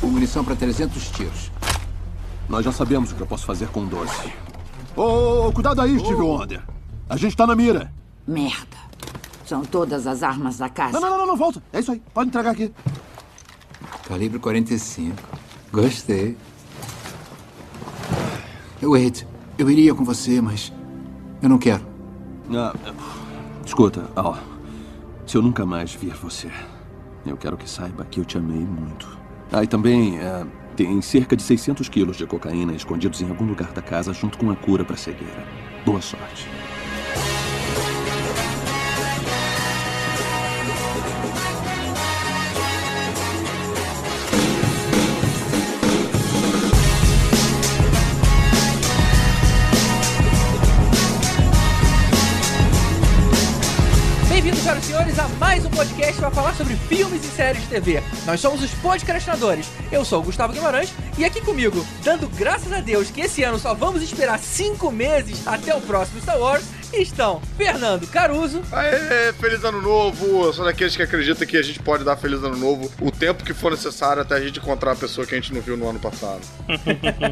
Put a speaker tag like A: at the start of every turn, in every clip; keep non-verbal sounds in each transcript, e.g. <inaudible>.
A: Com munição para 300 tiros.
B: Nós já sabemos o que eu posso fazer com 12. Ô, ô, ô, cuidado aí, Steve Wonder. A gente tá na mira.
C: Merda. São todas as armas da casa.
B: Não, não, não, não, volta. É isso aí. Pode entregar aqui.
A: Calibre 45. Gostei. Wade, eu iria com você, mas eu não quero.
B: Ah, escuta, Al. Se eu nunca mais vir você, eu quero que saiba que eu te amei muito. Ah, e também ah, tem cerca de 600 quilos de cocaína escondidos em algum lugar da casa junto com a cura para cegueira. Boa sorte.
D: Bem-vindos, senhoras e senhores, a mais um podcast para falar sobre filmes e séries de TV. Nós somos os podcastinadores. Eu sou o Gustavo Guimarães e aqui comigo, dando graças a Deus que esse ano só vamos esperar cinco meses até o próximo Star Wars, estão Fernando Caruso,
E: Aê, feliz ano novo! Eu sou daqueles que acredita que a gente pode dar feliz ano novo o tempo que for necessário até a gente encontrar a pessoa que a gente não viu no ano passado.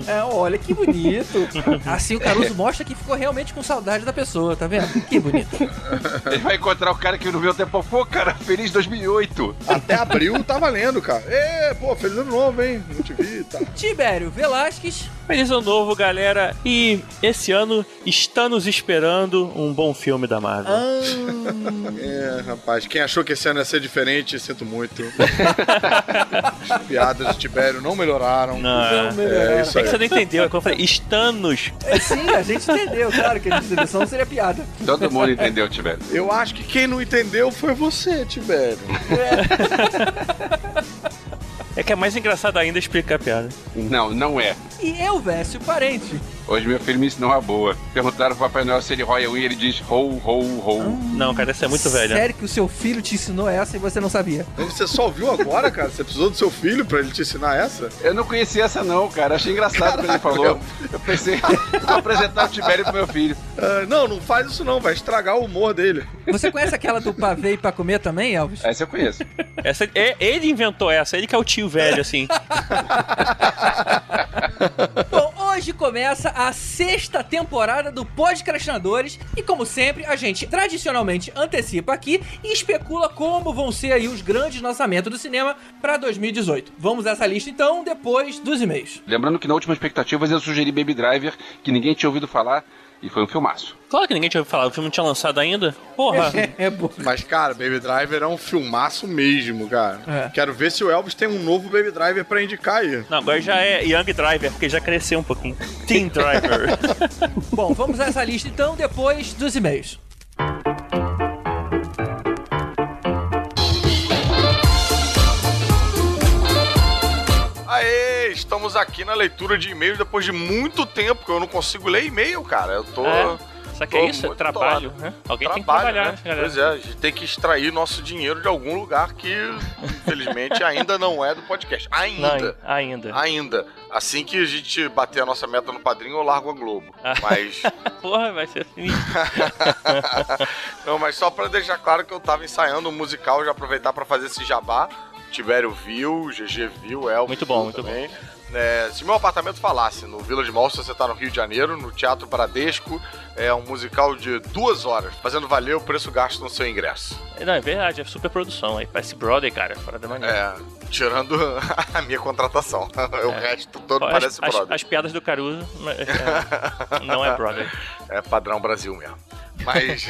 D: É, olha que bonito.
F: <laughs>
D: Assim o Caruso mostra que ficou realmente com saudade da pessoa, tá vendo? Que bonito.
G: Ele vai encontrar o cara que não viu até pouco. Pô, cara, feliz 2008.
E: Até abril tá valendo, cara. Ê, pô, feliz ano novo, hein? Não te vi, tá.
D: Tibério Velasquez,
F: Feliz ano novo, galera. E esse ano está nos esperando um bom filme da Marvel.
E: Ah, É, rapaz, quem achou que esse ano ia ser diferente, sinto muito. As piadas de Tibério não melhoraram.
F: Não,
E: É isso
F: é
E: aí.
F: que você não entendeu, é como eu falei, Estanos.
D: É, sim, a gente entendeu, claro que a gente entendeu, senão seria piada.
G: Todo mundo entendeu, Tibério.
E: Eu acho que quem não entendeu foi você, Tibério.
F: É que é mais engraçado ainda explicar a piada.
G: Não, não é.
D: E eu, Vécio Parente.
G: Hoje meu filho me ensinou a boa. Perguntaram pro Papai Noel se ele rói a unha e ele diz rou, rou, rou.
F: Não, cara, essa é muito velha.
D: Sério que o seu filho te ensinou essa e você não sabia?
E: Então Você só ouviu agora, cara? Você precisou do seu filho pra ele te ensinar essa?
G: Eu não conhecia essa não, cara. Achei engraçado quando ele falou. Eu pensei, vou apresentar o Tibério pro meu filho.
E: Ah, não, não faz isso não, vai estragar o humor dele.
D: Você conhece aquela do pavê e pra comer também, Elvis?
G: Essa eu conheço.
F: Essa, é- ele inventou essa, ele que é o tio
E: <laughs>
F: velho, assim.
D: Bom, hoje começa a sexta temporada do Podcrastinadores e como sempre, a gente tradicionalmente antecipa aqui e especula como vão ser aí os grandes lançamentos do cinema pra 2018. Vamos a essa lista então depois dos e-mails.
G: Lembrando que na última Expectativas eu sugeri Baby Driver, que ninguém tinha ouvido falar, e foi um filmaço.
F: Claro que ninguém tinha ouvido falar, o filme não tinha lançado ainda.
E: <laughs>
F: Porra.
D: É, é bom.
E: Mas, cara, Baby Driver é um filmaço mesmo, cara.
D: É.
E: Quero ver se o Elvis tem um novo Baby Driver pra indicar aí.
F: Não, agora já é Young Driver, porque já cresceu um pouquinho. Teen
E: <laughs>
F: Driver.
D: Bom, vamos a essa lista então depois dos e-mails.
E: Aê, estamos aqui na leitura de e-mails depois de muito tempo que eu não consigo ler e-mail, cara. Eu tô.
F: É. Só que
E: tô
F: é isso,
E: muito
F: trabalho.
E: atolado.
F: né? Alguém tem que
E: Trabalho,
F: trabalhar,
E: né?
F: galera.
E: Pois é, a gente tem que extrair nosso dinheiro de algum lugar que, infelizmente, ainda não é do podcast. Ainda.
F: Não, ainda.
E: Ainda. Assim que a gente bater a nossa meta no padrinho, eu largo a Globo.
F: Ah.
E: Mas.
F: <laughs> Porra, vai ser assim.
E: <laughs> Não, mas só pra deixar claro que eu tava ensaiando um musical, já aproveitar pra fazer esse jabá. Tiveram viu, GG viu, Elvis
F: Muito bom,
E: viu
F: muito
E: também. É, se meu apartamento falasse no Village Mall, se você tá no Rio de Janeiro, no Teatro Paradesco, é um musical de duas horas, fazendo valer o preço gasto no seu ingresso.
F: Não, é verdade, é super produção. Aí parece Brother, cara, fora da maneira.
E: É, tirando <laughs> a minha contratação. <laughs> o resto todo
F: É. As,
E: parece
F: as-
E: brother. <laughs>
F: as piadas do Caruso mas, é, não é brother.
E: É padrão Brasil mesmo. Mas,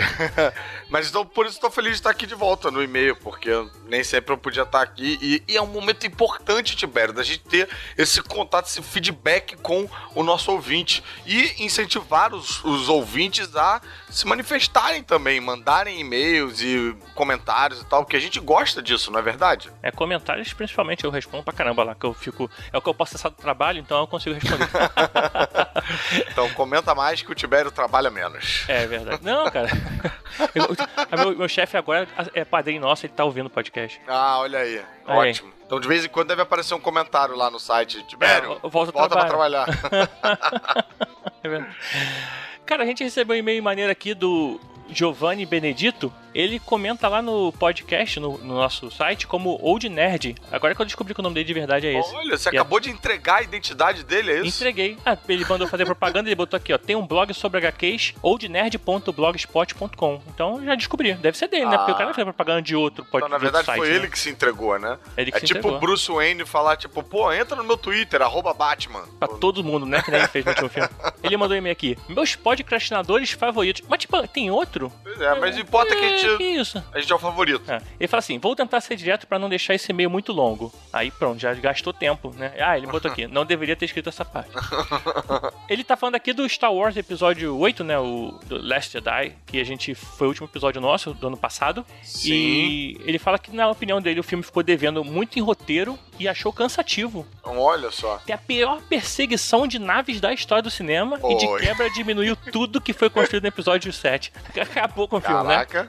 E: mas então, por isso estou feliz de estar aqui de volta no e-mail, porque nem sempre eu podia estar aqui. E, e é um momento importante, Tibério, da gente ter esse contato, esse feedback com o nosso ouvinte. E incentivar os, os ouvintes a se manifestarem também, mandarem e-mails e comentários e tal, porque a gente gosta disso, não é verdade?
F: É comentários, principalmente, eu respondo pra caramba lá, que eu fico. É o que eu posso acessar do trabalho, então eu consigo
E: <laughs>
F: responder.
E: Então comenta mais que o Tibério trabalha menos.
F: é verdade. Não, cara. Eu- a meu meu chefe agora é padrinho nosso, ele tá ouvindo o podcast.
E: Ah, olha aí.
F: Olha aí.
E: Ótimo. Então, de vez em quando deve aparecer um comentário lá no site. Tibério,
F: É, volta ao
E: volta pra
F: trabalho.
E: trabalhar.
F: É verdade. Cara, a gente recebeu um e-mail maneiro aqui do Giovanni Benedito. ele comenta lá no podcast, no, no nosso site, como Old Nerd. Agora que eu descobri que o nome dele de verdade <laughs> é esse.
E: Olha, você
F: E
E: acabou de entregar a identidade dele, é isso?
F: Entreguei. Ah, ele mandou fazer propaganda, ele botou aqui, ó. Tem um blog sobre HQs, oldnerd.blogspot.com. Então já descobri. Deve ser dele, né? Porque o cara não fez propaganda de outro podcast.
E: Ah. Então, na verdade, foi ele que se entregou, né?
F: Ele que
E: é
F: se
E: tipo
F: entregou.
E: o Bruce Wayne falar, tipo, pô, entra no meu Twitter, arroba Batman.
F: Pra todo mundo, né? Que nem ele fez no último filme. Ele mandou um e-mail aqui. Meus podcastinadores favoritos. Mas, tipo, tem outro?
E: Pois é, mas importa que a
F: Que
E: gente,
F: isso?
E: a gente é o favorito.
F: É. Ele fala assim: vou tentar ser direto pra não deixar esse e-mail muito longo. Aí pronto, já gastou tempo, né? Ah, ele botou aqui: não deveria ter escrito essa parte. ele tá falando aqui do Star Wars episódio 8, né? O do Last Jedi, que a gente foi o último episódio nosso do ano passado.
E: Sim.
F: E ele fala que, na opinião dele, o filme ficou devendo muito em roteiro e achou cansativo.
E: Então, olha só.
F: Tem a pior perseguição de naves da história do cinema e
E: Oi.
F: de quebra diminuiu tudo que foi construído no episódio 7. Acabou com o filme, né?
E: Caraca.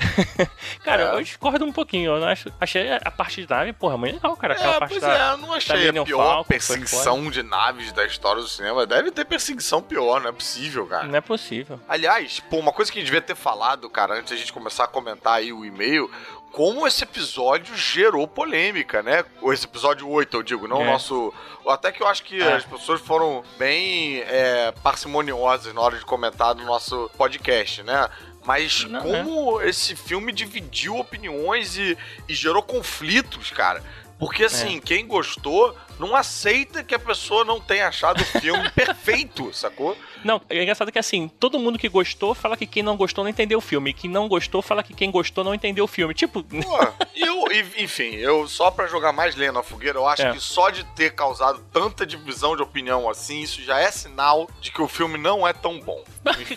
F: <laughs> cara,
E: É.
F: eu discordo um pouquinho. Eu não acho, achei a parte de nave, porra, muito legal, cara. Aquela
E: É,
F: parte
E: pois
F: da.
E: é, eu não achei a
F: Millennium
E: pior
F: Falcon, foi
E: perseguição de naves da história do cinema. Deve ter perseguição pior, não é possível, cara.
F: Não é possível.
E: Aliás, pô, uma coisa que a gente devia ter falado, cara, antes da gente começar a comentar aí o e-mail, como esse episódio gerou polêmica, né? Ou Esse episódio 8, eu digo, não o
F: É.
E: nosso. Até que eu acho que
F: É.
E: as pessoas foram bem é, parcimoniosas na hora de comentar no nosso podcast, né? Mas
F: Não, é.
E: como esse filme dividiu opiniões e, e gerou conflitos, cara.
F: É.
E: Porque assim, quem gostou não aceita que a pessoa não tenha achado o filme <laughs> perfeito, sacou?
F: Não, é engraçado que assim, todo mundo que gostou fala que quem não gostou não entendeu o filme. e Quem não gostou fala que quem gostou não entendeu o filme. Tipo, <laughs>
E: Pô, eu, e- enfim, eu só pra jogar mais lenha na fogueira, eu acho
F: É.
E: que só de ter causado tanta divisão de opinião assim, isso já é sinal de que o filme não é tão
F: <laughs>
E: bom.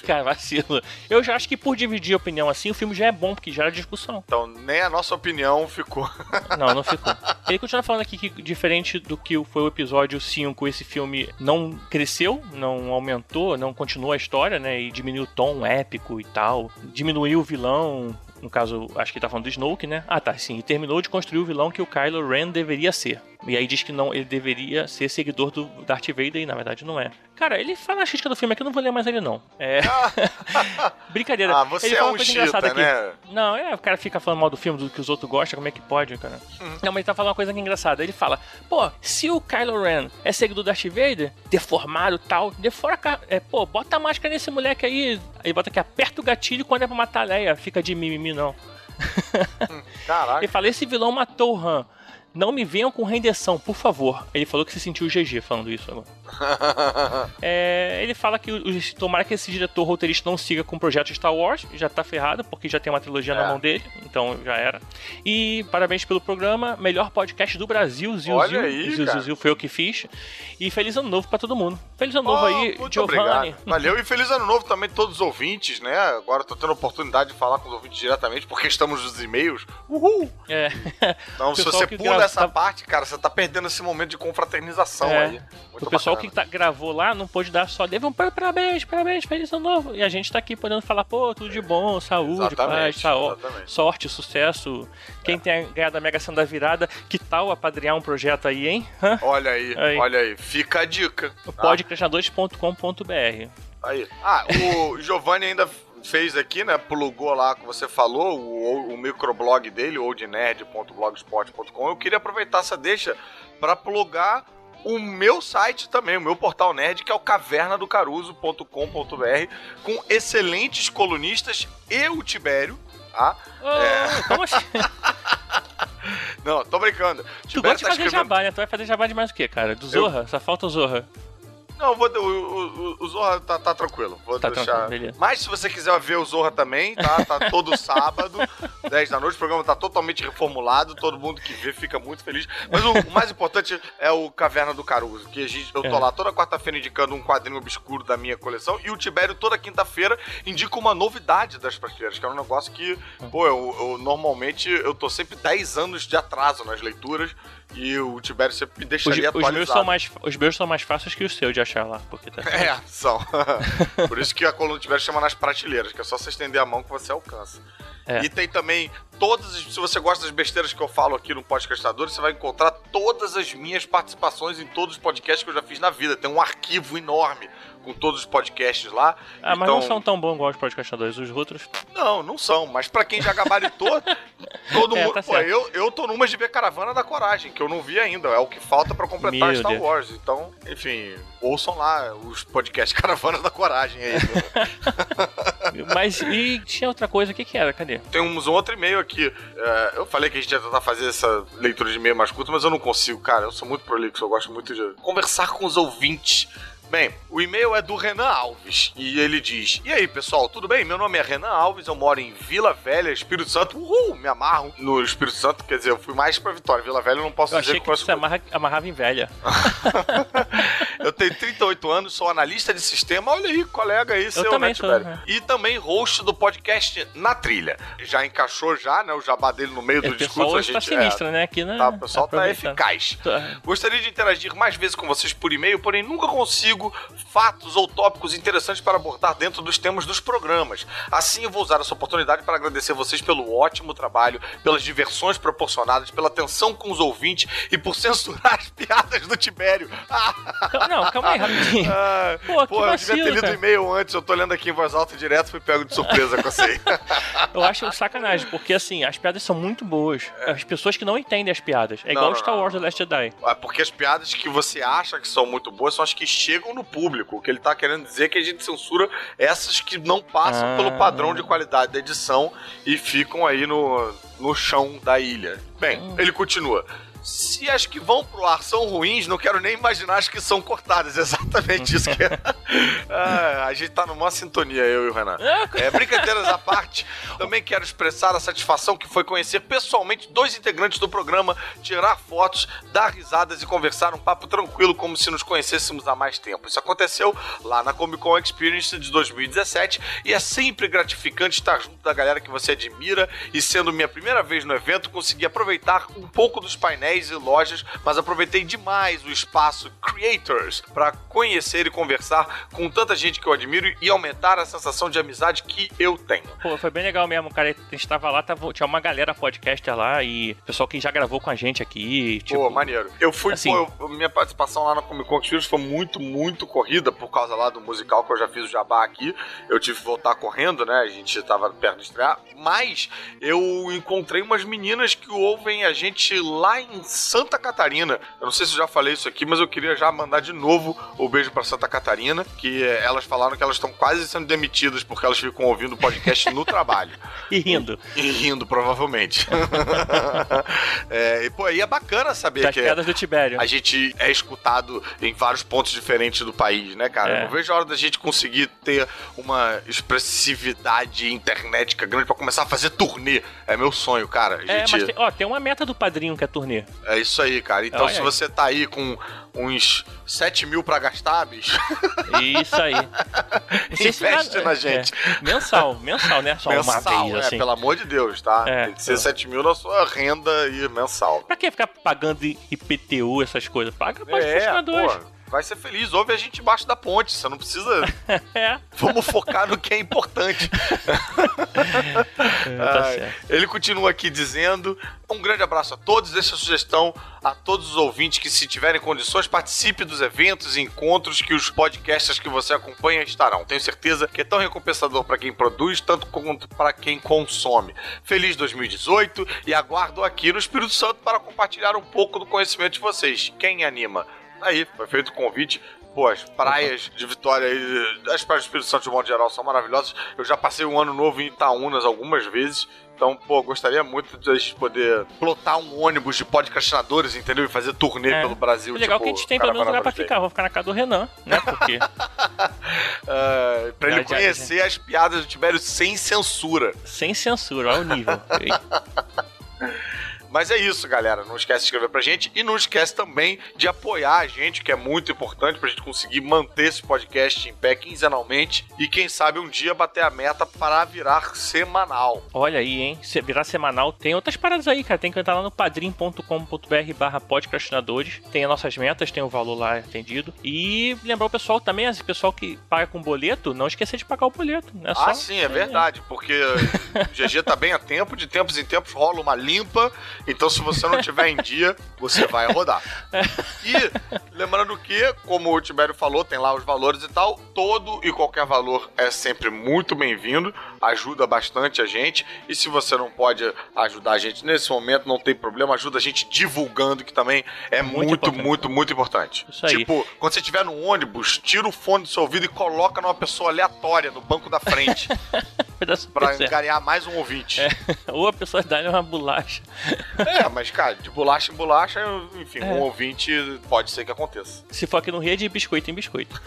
F: cara, vacilo. Eu já acho que por dividir a opinião assim, o filme já é bom, porque gera discussão.
E: Então, nem a nossa opinião ficou. <laughs>
F: Não, não ficou. Ele continua falando aqui que, diferente do que foi o episódio 5, esse filme não cresceu, não aumentou, não continuou a história, né? E diminuiu o tom épico e tal. Diminuiu o vilão. No caso, acho que ele tá falando do Snoke, né? Ah, tá, sim. E terminou de construir o vilão que o Kylo Ren deveria ser. E aí diz que não, ele deveria ser seguidor do Darth Vader e na verdade não é. Cara, ele fala na crítica do filme aqui, eu não vou ler mais ele não.
E: <laughs>
F: É. <laughs> Brincadeira.
E: Ah, você
F: ele
E: é
F: fala uma
E: um
F: coisa engraçada
E: chita,
F: aqui.
E: né?
F: Não, é, o cara fica falando mal do filme, do que os outros gostam, como é que pode, cara? Não, mas ele tá falando uma coisa que é engraçada. Ele fala, pô, se o Kylo Ren é seguidor do Darth Vader, deformado e tal, defora, a ca- é, pô, bota a máscara nesse moleque aí. Aí bota aqui, aperta o gatilho quando é pra matar a Leia. Fica de mimimi, não. Ele
E: Caraca.
F: fala, esse vilão matou o Han. Não me venham com rendição, por favor. Ele falou que se sentiu GG falando
E: <laughs>
F: isso agora. É, ele fala que os- tomara que esse diretor roteirista não siga com o projeto Star Wars, já tá ferrado, porque já tem uma trilogia
E: É.
F: na mão dele, então já era. E parabéns pelo programa, melhor podcast do Brasil, Zil
E: Olha
F: Zil.
E: aí,
F: Zil,
E: cara.
F: Zil, Zil foi eu que fiz. E feliz ano novo pra todo mundo. Feliz ano novo
E: Oh,
F: aí,
E: muito
F: Giovanni.
E: obrigado. Valeu e feliz ano novo também a todos os ouvintes, né? Agora tô tendo a oportunidade de falar com os ouvintes diretamente porque estamos nos e-mails. Uhul!
F: É. <laughs>
E: Então, se
F: Pessoal
E: você
F: que
E: pula
F: gra-
E: essa
F: tá-
E: parte, cara, você tá perdendo esse momento de confraternização
F: É.
E: aí. Muito
F: o pessoal
E: bacana.
F: que tá- gravou lá não pôde dar só teve um par- parabéns, parabéns, feliz ano novo. E a gente tá aqui podendo falar, pô, tudo de bom, saúde, paz,
E: Exatamente,
F: saó-
E: exatamente. É.
F: sorte, sucesso. Quem tem ganhado a Mega Sena da virada, que tal apadrear um projeto aí, hein? Hã?
E: Olha aí,
F: Aí.
E: olha aí. Fica a dica. tá?
F: Podcrastinadores.com.br.
E: Aí. Ah, o Giovanni ainda fez aqui, né? Plugou lá que você falou, o, o microblog dele, oldnerd.blogspot.com. Eu queria aproveitar essa deixa para plugar o meu site também, o meu portal nerd, que é o cavernadocaruso.com.br, com excelentes colunistas e o Tibério, tá?
F: Ô,
E: <laughs>
F: como assim?
E: Não, tô brincando. O
F: Tu
E: Tibério
F: gosta de
E: tá
F: fazer
E: escrevendo
F: jabá, né? Tu vai fazer jabá de mais o quê, cara? Do Zorra? Só falta o Zorra.
E: Não, eu vou, o, o, o Zorra tá, tá tranquilo. Vou
F: Tá
E: deixar.
F: tranquilo, beleza.
E: Mas se você quiser ver o Zorra também, tá? Tá todo
F: <laughs>
E: sábado, 10 da noite. O programa tá totalmente reformulado. Todo mundo que vê fica muito feliz. Mas o, o mais importante é o Caverna do Caruso, que a gente, eu tô
F: É.
E: lá toda quarta-feira indicando um quadrinho obscuro da minha coleção. E o Tibério, toda quinta-feira, indica uma novidade das prateleiras, que é um negócio que, pô, eu, eu normalmente eu tô sempre 10 anos de atraso nas leituras. E o Tibério sempre me deixa
F: Os,
E: ali
F: os meus
E: atualizado.
F: são mais, os meus são mais fáceis que os seus de achar lá,
E: <laughs>
F: porque tá.
E: É, são. Por isso que a coluna tiver chama nas prateleiras, que é só você estender a mão que você alcança.
F: É.
E: E tem também todas, as- se você gosta das besteiras que eu falo aqui no podcastador, você vai encontrar todas as minhas participações em todos os podcasts que eu já fiz na vida. Tem um arquivo enorme com todos os podcasts lá. Então,
F: Ah, mas não são tão bons igual os podcastadores, os outros.
E: Não, não são, mas pra quem já
F: <laughs>
E: gabaritou, todo
F: É,
E: mundo.
F: tá
E: pô,
F: certo.
E: eu, eu tô numa de ver Caravana da Coragem, que eu não vi ainda. É o que falta pra completar
F: Meu
E: Star
F: Deus.
E: Wars. Então, enfim, ouçam lá os podcasts <laughs> Caravana da Coragem aí.
F: Mas e tinha outra coisa, o que que era? Cadê?
E: Tem uns, um outro e-mail aqui. É, eu falei que a gente ia tentar fazer essa leitura de e-mail mais curta, mas eu não consigo, cara. Eu sou muito prolixo, eu gosto muito de conversar com os ouvintes. Bem, o e-mail é do Renan Alves e ele diz: E aí pessoal, tudo bem? Meu nome é Renan Alves, eu moro em Vila Velha, Espírito Santo. Uhul, me amarro no Espírito Santo. Quer dizer, eu fui mais pra Vitória. Vila Velha eu não posso
F: Eu
E: dizer
F: achei que é
E: conheço
F: você amarra, amarrava em
E: <laughs>
F: velha.
E: eu tenho 38 anos, sou analista de sistema. Olha aí, colega aí, seu
F: também
E: Nath
F: sou,
E: Berry.
F: é.
E: E também host do podcast Na Trilha. Já encaixou já, né? O jabá dele no meio
F: É,
E: do
F: o pessoal
E: discurso. a
F: hoje tá
E: gente-
F: sinistro, né? Aqui na.
E: é, tá, o pessoal tá
F: aproveitando.
E: eficaz.
F: Tá.
E: Gostaria de interagir mais vezes com vocês por e-mail, porém nunca consigo fatos ou tópicos interessantes para abordar dentro dos temas dos programas. Assim, eu vou usar essa oportunidade para agradecer vocês pelo ótimo trabalho, pelas diversões proporcionadas, pela atenção com os ouvintes e por censurar as piadas do Tibério. <laughs>
F: Cal- Não, calma aí, rapidinho.
E: Ah,
F: Pô, que
E: Pô, eu devia ter
F: vacilo,
E: lido o
F: cara.
E: e-mail antes, eu tô lendo aqui em voz alta direto, fui pego de surpresa com
F: <laughs>
E: você.
F: Eu acho sacanagem, porque assim, as piadas são muito boas. As pessoas que não entendem as piadas. É
E: É. Não,
F: igual
E: não,
F: Star
E: não.
F: Wars The Last Jedi.
E: Ah, Porque as piadas que você acha que são muito boas são as que chegam no público. O que ele tá querendo dizer é que a gente censura essas que não passam
F: Ah.
E: pelo padrão de qualidade da edição e ficam aí no, no chão da ilha. Bem, ele continua. Se as que vão pro ar são ruins, não quero nem imaginar as que são cortadas. <laughs> É exatamente isso que é. Ah, a gente tá numa sintonia, eu e o Renan. É, brincadeiras à parte, também quero expressar a satisfação que foi conhecer pessoalmente dois integrantes do programa, tirar fotos, dar risadas e conversar um papo tranquilo como se nos conhecêssemos há mais tempo. Isso aconteceu lá na Comic Con Experience de 2017 e é sempre gratificante estar junto da galera que você admira e sendo minha primeira vez no evento, consegui aproveitar um pouco dos painéis e lojas, mas aproveitei demais o espaço Creators para conhecer e conversar com tanta gente que eu admiro e aumentar a sensação de amizade que eu tenho.
F: Pô, foi bem legal mesmo, cara. A gente tava lá, tava- tinha uma galera podcaster lá e pessoal que já gravou com a gente aqui. Tipo,
E: Pô, maneiro. Eu fui,
F: assim-
E: pô, eu- minha participação lá na Comic Con Experience foi muito, muito corrida por causa lá do musical que eu já fiz o jabá aqui. Eu tive que voltar correndo, né? A gente tava perto de estrear. Mas eu encontrei umas meninas que ouvem a gente lá em Santa Catarina. Eu não sei se eu já falei isso aqui, mas eu queria já mandar de novo o beijo pra Santa Catarina, que eh, elas falaram que elas estão quase sendo demitidas porque elas ficam ouvindo o podcast no trabalho.
F: <laughs> e rindo.
E: E rindo, provavelmente. <laughs> é, e, pô, e é bacana saber
F: Das
E: que
F: piadas do Tibério.
E: a gente é escutado em vários pontos diferentes do país, né, cara?
F: É.
E: Eu vejo a hora da gente conseguir ter uma expressividade internetica grande pra começar a fazer turnê. É meu sonho, cara. A
F: É,
E: gente-
F: mas tem, ó, tem uma meta do padrinho que é turnê.
E: é isso aí, cara. Então,
F: Olha
E: se
F: aí.
E: você tá aí com uns 7 mil pra gastar, bicho,
F: Isso aí. Não sei
E: <laughs>
F: se
E: investe
F: nada-
E: na gente.
F: é, mensal, mensal, né? <laughs> Só uma
E: mensal,
F: vez,
E: né?
F: assim.
E: Pelo amor de Deus, tá?
F: É.
E: Tem que ser 7 mil na sua renda e mensal.
F: Pra que ficar pagando IPTU, essas coisas? Paga para os
E: É,
F: patrocinadores.
E: pô, vai ser feliz. Ouve a gente embaixo da ponte. Você não
F: <laughs>
E: precisa.
F: É,
E: Vamos focar no que é importante.
F: tá
E: Ai,
F: certo.
E: Ele continua aqui dizendo: um grande abraço a todos. Deixa a sugestão a todos os ouvintes que, se tiverem condições, participe dos eventos e encontros que os podcasts que você acompanha estarão. Tenho certeza que é tão recompensador para quem produz, tanto quanto para quem consome. Feliz 2018 e aguardo aqui no Espírito Santo para compartilhar um pouco do conhecimento de vocês. Quem anima? Aí, foi feito o convite. Pô, as praias de Vitória e as praias do Espírito Santo de modo geral são maravilhosas. Eu já passei um ano novo em Itaúnas algumas vezes. Então, pô, gostaria muito de a gente poder plotar um ônibus de podcastinadores, entendeu? E fazer turnê
F: É.
E: pelo Brasil.
F: O legal é
E: tipo,
F: que a gente tem pelo menos
E: Caravana
F: lugar pra
E: Brasileira.
F: ficar. Vou ficar na casa do Renan, né? Porque. <laughs>
E: Ah, pra ele
F: Já, já,
E: conhecer as piadas do Tibério sem censura.
F: sem censura, olha o nível.
E: Mas é isso, galera. Não esquece de escrever pra gente e não esquece também de apoiar a gente, que é muito importante pra gente conseguir manter esse podcast em pé quinzenalmente e quem sabe um dia bater a meta para virar semanal.
F: Olha aí, hein? Se virar semanal, tem outras paradas aí, cara. Tem que entrar lá no padrim.com.br barra podcastinadores. Tem as nossas metas, tem o valor lá atendido. E lembrar o pessoal também, esse pessoal que paga com boleto, não esquecer de pagar o boleto. né? Só-
H: é
E: ah, sim, é verdade, porque o GG tá bem a tempo, de tempos em tempos rola uma limpa
H: Então, se você não tiver em dia, você vai rodar. E, lembrando que, como o Tibério falou, tem lá os valores e tal, todo e qualquer valor é sempre muito bem-vindo, ajuda bastante a gente. E se você não pode ajudar a gente nesse momento, não tem problema, ajuda a gente divulgando, que também é
F: Muito
H: muito, muito,
F: importante.
H: muito, importante.
F: Isso aí.
H: Tipo, quando você estiver no ônibus, tira o fone do seu ouvido e coloca numa pessoa aleatória no banco da
F: <laughs>
H: frente,
F: Vai dar super
H: pra
F: certo. É.
H: engarear mais um ouvinte.
F: <laughs>
H: <laughs>
F: Ou a pessoa dá uma bolacha.
H: É, mas, cara, de bolacha em bolacha, enfim, um
F: É.
H: ouvinte pode ser que aconteça.
F: Se for aqui no Rio, é de biscoito
H: <laughs>
F: em biscoito.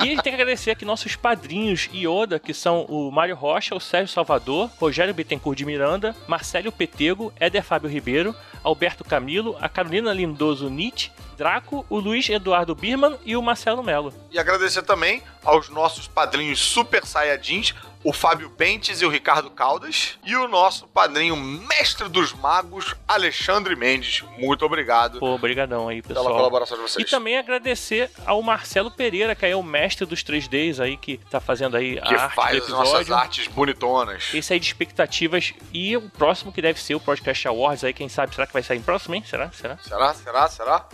F: e a gente tem que agradecer aqui nossos padrinhos Ioda, que são o Mário Rocha, o Sérgio Salvador, Rogério Bittencourt de Miranda, Marcelo Petego, Éder Fábio Ribeiro, Alberto Camilo, a Carolina Lindoso Nietzsche, Draco, o Luiz Eduardo Birman e o Marcelo Melo.
H: E agradecer também aos nossos padrinhos Super Saiyajins, o Fábio Bentes e o Ricardo Caldas, e o nosso padrinho Mestre dos Magos, Alexandre Mendes. Muito obrigado
F: Pô, obrigadão aí,
H: pela
F: pessoal.
H: colaboração de
F: E
H: vocês.
F: também agradecer ao Marcelo Pereira, que aí é o mestre dos 3Ds aí, que tá fazendo aí a
H: que
F: arte do
H: faz as nossas
F: episódio.
H: artes bonitonas.
F: Esse aí de expectativas e o próximo que deve ser o Podcast Awards aí, quem sabe, será que vai sair em próximo, hein? Será? Será?
H: Será? Será? Será?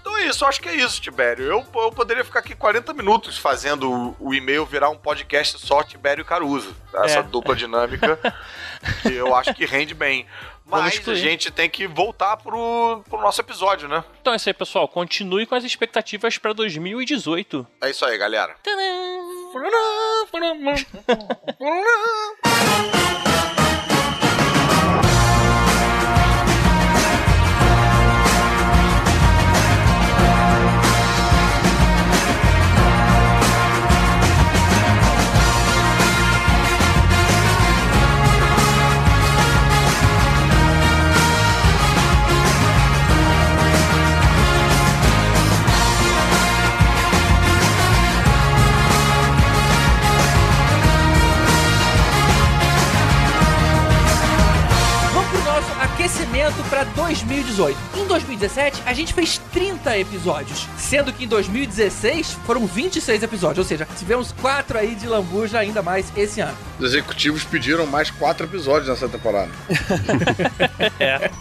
H: então é isso, acho que é isso, Tibério. Eu, eu poderia ficar aqui 40 minutos fazendo o, o e-mail virar um podcast só Tibério e Caruso. tá? Essa
F: É.
H: dupla dinâmica que eu acho que rende bem.
F: Vamos
H: Mas a
F: excluir.
H: gente tem que voltar pro, pro nosso episódio, né?
F: Então é isso aí, pessoal. Continue com as expectativas pra 2018.
H: É isso aí, galera.
F: Tá.
D: Vamos pro nosso aquecimento pra 2018. Em 2017, a gente fez 30 episódios, sendo que em 2016 foram 26 episódios, ou seja, tivemos 4 aí de lambuja ainda mais esse ano.
E: Os executivos pediram mais quatro episódios nessa temporada.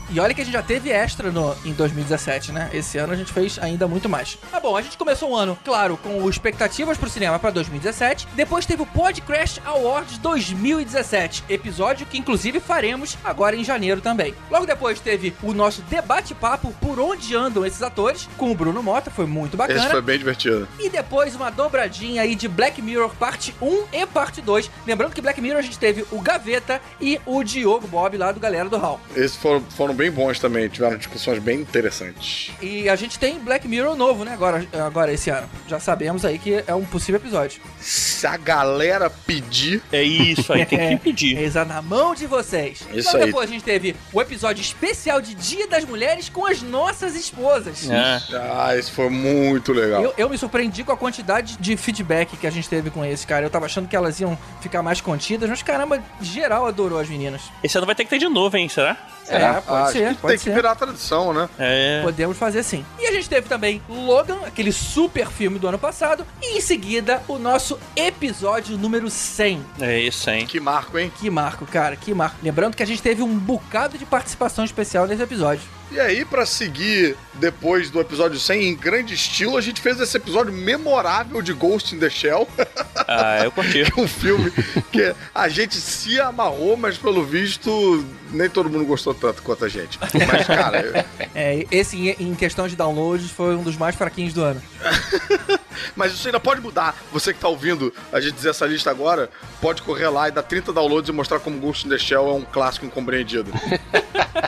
D: E olha que a gente já teve extra no, em 2017, né? Esse ano a gente fez ainda muito mais. Tá bom, a gente começou o ano, claro, com o expectativas pro cinema pra 2017. Depois teve o Podcast Awards 2017, episódio que inclusive faremos agora em janeiro também. Logo depois teve o nosso debate-papo por onde andam esses atores, com o Bruno Mota, foi muito bacana.
E: Esse foi bem divertido.
D: E depois uma dobradinha aí de Black Mirror parte 1 e parte 2. Lembrando que Black Mirror a gente teve o Gaveta e o Diogo Bob lá do Galera do Hall.
E: Esses foram, foram bem bons também, tiveram discussões bem interessantes.
D: E a gente tem Black Mirror novo, né? Agora, agora esse ano. Já sabemos aí que é um possível episódio.
E: Se a galera pedir,
F: É isso aí, tem que <laughs> impedir.
D: Exa na mão de vocês.
E: Isso
D: Logo
E: aí.
D: depois a gente teve o episódio especial de Dia das Mulheres com as nossas esposas.
E: ah, isso foi muito legal.
D: Eu, eu me surpreendi com a quantidade de feedback que a gente teve com esse, cara. Eu tava achando que elas iam ficar mais contidas, mas caramba, geral adorou as meninas.
F: Esse ano vai ter que ter de novo, hein? Será?
D: É, pode
E: Ah,
D: ser,
E: acho que
D: pode
E: tem
D: ser.
E: que virar tradição, né?
F: É.
D: Podemos fazer sim. E a gente teve também Logan, aquele super filme do ano passado, e em seguida o nosso episódio número 100.
F: É isso, hein?
E: Que marco, hein?
D: Que marco, cara, que marco. Lembrando que a gente teve um bocado de participação especial nesse episódio.
E: E aí, pra seguir depois do episódio 100 em grande estilo, a gente fez esse episódio memorável de Ghost in the Shell, <laughs>
F: Ah, eu curti.
E: que é um filme que a gente se amarrou, mas pelo visto nem todo mundo gostou tanto quanto a gente. Mas, cara, eu-
D: É, esse em- em questão de downloads foi um dos mais fraquinhos do ano.
E: Mas isso ainda pode mudar. Você que tá ouvindo a gente dizer essa lista agora, pode correr lá e dar 30 downloads e mostrar como Ghost in the Shell é um clássico incompreendido.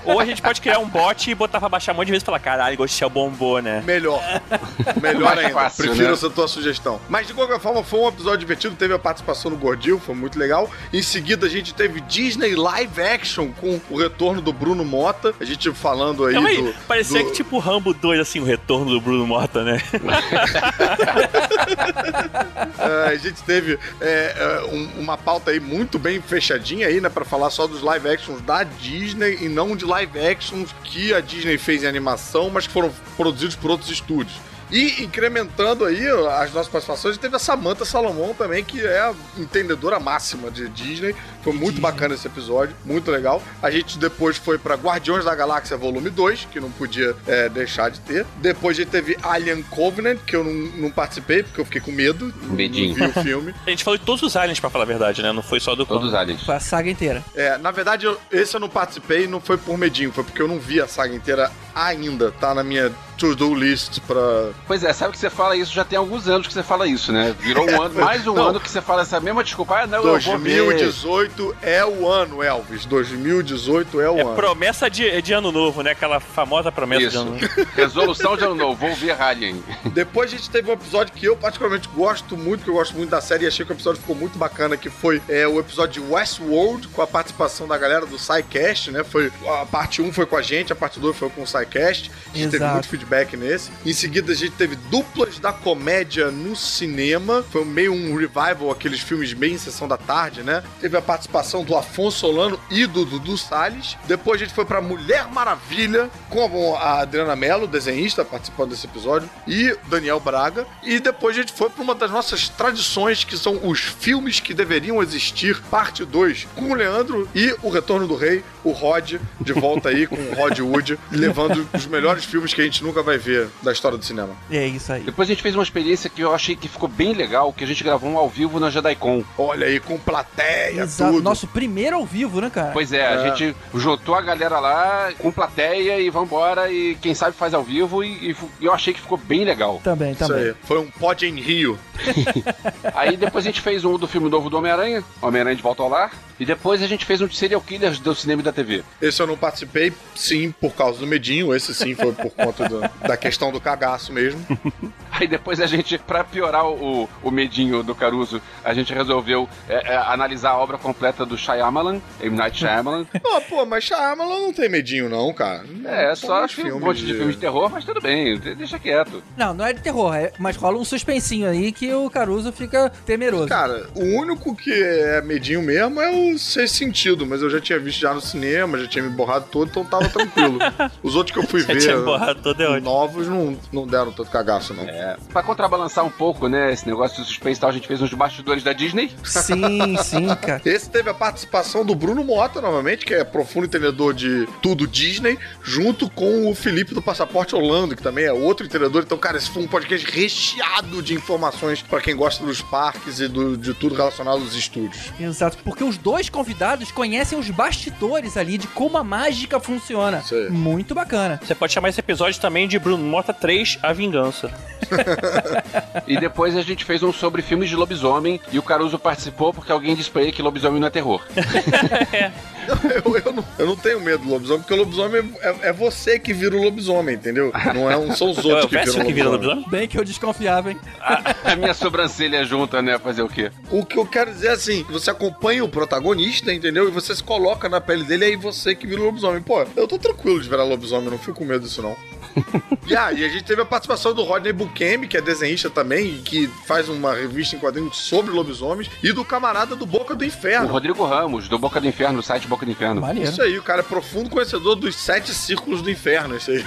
F: Ou a gente pode criar um bot e botar pra baixar um monte de vezes e falar, caralho, Ghost Shell bombou, né?
G: <laughs>
E: Melhor. Melhor
G: Mais
E: ainda.
G: fácil,
E: Prefiro
G: né?
E: essa tua sugestão. Mas de qualquer forma, foi um episódio divertido. Teve a participação do Gordil, foi muito legal. Em seguida, a gente teve Disney Live Action com o retorno do Bruno Mota. A gente falando aí
F: Calma aí,
E: do.
F: Então é parecia
E: do-
F: que tipo Rambo 2, assim, o retorno do Bruno Mota, né?
E: É, <laughs> a gente teve é, é, um- uma pauta aí muito bem fechadinha aí, né? Pra falar só dos live actions da Disney e não de live actions que a Disney fez em animação, mas que foram produzidos por outros estúdios. E incrementando aí as nossas participações, teve a Samantha Salomão também, que é a entendedora máxima de Disney. Foi muito bacana esse episódio, muito legal. A gente depois foi para Guardiões da Galáxia Volume 2, que não podia é, deixar de ter. Depois a gente teve Alien Covenant, que eu não, não participei, porque eu fiquei com medo.
F: Medinho.
E: Não vi o filme.
I: A gente falou de todos os aliens, pra falar a verdade, né? Não foi só do.
F: Todos os aliens.
D: Foi a saga inteira.
E: É, na verdade, eu- esse eu não participei, não foi por medinho, foi porque eu não vi a saga inteira ainda. Tá na minha to-do list pra.
G: Pois é, sabe que você fala isso, já tem alguns anos que você fala isso, né? Virou um ano, mais um
E: Não.
G: ano que você fala essa mesma desculpa. Ah, não, eu vou ver.
E: 2018 é o ano, Elvis. 2018 é o
I: É
E: ano.
I: promessa de, de ano novo, né? Aquela famosa promessa de
G: Isso.
I: ano novo. <laughs>
G: Resolução de ano novo, vou ver Alien.
E: Depois a gente teve um episódio que eu particularmente gosto muito, que eu gosto muito da série e achei que o episódio ficou muito bacana, que foi é, o episódio de Westworld, com a participação da galera do SciCast, né? Foi, a parte 1 foi com a gente, a parte 2 foi com o SciCast. A gente teve
D: Exato.
E: muito feedback nesse. Em seguida a gente teve duplas da comédia no cinema. Foi meio um revival, aqueles filmes bem em sessão da tarde, né? Teve a participação do Afonso Solano e do Dudu Salles. Depois a gente foi pra Mulher Maravilha, com a Adriana Mello, desenhista, participando desse episódio, e Daniel Braga. E depois a gente foi pra uma das nossas tradições, que são os filmes que deveriam existir, parte 2, com o Leandro e o Retorno do Rei, o Rod, de volta aí com o Rod Wood, levando os melhores filmes que a gente nunca vai ver da história do cinema.
D: É isso aí.
G: Depois a gente fez uma experiência que eu achei que ficou bem legal, que a gente gravou um ao vivo na JediCon.
E: Olha aí, com plateia,
D: Exato.
E: É tudo.
D: Nosso primeiro ao vivo, né, cara?
G: Pois é, a
E: É.
G: gente juntou a galera lá com plateia e vambora, e quem sabe faz ao vivo, e, e fu- eu achei que ficou bem legal.
D: Também,
E: Isso
D: também.
E: aí. Foi um pod em Rio.
G: Aí depois a gente fez um do filme novo do Homem-Aranha, Homem-Aranha de Volta ao Lar, e depois a gente fez um de Serial Killers do cinema e da TV.
E: Esse eu não participei, sim, por causa do medinho. Esse sim foi por conta do- da questão do cagaço mesmo.
G: Aí depois a gente, pra piorar o, o medinho do Caruso, a gente resolveu é, é, analisar a obra completa do Shyamalan, M. Night <laughs> Shyamalan.
E: Não, pô, mas Shyamalan não tem medinho não, cara.
G: É,
E: Não,
G: só
E: uns
G: um monte de filme de terror, mas tudo bem, de- deixa quieto.
D: Não, não é de terror, é- mas rola um suspensinho aí que o Caruso fica temeroso.
E: Cara, o único que é medinho mesmo é o Seis Sentido, mas eu já tinha visto já no cinema, já tinha me borrado todo, então tava
I: <laughs>
E: tranquilo. Os outros que eu fui ver,
I: Tinha borrado é toda hora.
E: novos, não, não deram todo cagaço, não.
G: É, pra contrabalançar um pouco, né, esse negócio de suspense e tal, a gente fez uns bastidores
D: <laughs>
G: da Disney.
E: <laughs>
D: Sim, sim, cara.
E: Esse teve a participação do Bruno Mota, novamente, que é profundo entendedor de tudo Disney, junto com o Felipe do Passaporte Holando, que também é outro entendedor. Então, cara, esse foi um podcast recheado de informações pra quem gosta dos parques e do- de tudo relacionado aos estúdios. <laughs>
D: Exato, porque os dois convidados conhecem os bastidores ali de como a mágica funciona.
E: Isso aí.
D: Muito bacana.
I: Você pode chamar esse episódio também de Bruno Mota 3, A Vingança.
G: E depois a gente fez um sobre filmes de lobisomem, e o Caruso participou porque alguém disse pra ele que lobisomem não é terror.
E: Eu, eu não, eu não tenho medo do lobisomem, porque o lobisomem é, é você que vira o lobisomem, entendeu? Não é um, são os
I: É
E: outros
I: o
E: que viram o
I: Vessel
E: lobisomem.
I: que vira lobisomem?
D: Bem que eu desconfiava, hein?
G: A, a minha sobrancelha <laughs> junta, né, fazer o quê?
E: O que eu quero dizer é assim, você acompanha o protagonista, entendeu? E você se coloca na pele dele, aí você que vira o lobisomem. Pô, eu tô tranquilo de virar lobisomem, não fico com medo disso não. e aí, a gente teve a participação do Rodney Bukemi, que é desenhista também, e que faz uma revista em quadrinhos sobre lobisomens, e do camarada do Boca do
G: O
E: Inferno.
G: Rodrigo Ramos, do Boca do Inferno, do site Boca do Inferno.
D: Maneiro.
E: Isso aí, o cara é profundo conhecedor dos sete círculos do inferno, isso aí.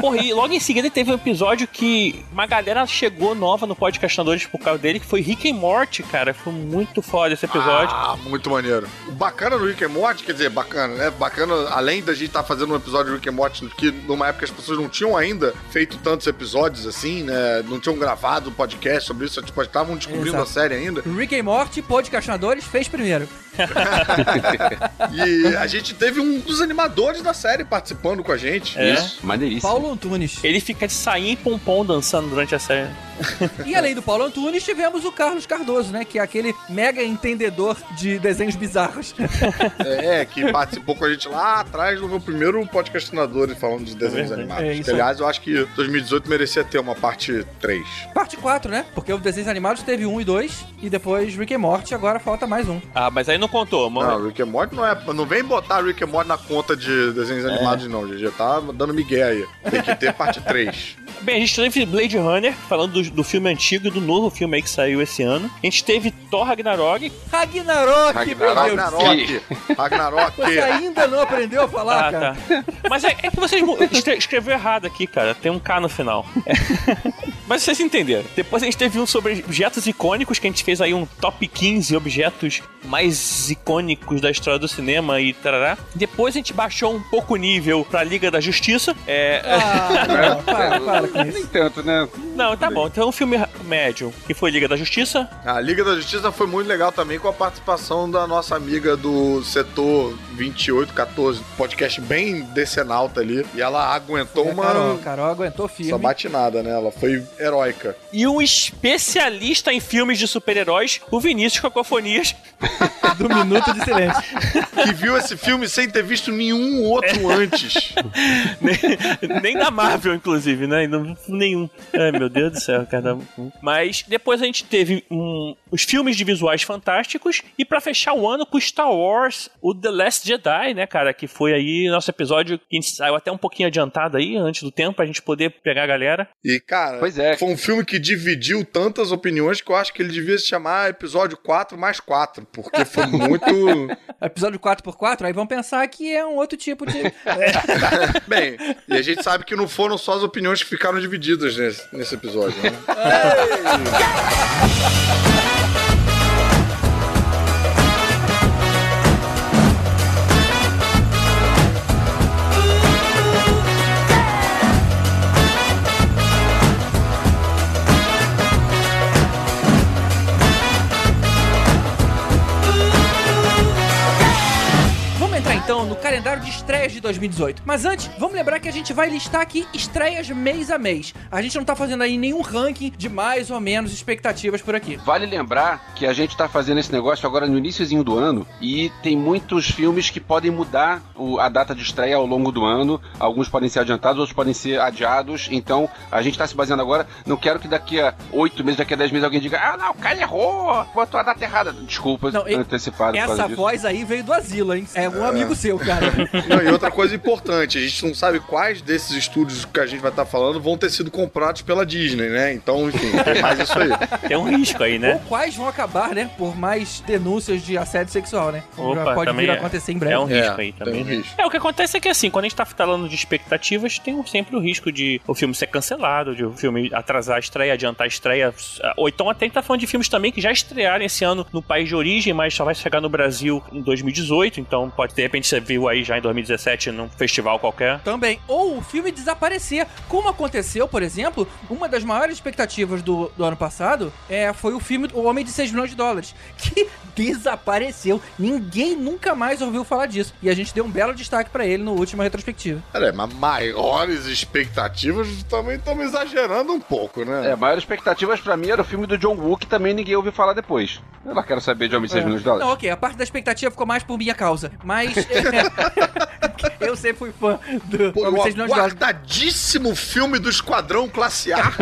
I: Porra, e logo em seguida teve um episódio que uma galera chegou nova no podcastadores por causa dele, que foi Rick and Morty, cara. Foi muito foda esse episódio.
E: Ah, muito maneiro. O bacana do Rick and Morty, quer dizer, bacana, né? Bacana, além da gente estar fazendo um episódio do Rick and Morty que numa época as pessoas não tinham ainda feito tantos episódios assim, né? Não tinham gravado podcast sobre isso, tipo, estavam descobrindo
D: Exato.
E: a série ainda.
D: Rick and Morty, podcastinadores, fez primeiro.
E: E a gente teve um dos animadores da série participando com a gente.
I: É.
G: Isso, maneiríssimo.
D: Paulo Antunes.
I: Ele fica de sair em pompom dançando durante a série.
D: E além do Paulo Antunes, tivemos o Carlos Cardoso, né? Que é aquele mega entendedor de desenhos bizarros. <laughs>
E: É, que participou com a gente lá atrás no meu primeiro podcastinador né, falando de desenhos
I: verdade.
E: animados.
I: É
E: Que,
I: isso aí.
E: aliás, eu acho que 2018 merecia ter uma parte 3.
D: Parte 4, né? Porque o Desenhos Animados teve um e dois, e depois Rick and Morty, agora falta mais um.
I: Ah, mas aí não contou, mano.
E: Não, Rick and Morty não é. Não vem botar Rick and Morty na conta de desenhos animados, não, GG. Tá dando migué aí. Tem que ter parte 3.
F: Bem, a gente teve Blade Runner, falando do, do filme antigo e do novo filme aí que saiu esse ano. A gente teve Thor Ragnarok.
D: Ragnarok, meu Deus. do céu.
E: Ragnarok. Ragnarok.
D: Você ainda não aprendeu a falar,
F: Ah,
D: cara?
F: tá. Mas é, é que vocês mu- escre- escreveu errado aqui, cara. Tem um K
D: <laughs>
F: no final. Mas vocês entenderam. Depois a gente teve um sobre objetos icônicos, que a gente fez aí um top 15 objetos mais icônicos da história do cinema e tarará. Depois a gente baixou um pouco o nível pra Liga da Justiça. É,
D: Ah, não, para, para com isso.
G: <laughs> Nem tanto, né?
F: <laughs> Não, tá bom. Então um filme médio, que foi Liga da Justiça.
E: A Liga da Justiça foi muito legal também com a participação da nossa amiga do setor 2814, podcast bem decenalta ali. E ela aguentou
D: A Carol,
E: uma.
D: a Carol aguentou firme.
E: Só bate nada, né? Ela foi heróica.
F: E um especialista em filmes de super-heróis, o Vinícius Cacofonias.
D: <laughs> Do minuto de silêncio.
E: Que viu esse filme sem ter visto nenhum outro antes.
F: <laughs> nem, nem da Marvel, inclusive, né? E não- Nenhum. Ai, meu Deus do céu, cara. Mas depois a gente teve um- os filmes de visuais fantásticos. E pra fechar o ano com Star Wars, o The Last Jedi, né, cara? Que foi aí nosso episódio que a gente saiu até um pouquinho adiantado aí, antes do tempo, pra gente poder pegar a galera.
E: E, cara,
G: Pois é.
E: foi um filme que dividiu tantas opiniões que eu acho que ele devia se chamar episódio 4 mais 4, porque
G: <laughs>
E: foi muito. <laughs>
D: Episódio 4x4, aí vão pensar que é um outro tipo de. <laughs>
E: Bem, e a gente sabe que não foram só as opiniões que ficaram divididas nesse, nesse episódio, né?
D: Vamos entrar então no calendário de estreias de 2018. Mas antes, vamos lembrar que a gente vai listar aqui estreias mês a mês. A gente não tá fazendo aí nenhum ranking de mais ou menos expectativas por aqui.
G: Vale lembrar que a gente tá fazendo esse negócio agora no iníciozinho do ano e tem muitos filmes que podem mudar o- a data de estreia ao longo do ano. Alguns podem ser adiantados, outros podem ser adiados. Então a gente tá se baseando agora. Não quero que daqui a oito meses, daqui a dez meses alguém diga: Ah, não, o cara errou, botou a data errada. Desculpa,
D: Não, e-
G: antecipado. por
D: Essa
G: causa disso.
D: voz aí veio do asilo, hein? É um amigo seu, cara.
G: <laughs>
E: Não, e outra coisa importante, a gente não sabe quais desses estúdios que a gente vai estar falando vão ter sido comprados pela Disney, né? Então,
G: <laughs>
E: enfim, tem mais isso aí.
F: Tem um risco aí,
D: Ou
F: né?
D: quais vão acabar, né? Por mais denúncias de assédio sexual, né?
F: Opa,
D: Já pode
F: também
D: vir a
F: é.
D: acontecer em breve.
F: É um
E: É,
F: risco aí também,
E: tem um
F: né?
E: risco.
F: É, o que acontece é que assim, quando a gente tá falando de expectativas, tem um, sempre o risco de o filme ser cancelado, de o filme atrasar a estreia, adiantar a estreia. Ou então até a gente tá falando de filmes também que já estrearam esse ano no país de origem, mas só vai chegar no Brasil em 2018. Então pode, de repente, você viu aí já em 2017 num festival qualquer.
D: Também. Ou o filme desaparecer. Como aconteceu, por exemplo, uma das maiores expectativas do, do ano passado é, foi o filme O Homem de 6 milhões de dólares, que <laughs> desapareceu. Ninguém nunca mais ouviu falar disso. E a gente deu um belo destaque pra ele no último retrospectivo.
E: Peraí, mas maiores expectativas também estamos exagerando um pouco,
G: É,
E: né?
G: a maior expectativa pra mim era o filme do John Woo, que também ninguém ouviu falar depois. Eu lá quero saber de Homem 6 Milhões de Dólares.
D: Não, ok, a parte da expectativa ficou mais por minha causa. Mas. <laughs> é, eu sempre fui fã do
E: Pô,
D: Homem de
E: o
D: 6 milhões de dólares.
E: aguardadíssimo filme do Esquadrão Classe A.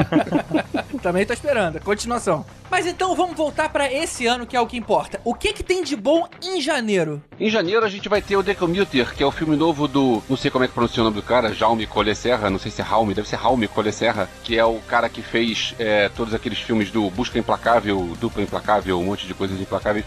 D: Também tô esperando, a continuação. Mas então vamos voltar pra esse ano que é o que importa. O que que tem de bom em janeiro?
G: Em janeiro a gente vai ter o The Commuter, que é o filme novo do. Não sei como é que pronuncia o nome do cara, Jaume Collet Serra, não sei se é Jaume, deve ser Jaume Collet Serra, que é o cara que fez é, todos aqueles filmes do Busca Implacável, Dupla Implacável, um monte de coisas implacáveis,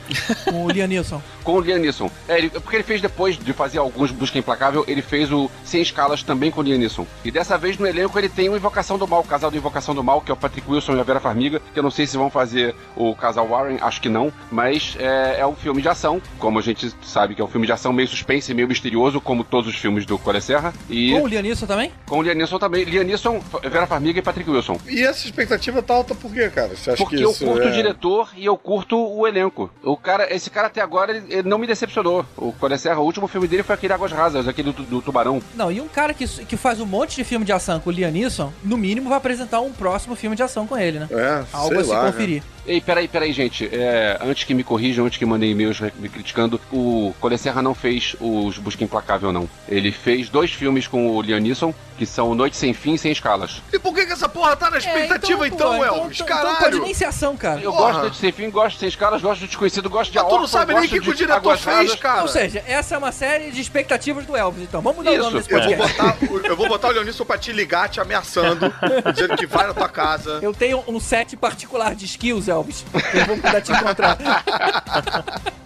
D: Com o Lianilson.
G: com o Liam Neeson. É, ele- porque ele fez depois de fazer alguns Busca Implacável, ele fez o Sem Escalas também com o Liam Neeson. E dessa vez no elenco ele tem o Invocação do Mal, o casal do Invocação do Mal, que é o Patrick Wilson e a Vera Farmiga, que eu não sei se vão fazer o casal Warren, acho que não, mas é, é um filme de ação, como a gente sabe que é um filme de ação meio suspense, meio misterioso, como todos os filmes do Cole Serra. E
D: Com o Lianilson também?
G: com o Liam Neeson também. Liam Neeson, Vera Farmiga e Patrick Wilson.
E: E essa expectativa tá alta por quê, cara? Você acha
G: Porque
E: que
G: eu
E: isso
G: curto
E: é...
G: o diretor e eu curto o elenco. O cara, esse cara até agora, ele, ele não me decepcionou. O Cole Serra, o último filme dele foi aquele Águas Rasas, aquele do, do Tubarão.
D: Não, e um cara que, que faz um monte de filme de ação com o Lianilson, no mínimo vai apresentar um próximo filme de ação com ele, né?
E: É,
D: Algo
E: sei
D: a se
E: lá, né?
D: conferir.
G: Ei, peraí, peraí, gente. É, antes que me corrijam, antes que mandem e-mails re- me criticando, o Colesserra não fez os Busca Implacável, não. Ele fez dois filmes com o Liam Neeson, que são Noite Sem Fim e Sem Escalas.
E: E por que, que essa porra tá na expectativa então,
D: É, pô,
E: Elvis?
D: então-
E: Caralho!
D: Então pode nem ser ação, cara.
G: Eu
E: Porra.
G: gosto de Noite Sem Fim, gosto de Sem Escalas, gosto de Desconhecido, gosto de
E: Mas
G: A
E: tu não
G: Órfã,
E: sabe nem o
G: gosto
E: que, que o
G: de
E: diretor
G: Águas
E: fez,
G: Claras.
E: cara.
D: Ou seja, essa é uma série de expectativas do Elvis, então. Vamos mudar o nome
G: Isso,
D: desse
E: Eu vou,
D: podcast.
E: botar, o- eu vou botar o Leonisson pra te ligar, te ameaçando,
G: <laughs>
E: dizendo que vai na tua casa.
D: Eu tenho um set particular de skills, Elvis. que Eu vou mudar te encontrar.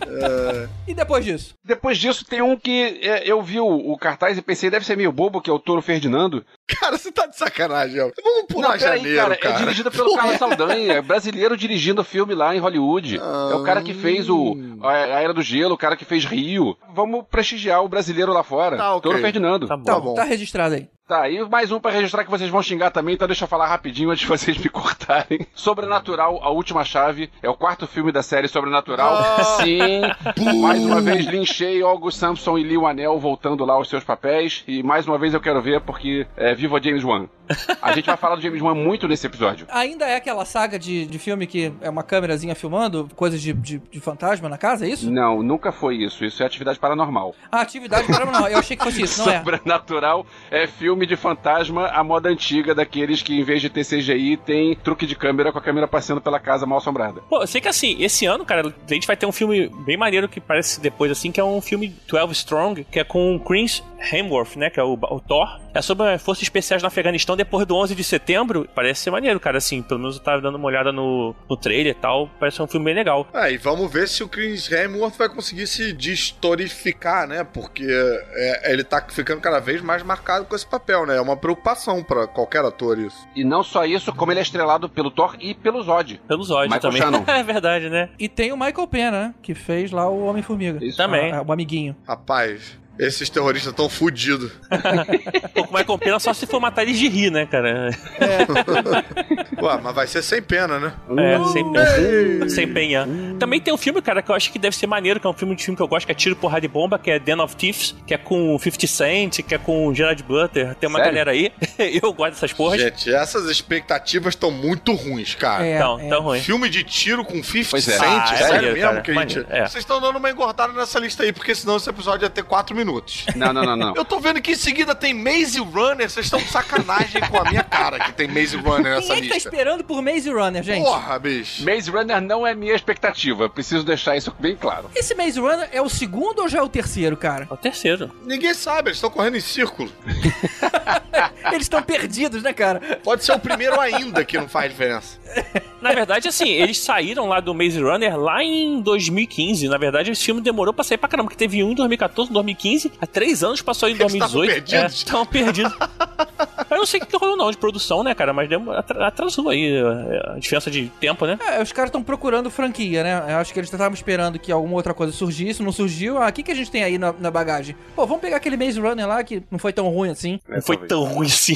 E: É.
D: E depois disso?
E: Tá
G: Depois disso, tem um que é, eu vi o, o cartaz e pensei, deve ser meio bobo, que é o Touro Ferdinando.
E: Cara, você tá de sacanagem, Elvis. Vamos pular
G: peraí,
E: janeiro, cara.
G: É dirigido
E: <laughs>
G: pelo Carlos Saldanha, é brasileiro dirigindo filme lá em Hollywood. É o cara que fez o
E: Ah.
G: a a Era do Gelo, o cara que fez Rio. Vamos prestigiar o brasileiro lá fora.
E: Tá, ok.
G: Touro Ferdinando.
F: Tá
G: Tá.
F: bom.
D: Então,
E: bom.
D: tá registrado aí.
G: e mais um pra registrar que vocês vão xingar também, então deixa eu falar rapidinho antes de vocês me cortarem. <laughs> Sobrenatural, A Última Chave, é o quarto filme da série Sobrenatural.
D: Ah,
G: <laughs> Sim, mais uma vez linchei August Sampson e Lee Anel voltando lá aos seus papéis. E mais uma vez eu quero ver porque é, viva James Wan. A gente vai falar do James Wan muito nesse episódio.
D: Ainda é aquela saga de, de filme que é uma câmerazinha filmando coisas de, de, de fantasma na casa, é isso?
G: Não, nunca foi isso. Isso é atividade paranormal.
D: Ah, atividade paranormal. Eu achei que fosse isso, não é?
G: Sobrenatural é filme de fantasma, a moda antiga daqueles que em vez de ter CGI tem truque de câmera com a câmera passando pela casa mal assombrada.
F: Pô, eu sei que assim, esse ano, cara, a gente vai ter um filme bem maneiro que parece depois, assim, que é um filme 12 Strong, que é com o Chris Hemsworth, né, que é o, o Thor. É sobre eh, forças especiais no Afeganistão depois do 11 de setembro. Parece ser maneiro, cara, assim, pelo menos eu tava dando uma olhada no, no trailer e tal. Parece ser um filme bem legal.
E: Ah, e vamos ver se o Chris Hemsworth vai conseguir se historificar, né? Porque é, ele tá ficando cada vez mais marcado com esse papel, né? É uma preocupação pra qualquer ator isso.
G: E não só isso, como ele é estrelado pelo Thor e pelo Zod.
F: Pelo Zod
G: Michael
F: também.
G: Shannon.
F: <laughs> é verdade, né?
D: E tem o Michael Pena, né? Que fez lá o Homem-Formiga.
G: Isso.
F: Também.
D: Ah, é, o amiguinho.
E: Rapaz, esses terroristas tão fudidos.
F: Pô, o Michael Pena só se for matar eles de rir, né, cara?
E: Ué, mas vai ser sem pena, né?
F: É, sem penha. Sem penha. Também tem um filme, cara, que eu acho que deve ser maneiro, que é um filme de filme que eu gosto, que é Tiro, Porrada e Bomba, que é Den of Thieves, que é com o 50 Cent, que é com o Gerard Butler, tem uma
G: Sério?
F: galera aí. <laughs> eu gosto dessas porras.
E: Gente, essas expectativas estão muito ruins, cara.
D: É,
F: então,
D: é.
F: tão ruim.
E: Filme de tiro com 50
G: Pois é.
E: Cent,
F: Ah, é
E: sério
F: maneiro,
E: mesmo
F: cara,
E: que a gente...
F: maneiro, é.
E: Vocês estão dando uma engordada nessa lista aí, porque senão esse episódio ia ter 4 minutos.
G: Não, não, não,
E: <laughs>
G: não.
E: Eu tô vendo que em seguida tem Maze Runner, vocês estão de sacanagem com a minha cara que tem Maze Runner
D: Quem
E: nessa
D: é que tá
E: lista.
D: esperando por Maze Runner, gente?
E: Porra, bicho.
G: Maze Runner não é minha expectativa, preciso deixar isso bem claro.
D: Esse Maze Runner é o segundo ou já é o terceiro, cara?
F: É o terceiro.
E: Ninguém sabe, eles estão correndo em círculo.
D: Eles estão perdidos, né, cara?
E: Pode ser o primeiro ainda que não faz diferença.
F: Na verdade, assim, eles saíram lá do Maze Runner lá em 2015. Na verdade, esse filme demorou pra sair pra caramba, que teve um em 2014, 2015, há três anos passou em
E: Eles estavam
F: 2018.
E: perdidos?
F: Estavam perdidos. É, eu não sei o que que rolou não de produção, né, cara, mas demo- atra- atrasou aí é, a diferença de tempo, né?
D: É, os caras estão procurando franquia, né? Eu acho que eles estavam esperando que alguma outra coisa surgisse, não surgiu. Ah, o que, que a gente tem aí na, na bagagem? Pô, vamos pegar aquele Maze Runner lá que não foi tão ruim assim.
F: Não foi tão ruim assim.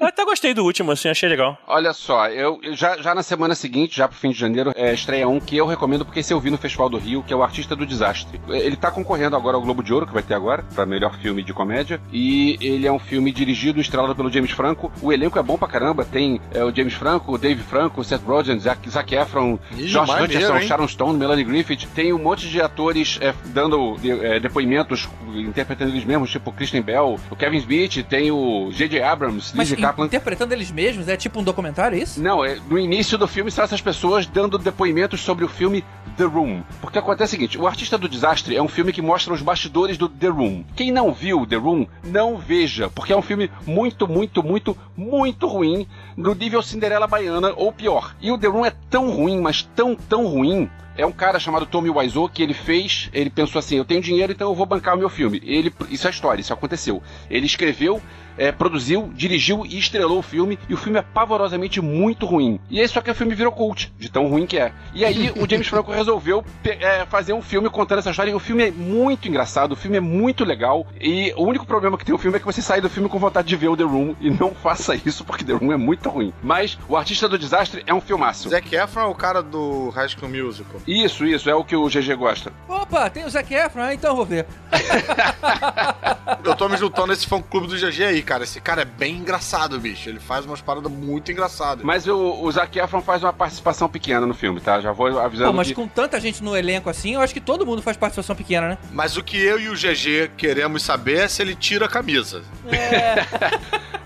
F: eu até gostei do último, assim, achei legal.
G: Olha só, eu eu já, já na semana seguinte, já pro fim de janeiro, é, estreia um que eu recomendo porque se eu vi no Festival do Rio, que é o Artista do Desastre. Ele tá concorrendo agora ao Globo de Ouro, que vai ter agora, pra melhor filme de comédia. E ele é um filme dirigido e estrelado pelo James Franco. O elenco é bom pra caramba. Tem é, o James Franco, o Dave Franco, o Seth Rogen, Zac, Zac Efron,
E: Ih,
G: George
E: maneiro,
G: Hutcherson,
E: hein?
G: Sharon Stone, Melanie Griffith. Tem um monte de atores é, dando de- é, depoimentos, interpretando eles mesmos, tipo Kristen Bell, o Kevin Smith, tem o J.J. Abrams,
D: Mas
G: Lizzie
D: in-
G: Kaplan.
D: interpretando eles mesmos, é tipo um documentário, é isso?
G: Não, é, no início do filme são essas pessoas dando depoimentos sobre o filme The Room. Porque acontece o seguinte: O Artista do Desastre é um filme que mostra os bastidores do The Room. Quem não viu The Room, não veja, porque é um filme muito, muito, muito, muito ruim, no nível Cinderela Baiana ou pior. E o The Room é tão ruim, mas tão, tão ruim, é um cara chamado Tommy Wiseau que ele fez, ele pensou assim, eu tenho dinheiro, então eu vou bancar o meu filme. Ele, isso é história, isso aconteceu. Ele escreveu, eh, produziu, dirigiu e estrelou o filme, e o filme é pavorosamente muito ruim. E aí só que o filme virou cult, de tão ruim que é. E aí o James Franco resolveu pe- eh, fazer um filme contando essa história, e o filme é muito engraçado, o filme é muito legal, e o único problema que tem o filme é que você sai do filme com vontade de ver o The Room, e não <laughs> faça isso, porque The Room é muito ruim. Mas O Artista do Desastre é um filmaço.
E: Zac Efron é o cara do High School Musical.
G: Isso, isso, é o que o GG gosta.
D: Ô, Opa, tem o Zac Efron, ah, então eu vou ver.
E: Eu tô me juntando a esse fã clube do GG aí, cara. Esse cara é bem engraçado, bicho. Ele faz umas paradas muito engraçadas.
G: Mas o, o Zac Efron faz uma participação pequena no filme, tá? Já vou avisando
D: Pô, mas
G: que...
D: com tanta gente no elenco assim, eu acho que todo mundo faz participação pequena, né?
E: Mas o que eu e o GG queremos saber é se ele tira a camisa.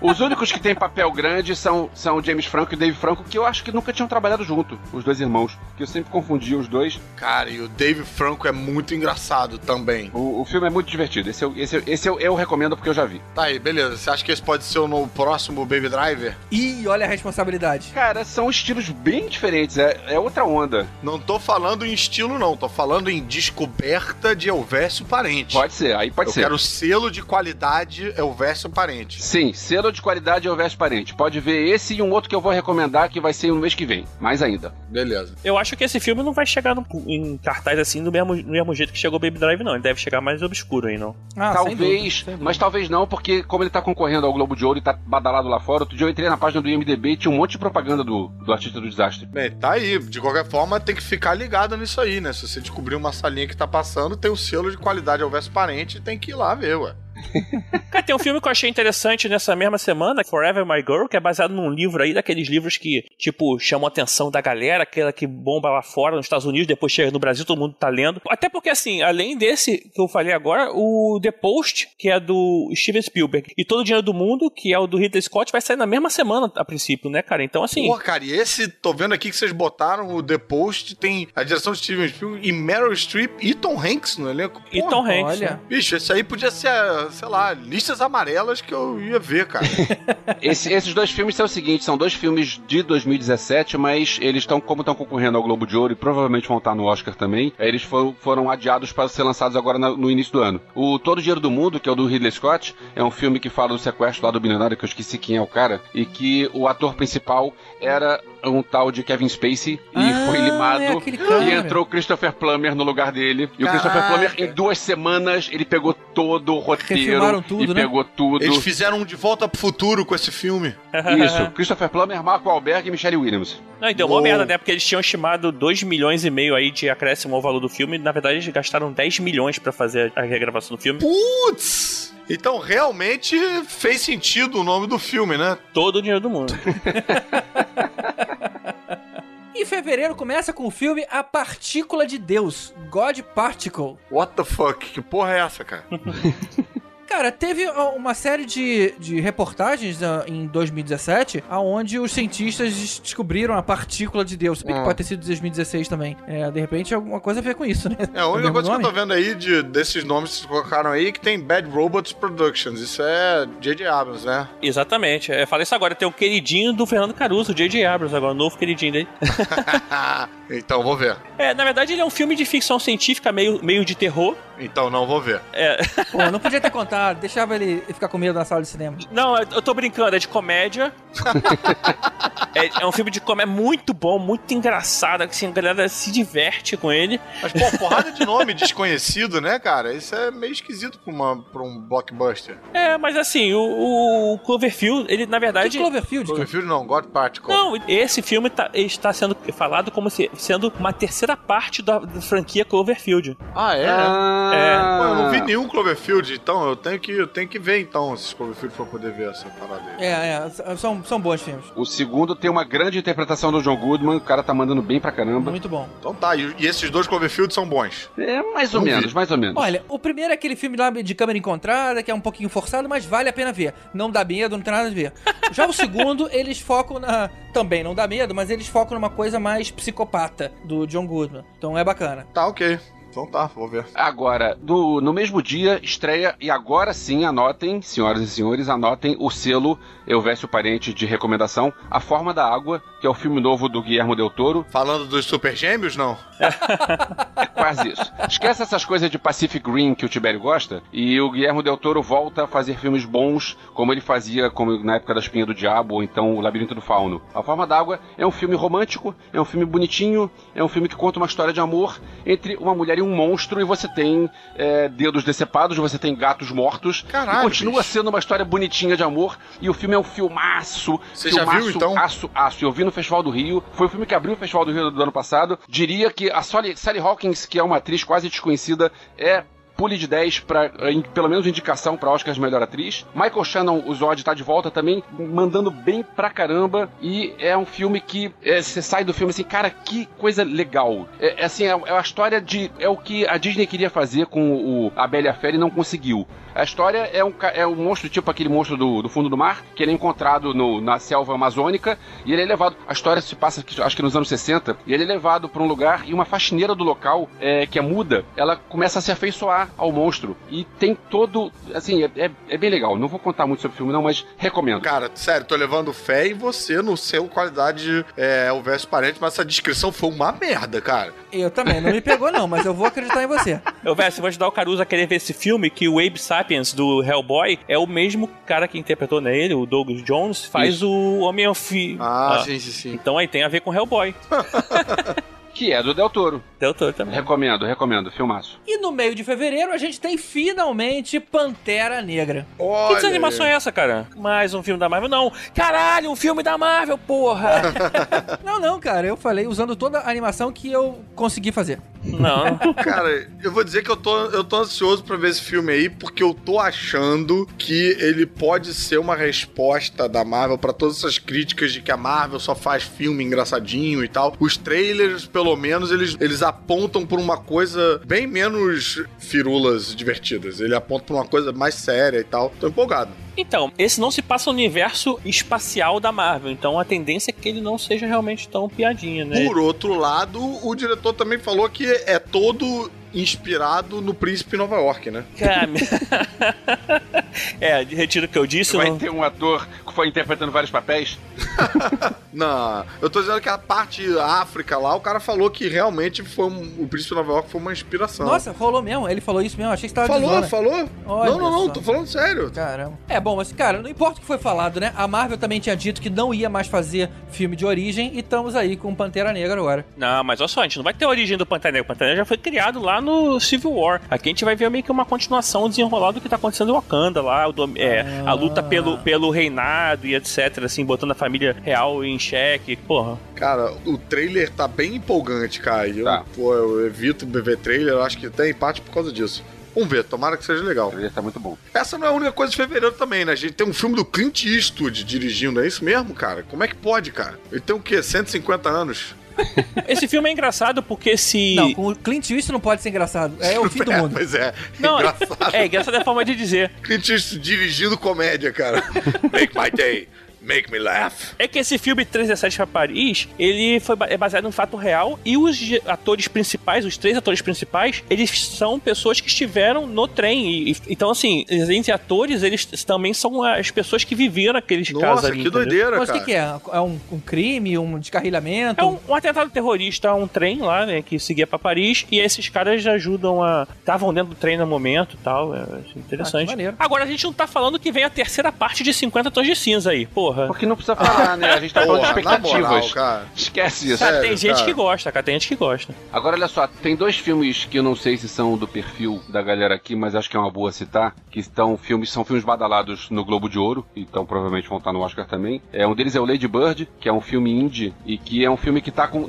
G: Os únicos que têm papel grande são, são o James Franco e o Dave Franco, que eu acho que nunca tinham trabalhado junto, os dois irmãos. Que eu sempre confundia os dois.
E: Cara, e o Dave Franco é muito engraçado também.
G: O, o filme é muito divertido. Esse, eu, esse, eu- esse eu, eu recomendo porque eu já vi.
E: Tá aí, beleza. Você acha que esse pode ser o no- próximo Baby Driver?
D: Ih, olha a responsabilidade.
G: Cara, são estilos bem diferentes. É, é outra onda.
E: Não tô falando em estilo, não. Tô falando em descoberta de Elvésio Parente.
G: Pode ser, aí pode
E: eu
G: ser.
E: quero selo de qualidade Elvésio Parente.
G: Sim, selo de qualidade é o verso parente. Pode ver esse e um outro que eu vou recomendar que vai ser no mês que vem. Mais ainda.
E: Beleza.
F: Eu acho que esse filme não vai chegar no- em cartaz assim do mesmo, do mesmo jeito que chegou Baby Drive, não. Ele deve chegar mais obscuro aí, não.
D: Ah, sem dúvida,
G: talvez,
D: sem dúvida.
G: mas talvez não, porque como ele tá concorrendo ao Globo de Ouro e tá badalado lá fora, outro dia eu entrei na página do IMDB e tinha um monte de propaganda do, do artista do desastre.
E: Bem, tá aí. De qualquer forma, tem que ficar ligado nisso aí, né? Se você descobrir uma salinha que tá passando, tem o selo de qualidade Elvésio Parente, tem que ir lá ver, ué.
F: Cara, tem um filme que eu achei interessante nessa mesma semana, Forever My Girl, que é baseado num livro aí, daqueles livros que, tipo, chamam a atenção da galera, aquela que bomba lá fora, nos Estados Unidos, depois chega no Brasil, todo mundo tá lendo. Até porque, assim, além desse que eu falei agora, o The Post, que é do Steven Spielberg, e Todo o Dinheiro do Mundo, que é o do Ridley Scott, vai sair na mesma semana, a princípio, né, cara? Então, assim...
E: Pô, cara, e esse, tô vendo aqui que vocês botaram o The Post, tem a direção de Steven Spielberg e Meryl Streep e Tom Hanks no elenco.
F: E
E: Pô,
F: Tom Hanks,
D: Olha.
F: né?
E: Bicho, esse aí podia ser, sei lá, listas amarelas que eu ia ver, cara.
G: Esse- esses dois filmes são o seguinte, são dois filmes de 2017, mas eles estão, como estão concorrendo ao Globo de Ouro e provavelmente vão estar no Oscar também, eles foram, foram adiados para ser lançados agora na- no início do ano. O Todo o Dinheiro do Mundo, que é o do Ridley Scott, é um filme que fala do sequestro lá do bilionário, que eu esqueci quem é o cara, e que o ator principal era um tal de Kevin Spacey, e
D: Ah,
G: foi limado,
D: é aquele cara.
G: e entrou o Christopher Plummer no lugar dele. E o Christopher Plummer, em duas semanas, ele pegou todo o roteiro
D: Refilmaram tudo,
G: e
D: né?
G: pegou tudo.
E: Eles fizeram um De Volta pro Futuro com esse filme. <laughs>
G: Isso, Christopher Plummer, Marco Alberg e Michelle Williams.
F: <laughs> Não, e deu uma
E: Uou.
F: merda, né? Porque eles tinham estimado 2 milhões e meio aí de acréscimo ao valor do filme. Na verdade, eles gastaram 10 milhões pra fazer a regravação do filme.
E: Putz! Então realmente fez sentido o nome do filme, né?
F: Todo o dinheiro do mundo.
D: E fevereiro começa com o filme A Partícula de Deus, God Particle.
E: What the fuck? Que porra é essa, cara?
D: Cara, teve ó, uma série de, de reportagens ó, em 2017, onde os cientistas des- descobriram a partícula de Deus. Se
E: Ah.
D: bem que pode ter sido 2016 também. É, de repente, alguma coisa a ver com isso, né?
E: É, a única
D: <laughs> mesmo
E: coisa que eu
D: nome?
E: tô vendo aí de, desses nomes que vocês colocaram aí é que tem Bad Robots Productions. Isso é J.J. Abrams, né? <laughs>
F: Exatamente. É, Eu falei isso agora. Tem o queridinho do Fernando Caruso, o J.J. Abrams, agora o novo queridinho dele. <laughs>
E: então vou ver.
F: É, na verdade, ele é um filme de ficção científica, meio, meio de terror.
E: Então não vou ver.
F: É,
D: Pô, eu não podia ter contado. Deixava ele ficar com medo na sala de cinema.
F: Não, eu eu tô brincando, é de comédia. é, é um filme de comédia muito bom, muito engraçado. Assim, a galera se diverte com ele.
E: Mas, pô, porrada de nome desconhecido, né, cara? Isso é meio esquisito pra, uma, pra um blockbuster.
F: É, mas assim, o, o Cloverfield, ele na
D: Que
F: verdade.
D: Cloverfield, cara?
E: Cloverfield não, God Particle.
F: Não, esse filme tá- ele está sendo falado como se- sendo uma terceira parte da, da franquia Cloverfield.
E: Ah, é?
G: Ah,
E: Pô, eu não vi nenhum Cloverfield, então eu tenho que, eu tenho que ver então esses Cloverfield pra poder ver essa parada aí.
D: É, é, s- são, são bons filmes.
G: O segundo tem uma grande interpretação do John Goodman, o cara tá mandando bem pra caramba.
D: Muito bom.
E: Então tá, e, e esses dois Cloverfield são bons.
G: É, mais ou
E: Não
G: menos,
E: vi.
G: mais ou menos.
D: Olha, o primeiro é aquele filme lá de câmera encontrada, que é um pouquinho forçado, mas vale a pena ver. Não dá medo, não tem nada a ver. Já o segundo, eles focam na. Também não dá medo, mas eles focam numa coisa mais psicopata do John Goodman. Então é bacana.
E: Tá, ok. Então tá, vou ver.
G: Agora, do- no mesmo dia, estreia, e agora sim, anotem, senhoras e senhores, anotem o selo Elvésio Parente de recomendação, A Forma da Água, que é o filme novo do Guilhermo Del Toro,
E: Falando dos Super Gêmeos, não?
G: Quase isso. Esquece essas coisas de Pacific Rim que o Tibério gosta e o Guillermo Del Toro volta a fazer filmes bons, como ele fazia como na época da Espinha do Diabo ou então O Labirinto do Fauno. A Forma d'Água é um filme romântico, é um filme bonitinho, é um filme que conta uma história de amor entre uma mulher e um um monstro e você tem é, dedos decepados, você tem gatos mortos.
E: Caralho,
G: E continua
E: bicho.
G: sendo uma história bonitinha de amor. E o filme é um filmaço.
E: Você já
G: filmaço,
E: viu, então?
G: Aço, aço. Eu vi no Festival do Rio. Foi o filme que abriu o Festival do Rio do ano passado. Diria que a Sally, Sally Hawkins, que é uma atriz quase desconhecida, é pule de 10 para pelo menos indicação para Oscar de melhor atriz. Michael Shannon, o Zod tá de volta também, mandando bem pra caramba e é um filme que é, você sai do filme assim, cara, que coisa legal. É, é assim, é, é a história de é o que a Disney queria fazer com o a Bela e a Fera e não conseguiu. A história é um, ca- é um monstro, tipo aquele monstro do, do fundo do mar, que ele é encontrado no- na selva amazônica e ele é levado. A história se passa, que- acho que nos anos 60, e ele é levado pra um lugar e uma faxineira do local, é, que é muda, ela começa a se afeiçoar ao monstro. E tem todo. Assim, é, é- é bem legal. Não vou contar muito sobre o filme, não, mas recomendo.
E: Cara, sério, tô levando fé em você, no seu qualidade é, o verso parente, mas essa descrição foi uma merda, cara.
D: Eu também, não me pegou não, mas eu vou acreditar em você.
F: Eu, velho, você vai ajudar o Caruso a querer ver esse filme que o Abe Sapiens do Hellboy é o mesmo cara que interpretou nele, o Douglas Jones, faz o homem anfi...
E: Ah, sim, sim, sim.
F: Então aí tem a ver com Hellboy.
G: Que é do Del Toro.
F: Deu todo também.
G: Recomendo, recomendo. Filmaço.
D: E no meio de fevereiro a gente tem finalmente Pantera Negra.
E: Olha,
F: Que desanimação é essa, cara? Mais um filme da Marvel? Não. Caralho, um filme da Marvel,
E: <laughs>
F: porra!
D: Não, não, cara, eu falei usando toda a animação que eu consegui fazer.
F: Não.
E: Cara, eu vou dizer que eu tô, eu tô ansioso pra ver esse filme aí, porque eu tô achando que ele pode ser uma resposta da Marvel pra todas essas críticas de que a Marvel só faz filme engraçadinho e tal. Os trailers, pelo menos, eles, eles apontam por uma coisa bem menos firulas divertidas. Ele aponta pra uma coisa mais séria e tal. Tô empolgado.
F: Então, esse não se passa no universo espacial da Marvel, então a tendência é que ele não seja realmente tão piadinha, né?
E: Por outro lado, o diretor também falou que é todo inspirado no Príncipe Nova York, né?
F: Cara, <laughs> me- é, retiro o que eu disse.
G: Vai
F: não-
G: ter um ator que foi interpretando vários papéis.
E: Não, eu tô dizendo que a parte África lá, o cara falou que realmente foi um- o Príncipe de Nova York foi uma inspiração.
D: Nossa, rolou mesmo, ele falou isso mesmo, achei que você tava né? de
E: falou,
D: zona.
E: falou?
D: Olha
E: não, não, não,
D: só.
E: tô falando sério.
D: Caramba. É bom, mas cara, não importa o que foi falado, né? A Marvel também tinha dito que não ia mais fazer filme de origem e estamos aí com Pantera Negra agora.
F: Não, mas olha só, a gente não vai ter a origem do Pantera Negra. O Pantera Negra já foi criado lá no Civil War. Aqui a gente vai ver meio que uma continuação desenrolada do que tá acontecendo em Wakanda lá, o dom- é,
D: Ah.
F: a luta pelo, pelo reinado e etc, assim, botando a família real em xeque. Porra,
E: Cara, o trailer tá bem empolgante, cara. Eu,
G: Tá.
E: pô, eu evito beber trailer, eu acho que tem parte por causa disso. Vamos ver, tomara que seja legal.
G: Ele tá muito bom.
E: Essa não é a única coisa de fevereiro também, né? A gente tem um filme do Clint Eastwood dirigindo, é isso mesmo, cara? Como é que pode, cara? Ele tem o quê? 150 anos?
F: Esse filme é engraçado porque se.
D: Não, com o Clint Eastwood não pode ser engraçado. É o fim
G: <laughs>
D: do
E: É,
D: mundo.
E: pois é.
F: Não,
E: <laughs>
F: é,
E: Engraçado.
F: é engraçado é a forma de dizer.
E: Clint Eastwood dirigindo comédia, cara. Make my day. Make me laugh.
F: É que esse filme 317 para Paris, ele foi ba- é baseado num fato real e os ge- atores principais, os três atores principais, eles são pessoas que estiveram no trem. E- e- então, assim, entre atores, eles t- também são as pessoas que viveram aqueles casos
E: Nossa, que
F: ali. entendeu?
E: doideira,
D: Mas o
E: cara.
D: que, que é? É um, um crime, um descarrilhamento?
F: É um, um atentado terrorista a um trem lá, né, que seguia pra Paris, e esses caras ajudam a. Estavam dentro do trem no momento e tal. É assim,
D: Ah, que
F: interessante.
D: maneiro.
F: Agora a gente não tá falando que vem a terceira parte de 50 tons de cinza aí, porra.
G: Porque não precisa falar, né? A gente tá falando de
E: Porra, na moral,
G: expectativas.
E: cara.
G: Esquece isso.
F: Cara,
E: sério,
F: tem gente
E: cara.
F: que gosta, cara, tem gente que gosta.
G: Agora, olha só, tem dois filmes que eu não sei se são do perfil da galera aqui, mas acho que é uma boa citar, que estão filmes, são filmes badalados no Globo de Ouro, então provavelmente vão estar no Oscar também. É, um deles é o Lady Bird, que é um filme indie, e que é um filme que tá com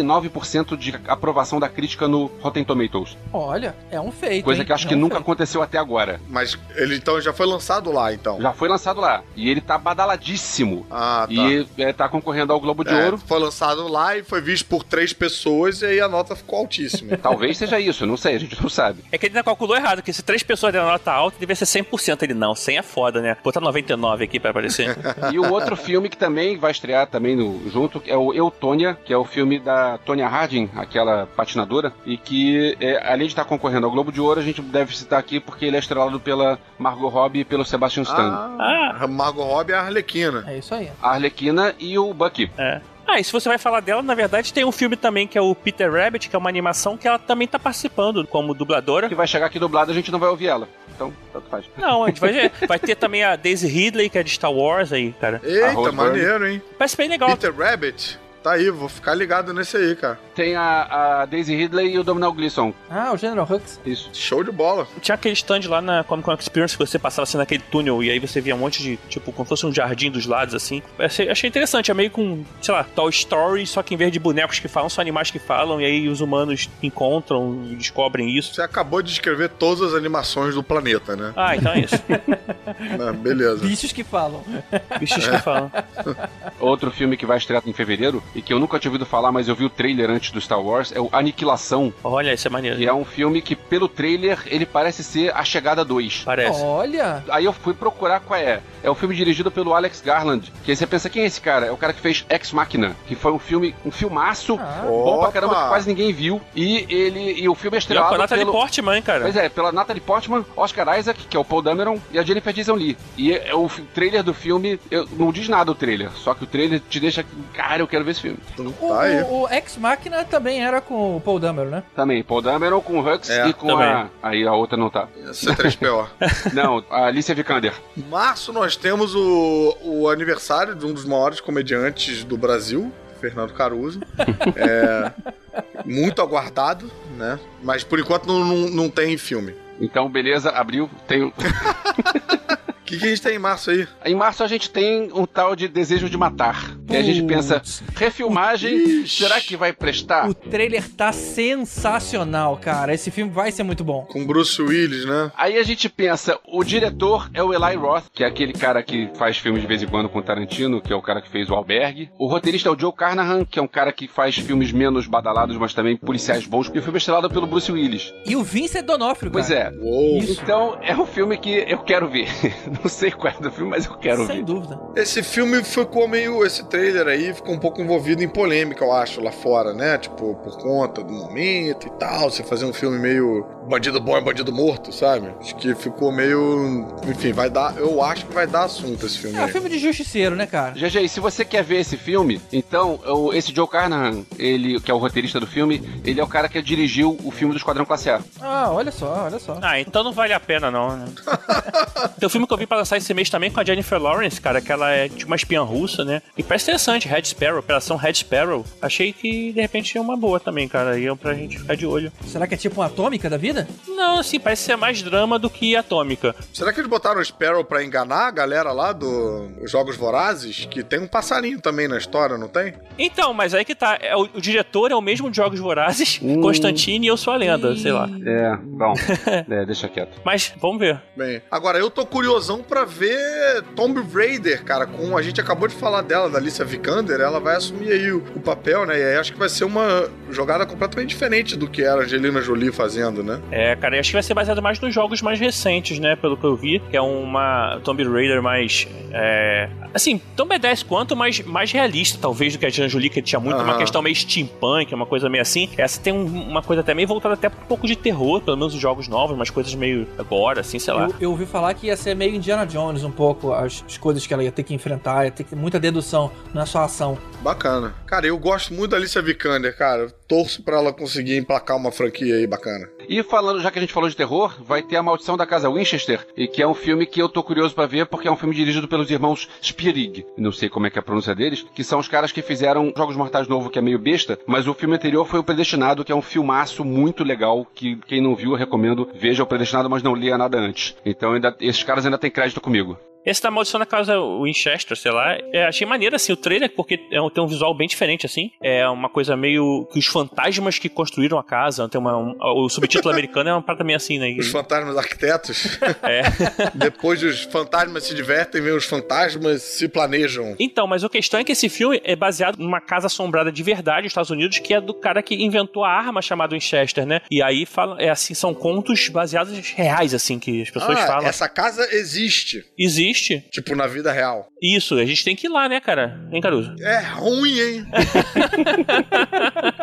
G: 99% de aprovação da crítica no Rotten Tomatoes.
D: Olha, é um feito.
G: Coisa
D: hein?
G: que acho
D: É
G: que
D: um
G: nunca
D: feito.
G: aconteceu até agora.
E: Mas ele então já foi lançado lá, então.
G: Já foi lançado lá, e ele tá badaladíssimo.
E: Ah, tá.
G: E é, tá concorrendo ao Globo de
E: É,
G: Ouro.
E: Foi lançado lá e foi visto por três pessoas e aí a nota ficou
G: <laughs>
E: altíssima.
G: Talvez seja isso, eu não sei, a gente não sabe.
F: É que ele ainda calculou errado, que se três pessoas deram nota alta, devia ser 100%. Ele não, 100 é foda, né? Botar 99 aqui pra aparecer.
G: E o outro filme que também vai estrear também no, junto é o Eutônia, que é o filme da Tonya Harding, aquela patinadora, e que é, além de estar concorrendo ao Globo de Ouro, a gente deve citar aqui porque ele é estrelado pela Margot Robbie e pelo Sebastian Stan.
E: Ah, Margot Robbie é a Arlequina.
D: <laughs> É isso aí.
G: A Arlequina e o Bucky.
F: ah, e se você vai falar dela, na verdade tem um filme também que é o Peter Rabbit, que é uma animação que ela também tá participando como dubladora.
G: Que vai chegar aqui dublado, a gente não vai ouvir ela. Então, tanto faz.
F: Não, a gente vai ver. Vai ter também a Daisy Ridley, que é de Star Wars aí, cara.
E: Eita,
G: Rose
E: maneiro, hein?
F: Parece bem legal.
E: Peter Rabbit? Tá aí, vou ficar ligado nesse aí, cara.
G: Tem a, a Daisy Ridley e o Dominal Gleason.
D: Ah, o General Hux.
G: Isso.
E: Show de bola.
F: Tinha aquele stand lá na Comic Con Experience que você passava assim naquele túnel e aí você via um monte de, tipo, como se fosse um jardim dos lados, assim. Achei, achei interessante, é meio com, sei lá, Toy Story, só que em vez de bonecos que falam, são animais que falam e aí os humanos encontram e descobrem isso.
E: Você acabou de escrever todas as animações do planeta, né?
F: Ah, então
G: <laughs>
F: é isso.
E: Ah, beleza.
D: Bichos que falam.
F: Bichos que falam.
G: Outro filme que vai estrear em fevereiro e que eu nunca tinha ouvido falar, mas eu vi o trailer antes do Star Wars, é o Aniquilação.
F: Olha, isso é maneiro.
G: E é um filme que, pelo trailer, ele parece ser A Chegada 2.
F: Parece.
D: Olha!
G: Aí eu fui procurar qual é. É um filme dirigido pelo Alex Garland. Que aí você pensa, quem é esse cara? É o cara que fez Ex Machina, que foi um filme, um filmaço bom
E: Opa!
G: pra caramba que quase ninguém viu. E ele. E o filme é
F: E é com a
G: estrelado
F: Natalie
G: pelo.
F: Portman, né? hein, cara.
G: Pois é, pela Natalie Portman, Oscar Isaac, que é o Paul Dameron, e a Jennifer Jason Lee. E é o fi- trailer do filme, eu- não diz nada o trailer, só que o trailer te deixa, cara, eu quero ver esse filme.
E: Então
D: O,
E: tá aí.
D: o- o Ex Machina também era com o Paul Dameron, né?
G: Também, Paul Dameron com o Hux
E: É,
G: e com
F: também.
G: a... Aí a outra não tá.
E: C3PO.
G: Não, a Alicia Vikander.
E: Em março nós temos o, o aniversário de um dos maiores comediantes do Brasil, Fernando Caruso. É, muito aguardado, né? Mas por enquanto não, não, não tem filme.
G: Então, beleza, abriu, tem... o- <laughs>
E: O que, que a gente tem em março aí?
G: Em março a gente tem um tal de Desejo de Matar. E a gente pensa, refilmagem, será que vai prestar?
D: O trailer tá sensacional, cara. Esse filme vai ser muito bom.
E: Com Bruce Willis, né?
G: Aí a gente pensa, o diretor é o Eli Roth, que é aquele cara que faz filmes de vez em quando com o Tarantino, que é o cara que fez o Albergue. O roteirista é o Joe Carnahan, que é um cara que faz filmes menos badalados, mas também policiais bons. E o filme é estrelado pelo Bruce Willis.
D: E o Vincent Donofrio,
G: Pois
D: cara.
G: é.
E: Uou.
G: Então, é um filme que eu quero ver. <laughs> Não sei qual é do filme, mas eu quero
D: Sem
G: ver.
D: dúvida.
E: Esse filme ficou meio. Esse trailer aí ficou um pouco envolvido em polêmica, eu acho, lá fora, né? Tipo, por conta do momento e tal. Você fazer um filme meio bandido bom é bandido morto, sabe? Acho que ficou meio. Enfim, vai dar. Eu acho que vai dar assunto esse filme
D: É um
E: aí.
D: filme de justiceiro, né, cara?
G: GG, e se você quer ver esse filme, então o- esse Joe Carnahan, ele, que é o roteirista do filme, ele é o cara que dirigiu o filme do Esquadrão Classe A.
D: Ah, olha só, olha só.
F: Ah, então não vale a pena, não, né? Tem um filme que eu vi pra lançar esse mês também com a Jennifer Lawrence, cara, que ela é de uma espiã russa, né? E parece interessante, Red Sparrow, Operação Red Sparrow. Achei que, de repente, é uma boa também, cara. E é pra gente ficar de olho.
D: Será que é tipo uma atômica da vida?
F: Não, assim, parece ser mais drama do que atômica.
E: Será que eles botaram o Sparrow pra enganar a galera lá dos Jogos Vorazes? Que tem um passarinho também na história, não tem?
F: Então, mas aí que tá. é, o, o diretor é o mesmo de Jogos Vorazes, Constantine e Eu Sou a Lenda, sei lá.
G: É, <laughs> bom. é, deixa quieto.
F: Mas vamos ver.
E: Bem, agora eu tô curiosão pra ver Tomb Raider, cara, com a gente acabou de falar dela, da Alicia Vikander, ela vai assumir aí o, o papel, né? E aí acho que vai ser uma jogada completamente diferente do que era a Angelina Jolie fazendo, né?
F: É, cara, eu acho que vai ser baseado mais nos jogos mais recentes, né? Pelo que eu vi, que é uma Tomb Raider mais. É, assim, tão B10 quanto, mas mais realista, talvez, do que a Angelina Jolie, que tinha muito uma
E: Aham.
F: questão meio steampunk, uma coisa meio assim. Essa tem um- uma coisa até meio voltada até pra um pouco de terror, pelo menos os jogos novos, umas coisas meio agora, assim, sei lá.
D: Eu, eu ouvi falar que ia ser meio Indiana Jones um pouco, as, as coisas que ela ia ter que enfrentar, ia ter que, muita dedução, não é só ação.
E: Bacana. Cara, eu gosto muito da Alicia Vikander, cara. Eu Torço pra ela conseguir emplacar uma franquia aí bacana.
F: Uhum.
G: E falando, já que a gente falou de terror, vai ter A Maldição da Casa Winchester, e que é um filme que eu tô curioso pra ver, porque é um filme dirigido pelos irmãos Spirig, não sei como é que é a pronúncia deles, que são os caras que fizeram Jogos Mortais Novo, que é meio besta, mas o filme anterior foi o Predestinado, que é um filmaço muito legal, que quem não viu, eu recomendo, veja o Predestinado, mas não leia nada antes. Então ainda, esses caras ainda têm crédito comigo.
F: Esse da Maldição da Casa Winchester, sei lá, é, achei maneiro, assim, o trailer, porque é um- tem um visual bem diferente, assim. É uma coisa meio que os fantasmas que construíram a casa, tem uma, um- o subtítulo americano é uma parada meio assim, né?
E: Os fantasmas arquitetos. <laughs>
F: É. <laughs>
E: Depois os fantasmas se divertem, vem os fantasmas se planejam.
F: Então, mas a questão é que esse filme é baseado numa casa assombrada de verdade nos Estados Unidos, que é do cara que inventou a arma chamada Winchester, né? E aí fala, é assim, são contos baseados reais, assim, que as pessoas
E: ah,
F: falam.
E: essa casa existe.
F: Existe?
E: Tipo, na vida real.
F: Isso, a gente tem que ir lá, né, cara? Hein, Caruso?
E: É ruim, hein?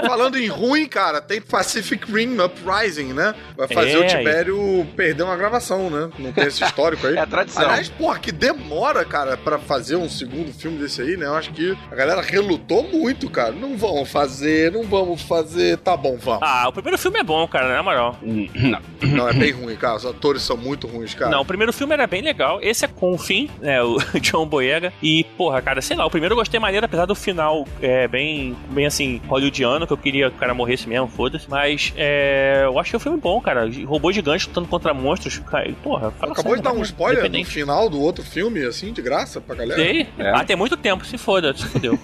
E: Falando em ruim, cara, tem Pacific Rim Uprising, né? Vai fazer
F: É,
E: o Tibério perder uma gravação, né? Não tem esse histórico aí.
G: <laughs> É a tradição.
E: Aliás, porra, que demora, cara, pra fazer um segundo filme desse aí, né? Eu acho que a galera relutou muito, cara. Não vão fazer, não vamos fazer. Tá bom, vamos.
F: Ah, o primeiro filme é bom, cara, na moral.
G: Não.
E: Não, é bem ruim, cara. Os atores são muito ruins, cara.
F: Não, o primeiro filme era bem legal. Esse é com fim, né? O <laughs> John Boyega. E, porra, cara, sei lá, o primeiro eu gostei maneiro, apesar do final é, bem, bem assim, hollywoodiano, que eu queria que o cara morresse mesmo, foda-se. Mas é, eu achei o filme bom, cara. Robô gigante lutando contra monstros. Cara, porra, fala
E: Acabou de
F: sério,
E: dar um
F: cara,
E: spoiler no
F: independente.
E: final do outro filme, assim, de graça pra galera.
F: Sei.
G: É.
F: Ah, tem muito tempo, se foda,
E: <laughs>
F: se fodeu.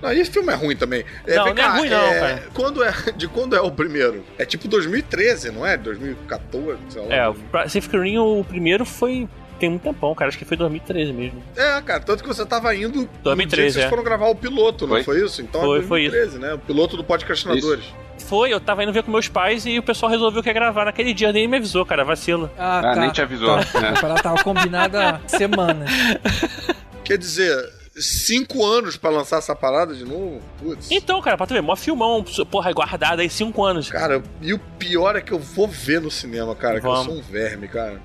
E: Não, esse filme é ruim também.
F: Não,
E: vem
F: não é ruim não, cara.
E: Quando é, de quando é o primeiro? É tipo 2013, não é? 2014, sei lá.
F: é, o Pacific Rim, o primeiro foi. Tem um tempão, cara. Acho que foi 2013 mesmo.
E: É, cara, tanto que você tava indo. no dia que
F: 2013,
E: vocês
F: é.
E: foram gravar o piloto, não
G: Foi?
E: foi isso? Então
F: Foi,
E: é
F: foi isso.
E: 2013, né? O piloto do Podcastinadores.
F: Foi, eu tava indo ver com meus pais e o pessoal resolveu que ia gravar naquele dia, nem me avisou, cara, vacilo.
D: Ah,
G: Ah,
D: tá.
G: nem te avisou.
D: Tá.
G: né?
D: Ela tava combinada semana.
E: Quer dizer, cinco anos pra lançar essa parada de novo? Putz.
F: Então, cara, pra tu ver, mó filmão, porra, guardado aí cinco anos.
E: Cara, e o pior é que eu vou ver no cinema, cara, que
F: Vamos.
E: eu sou um verme, cara.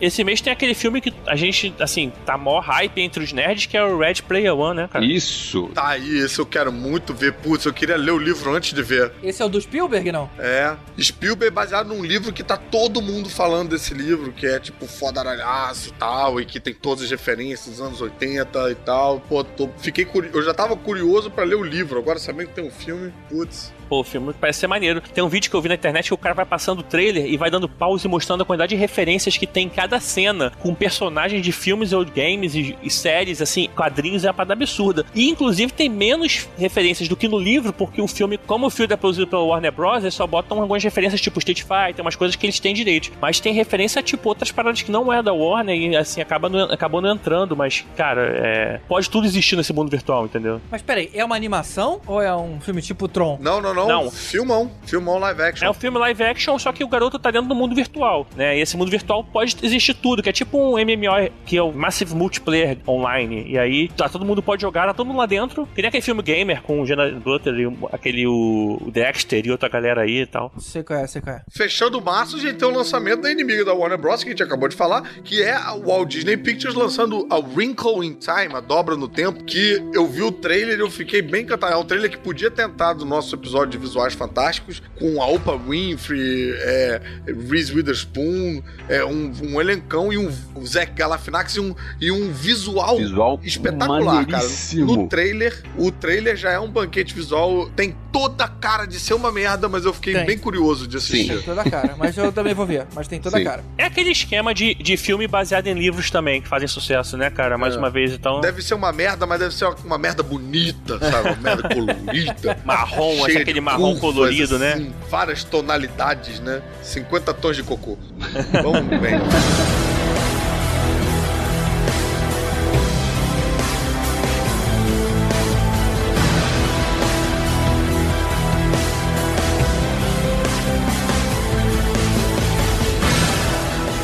F: Esse mês tem aquele filme que a gente, assim, tá mó hype entre os nerds, que é o Red Player One, né, cara?
G: Isso.
E: Tá aí, esse eu quero muito ver. Putz, eu queria ler o livro antes de ver.
D: Esse é o do Spielberg, não?
E: É. Spielberg é baseado num livro que tá todo mundo falando desse livro, que é tipo fodaralhaço e tal, e que tem todas as referências dos anos 80 e tal. Pô, tô- fiquei curi... eu já tava curioso pra ler o livro, agora sabendo que tem um filme, putz.
F: Pô, o filme parece ser maneiro. Tem um vídeo que eu vi na internet que o cara vai passando o trailer e vai dando pause e mostrando a quantidade de referências que tem em cada cena, com personagens de filmes ou games e, e séries, assim, quadrinhos, é uma parada absurda. E, inclusive, tem menos referências do que no livro, porque o filme, como o filme é produzido pela Warner Bros., eles só botam algumas referências, tipo Street Fighter, umas coisas que eles têm direito. Mas tem referência, tipo, outras paradas que não é da Warner e, assim, acaba não- acabou não entrando. Mas, cara, é, pode tudo existir nesse mundo virtual, entendeu?
D: Mas peraí, é uma animação ou é um filme tipo Tron?
E: Não, não, não,
F: Não.
E: Filmão, filmão live action.
F: É um filme live action, só que o garoto tá dentro do mundo virtual, né? E esse mundo virtual pode existir tudo, que é tipo um MMO, que é o Massive Multiplayer Online. E aí, tá, todo mundo pode jogar, tá todo mundo lá dentro. Que nem aquele filme Gamer com o Jenna Butler e o- aquele o o Dexter e outra galera aí e tal.
D: Sei qual é, sei qual é.
E: Fechando março, a gente tem o lançamento da inimiga da Warner Bros., que a gente acabou de falar, que é a Walt Disney Pictures lançando a Wrinkle in Time, a dobra no tempo, que eu vi o trailer e eu fiquei bem encantado. É um trailer que podia ter entrado no nosso episódio de visuais fantásticos, com a Oprah Winfrey, é, Reese Witherspoon, é, um, um elencão e um o Zac Galifianakis e um, e um visual
G: Visual
E: espetacular, cara.
G: maneiríssimo.
E: No trailer, o trailer já é um banquete visual, tem toda a cara de ser uma merda, mas eu fiquei
D: Tem.
E: bem curioso de assistir.
D: Tem toda a cara, mas eu também vou ver. Mas tem toda a
G: Sim.
D: cara.
F: É aquele esquema de, de filme baseado em livros também, que fazem sucesso, né, cara? Mais uma vez, então.
E: É. Deve ser uma merda, mas deve ser uma, uma merda bonita, sabe? Uma merda colorida.
F: <laughs> Marrom,
E: cheia
F: assim,
E: tá de
F: aquele marrom colorido, né?
E: assim, Várias tonalidades, né? 50 tons de cocô. Vamos então. bem.
F: <laughs>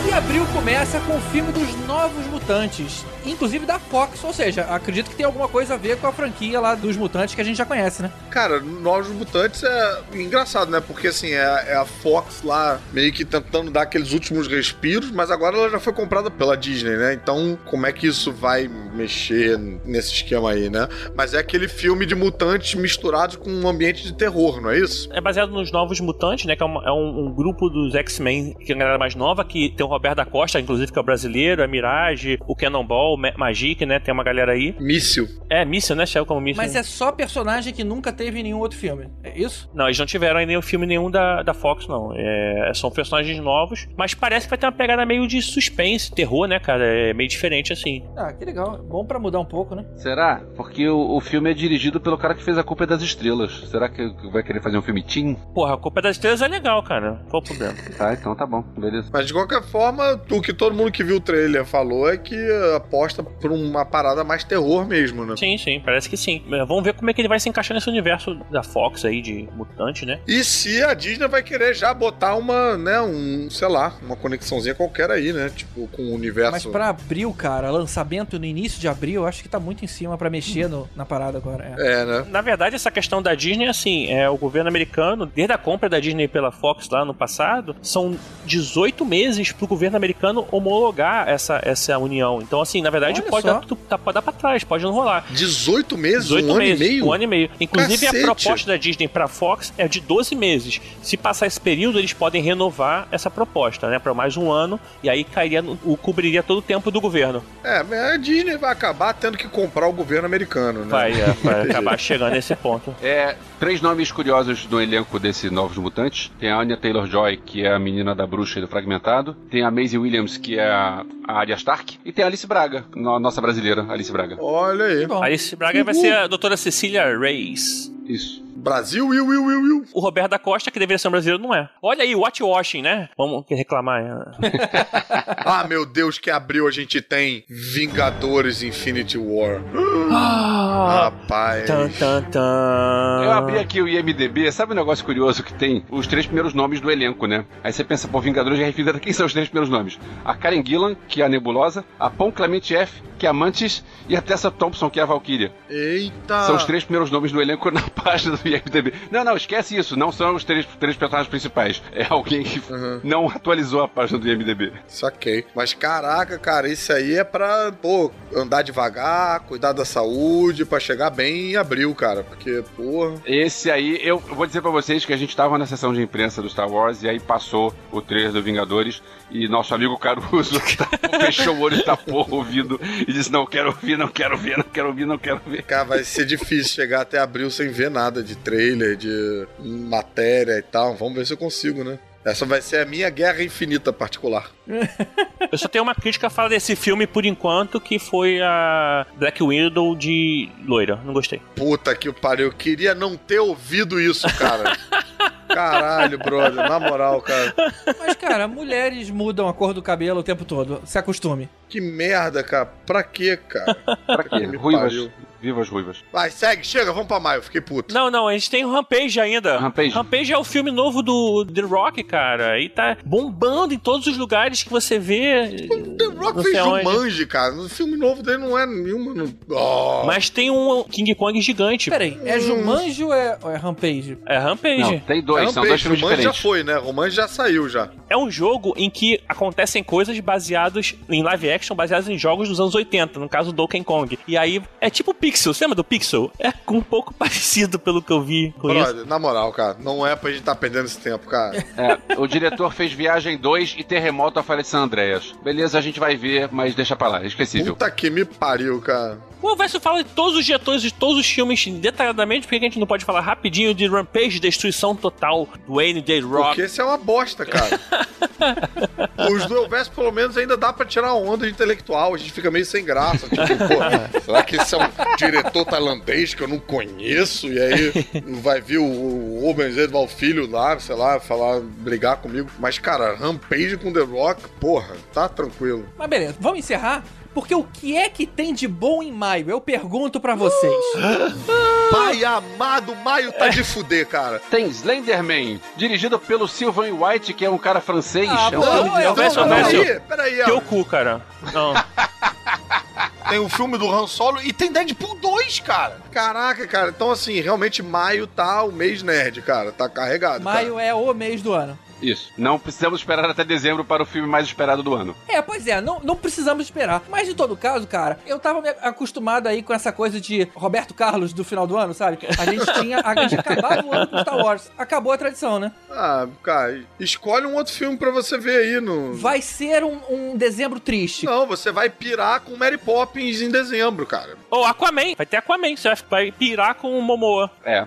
D: E abril começa com o filme dos Novos Mutantes, inclusive da Fox, ou seja, acredito que tem alguma coisa a ver com a franquia lá dos Mutantes que a gente já conhece, né?
E: Cara, Novos Mutantes é engraçado, né? Porque assim, é, é a Fox lá meio que tentando dar aqueles últimos respiros, mas agora ela já foi comprada pela Disney, né? Então, como é que isso vai mexer nesse esquema aí, né? Mas é aquele filme de mutantes misturados com um ambiente de terror, não é isso?
F: É baseado nos Novos Mutantes, né? Que é, uma- é um, um grupo dos X-Men, que é a galera mais nova, que tem o Roberto da Costa, inclusive, que é o brasileiro, a Mirage, o Cannonball, o Ma- Magic, né? Tem uma galera aí.
E: Míssil.
F: É, Míssil, né? Saiu como Míssil.
D: Mas é só personagem que nunca teve em nenhum outro filme. É isso?
F: Não, eles não tiveram ainda o filme nenhum da, da Fox, não. É, são personagens novos, mas parece que vai ter uma pegada meio de suspense, terror, né, cara? É meio diferente, assim.
D: Ah, que legal. Bom pra mudar um pouco, né?
G: Será? Porque o, o filme é dirigido pelo cara que fez A Culpa é das Estrelas. Será que vai querer fazer um filme teen?
F: Porra, a Culpa das Estrelas é legal, cara. Qual o problema?
G: Tá, então tá bom. Beleza.
E: Mas de qualquer forma, o que todo mundo que viu o trailer falou é que eh, aposta por uma parada mais terror mesmo, né?
F: sim, sim, parece que sim. É, Vamos ver como é que ele vai se encaixar nesse universo da Fox aí, de mutante, né?
E: E se a Disney vai querer já botar uma, né, um, sei lá, uma conexãozinha qualquer aí, né? Tipo, com o universo.
D: Mas pra abril, cara, lançamento no início começo de abril, acho que tá muito em cima pra mexer no- na parada agora. é.
E: É, né?
F: Na verdade, essa questão da Disney é assim: é, o governo americano, desde a compra da Disney pela Fox lá no passado, são 18 meses pro governo americano homologar essa, essa união. Então, assim, na verdade,
D: Olha
F: pode
D: só.
F: dar, tu- tá- pode dar pra trás, pode não rolar.
E: 18 meses?
F: 18
E: um ano
F: meses,
E: e meio?
F: Um ano e meio. Inclusive,
E: Cacete.
F: a proposta da Disney pra Fox é de 12 meses. Se passar esse período, eles podem renovar essa proposta, né? Pra mais um ano, e aí cairia no- o, cobriria todo o tempo do governo.
E: É, mas a Disney vai acabar tendo que comprar o governo americano, né?
F: Vai, é,
E: <laughs>
F: vai acabar chegando nesse ponto.
G: É, três nomes curiosos do elenco desse Novos Mutantes. Tem a Anya Taylor-Joy, que é a menina da bruxa e do Fragmentado. Tem a Maisie Williams, que é a a Arya Stark. E tem a Alice Braga, no- nossa brasileira, Alice Braga.
E: Olha aí.
D: Bom,
F: Alice Braga vai ser a doutora Cecília Reis.
G: Isso.
E: Brasil, Will, Will, Will, Will. <laughs>
F: O Roberto da Costa, que deveria ser um brasileiro, não é. Olha aí, watchwashing, né? Vamos reclamar.
E: É
F: né?
E: Ah, meu Deus, que abril a gente tem Vingadores Infinity
F: <gasps>
E: War. Rapaz.
F: Ah, tan, tan, tan.
G: Eu abri aqui o IMDB, sabe um negócio curioso que tem? Os três primeiros nomes do elenco, né? Aí você pensa, pô, Vingadores de Refilida, quem são os três primeiros nomes? A Karen Gillan, que é a Nebulosa, a Pom Clemente F, que é a Mantis, e a Tessa Thompson, que é a Valkyria.
E: Eita.
G: São os três primeiros nomes do elenco <laughs> na página do IMDB. Não, não, esquece isso. Não são os três, três personagens principais. É alguém que
E: Uhum.
G: não atualizou a página do IMDB.
E: Saquei. Mas caraca, cara, isso aí é pra, pô, andar devagar, cuidar da saúde, pra chegar bem em abril, cara. Porque, porra.
G: Esse aí, eu vou dizer pra vocês que a gente tava na sessão de imprensa do Star Wars e aí passou o trailer do Vingadores e nosso amigo Caruso tapou, <laughs> fechou o olho, tapou o ouvido e disse: Não quero ouvir, não quero ver, não quero ouvir, não quero ver.
E: Cara, vai
G: <laughs>
E: ser difícil chegar até abril sem ver nada de trailer, de matéria e tal. Vamos ver se eu consigo, né? Essa vai ser a minha guerra infinita particular.
F: Eu só tenho uma crítica a falar desse filme por enquanto, que foi a Black Widow de loira. Não gostei.
E: Puta que pariu, eu queria não ter ouvido isso,
G: <laughs>
E: cara. Caralho, brother, na moral, cara.
D: Mas, cara, mulheres mudam a cor do cabelo o tempo todo. Se acostume.
E: Que merda, cara. Pra quê, cara?
G: Pra quê?
E: Me
G: Ruivas.
E: pariu.
G: Viva as ruivas.
E: Vai, segue, chega, vamos pra maio, fiquei puto.
F: Não, não, a gente tem o Rampage ainda.
G: Rampage.
F: Rampage é o filme novo do The Rock, cara. E tá bombando em todos os lugares que você vê.
E: The Rock
F: Não
E: fez
F: sei aonde.
E: Jumanji, cara. O filme novo dele não é nenhuma. Não... Oh.
F: Mas tem um King Kong gigante.
D: Peraí, é Jumanji ou é, ou é Rampage?
F: É Rampage.
G: Não, tem dois,
E: Não,
G: são
E: peixe,
G: dois filmes
E: Jumanji já
G: diferentes.
E: foi, né? É um Romance já saiu já.
F: É um jogo em que acontecem coisas baseadas em live action, baseadas em jogos dos anos 80, no caso Donkey Kong. E aí é tipo Pixel, você lembra do Pixel? É um pouco <laughs> parecido pelo que eu vi com isso.
E: Brother, na moral, cara, não é pra gente tá perdendo esse tempo, cara.
G: É, o diretor fez Viagem 2 e Terremoto à Falha de San Andreas. Beleza, a gente vai ver, mas deixa pra lá, é esquecível.
E: Puta que me pariu, cara.
F: O Alverso fala de todos os diretores de todos os filmes detalhadamente, porque a gente não pode falar rapidinho de Rampage, Destruição Total, Wayne The Rock.
E: Porque esse é uma bosta, cara. Os do Elvis, pelo menos, ainda dá pra tirar uma onda de intelectual. A gente fica meio sem graça. Tipo, pô, será que esse é um diretor tailandês que eu não conheço? E aí vai vir o, o Rubens Edval Filho lá, sei lá, falar, brigar comigo. Mas, cara, Rampage com The Rock, porra, tá tranquilo.
D: Mas beleza, vamos encerrar? Porque o que é que tem de bom em maio? Eu pergunto pra vocês.
E: Pai amado, Maio tá de fuder, cara.
G: Tem Slenderman, dirigido pelo Sylvain White, que é um cara francês.
D: Ah,
G: é um
D: pô, é
G: filme de
D: o
G: noventa e
D: Nelson
G: nove.
F: Nelson.
E: Peraí, peraí,
F: Teu
E: ó.
F: cu, cara. Não.
E: Tem o filme do Han Solo e tem Deadpool 2, cara. Caraca, cara. Então, assim, realmente, maio tá o mês nerd, cara. Tá carregado. cara.
D: Maio é o mês do ano.
G: Isso. Não precisamos esperar até dezembro para o filme mais esperado do ano.
D: É, pois é, não, não precisamos esperar. Mas de todo caso, cara, eu tava me acostumado aí com essa coisa de Roberto Carlos do final do ano, sabe? A gente tinha. A gente acabava o ano com Star Wars. Acabou a tradição, né?
E: Ah, cara, escolhe um outro filme pra você ver aí no.
D: Vai ser um, um dezembro triste.
E: Não, você vai pirar com Mary Poppins em dezembro, cara.
F: Ou Aquaman. Vai ter Aquaman. Você vai- vai pirar com o Momoa.
G: É.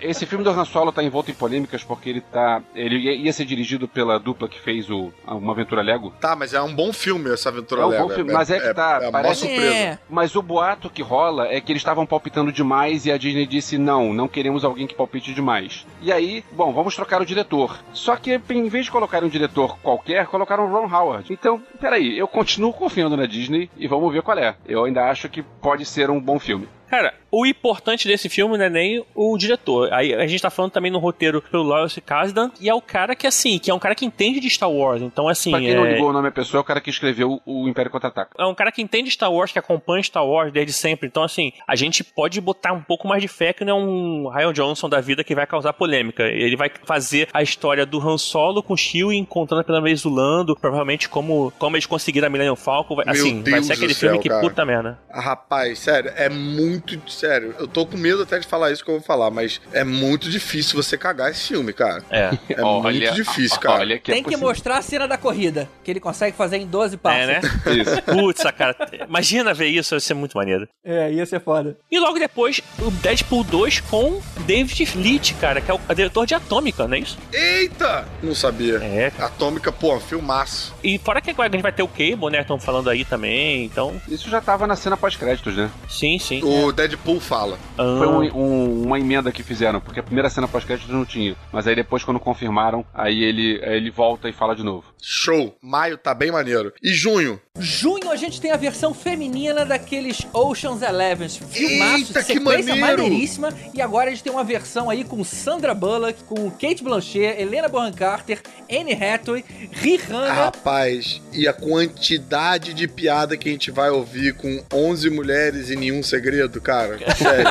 G: Esse filme do Han Solo tá envolto em polêmicas porque ele tá. Ele ia- ia ser dirigido pela dupla que fez o Uma Aventura Lego.
E: Tá, mas é um bom filme essa aventura
G: É um bom
E: Lego.
G: filme, mas é que tá,
E: É, uma
G: parece-
E: surpresa.
D: É.
G: Mas o boato que rola é que eles estavam palpitando demais e a Disney disse: não, não queremos alguém que palpite demais. E aí, bom, vamos trocar o diretor. Só que em vez de colocar um diretor qualquer, colocaram o Ron Howard. Então, peraí, eu continuo confiando na Disney e vamos ver qual é. Eu ainda acho que pode ser um bom filme.
F: Cara, O importante desse filme não é nem o diretor. Aí a gente tá falando também no roteiro pelo Lawrence Kasdan, e é o cara que, assim, que é um cara que entende de Star Wars. Então, assim.
G: Pra quem não
F: é-
G: ligou o nome à pessoa, é o cara que escreveu o Império Contra-Ataca.
F: é um cara que entende Star Wars, que acompanha Star Wars desde sempre. Então, assim, a gente pode botar um pouco mais de fé que não é um Ryan Johnson da vida que vai causar polêmica. Ele vai fazer a história do Han Solo com o Chewie encontrando pela vez o Lando, provavelmente como, como eles conseguiram a Millennium Falcon. Vai,
E: Meu
F: assim, vai
E: Deus
F: ser aquele
E: do
F: filme
E: céu,
F: que
E: cara.
F: puta merda.
E: Ah, Rapaz, sério, é muito. Sério, eu tô com medo até de falar isso que eu vou falar, mas é muito difícil você cagar esse filme, cara.
F: É.
E: É muito difícil, cara.
G: Olha que é
D: Tem que
G: possível.
D: mostrar a cena da corrida, que ele consegue fazer em 12 passos.
F: É, né?
G: Isso.
F: Putz, cara. Imagina ver isso, vai ser muito maneiro.
D: É, ia ser foda.
F: E logo depois, o Deadpool 2 com David Leitch, cara, que é o diretor de Atômica, não é isso?
E: Eita! Não sabia.
F: É,
E: Atômica, pô, um filmaço.
F: E fora que agora a gente vai ter o Cable, né? Estão falando aí também, então.
G: Isso já tava na cena pós-créditos, né?
F: Sim, sim.
E: O Deadpool fala.
F: Ah,
G: Foi um- um- uma emenda que fizeram, porque a primeira cena pós-créditos não tinha. Mas aí depois, quando confirmaram, aí ele, aí ele volta e fala de novo.
E: Show. Maio tá bem maneiro. E junho?
D: Junho a gente tem a versão feminina daqueles Ocean's Eleven. Filmaço,
E: Eita, que
D: sequência
E: maneiro!
D: maneiríssima. E agora a gente tem uma versão aí com Sandra Bullock, com Kate Blanchet, Helena Bonham Carter, Anne Hathaway, Rihanna.
E: Rapaz, e a quantidade de piada que a gente vai ouvir com 11 mulheres e nenhum segredo, cara. Sério.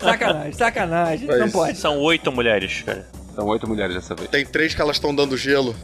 D: Sacanagem, sacanagem.
E: Foi
D: Não
E: isso.
D: pode.
F: São oito mulheres, cara.
G: São oito mulheres dessa vez.
E: Tem três que elas estão dando gelo.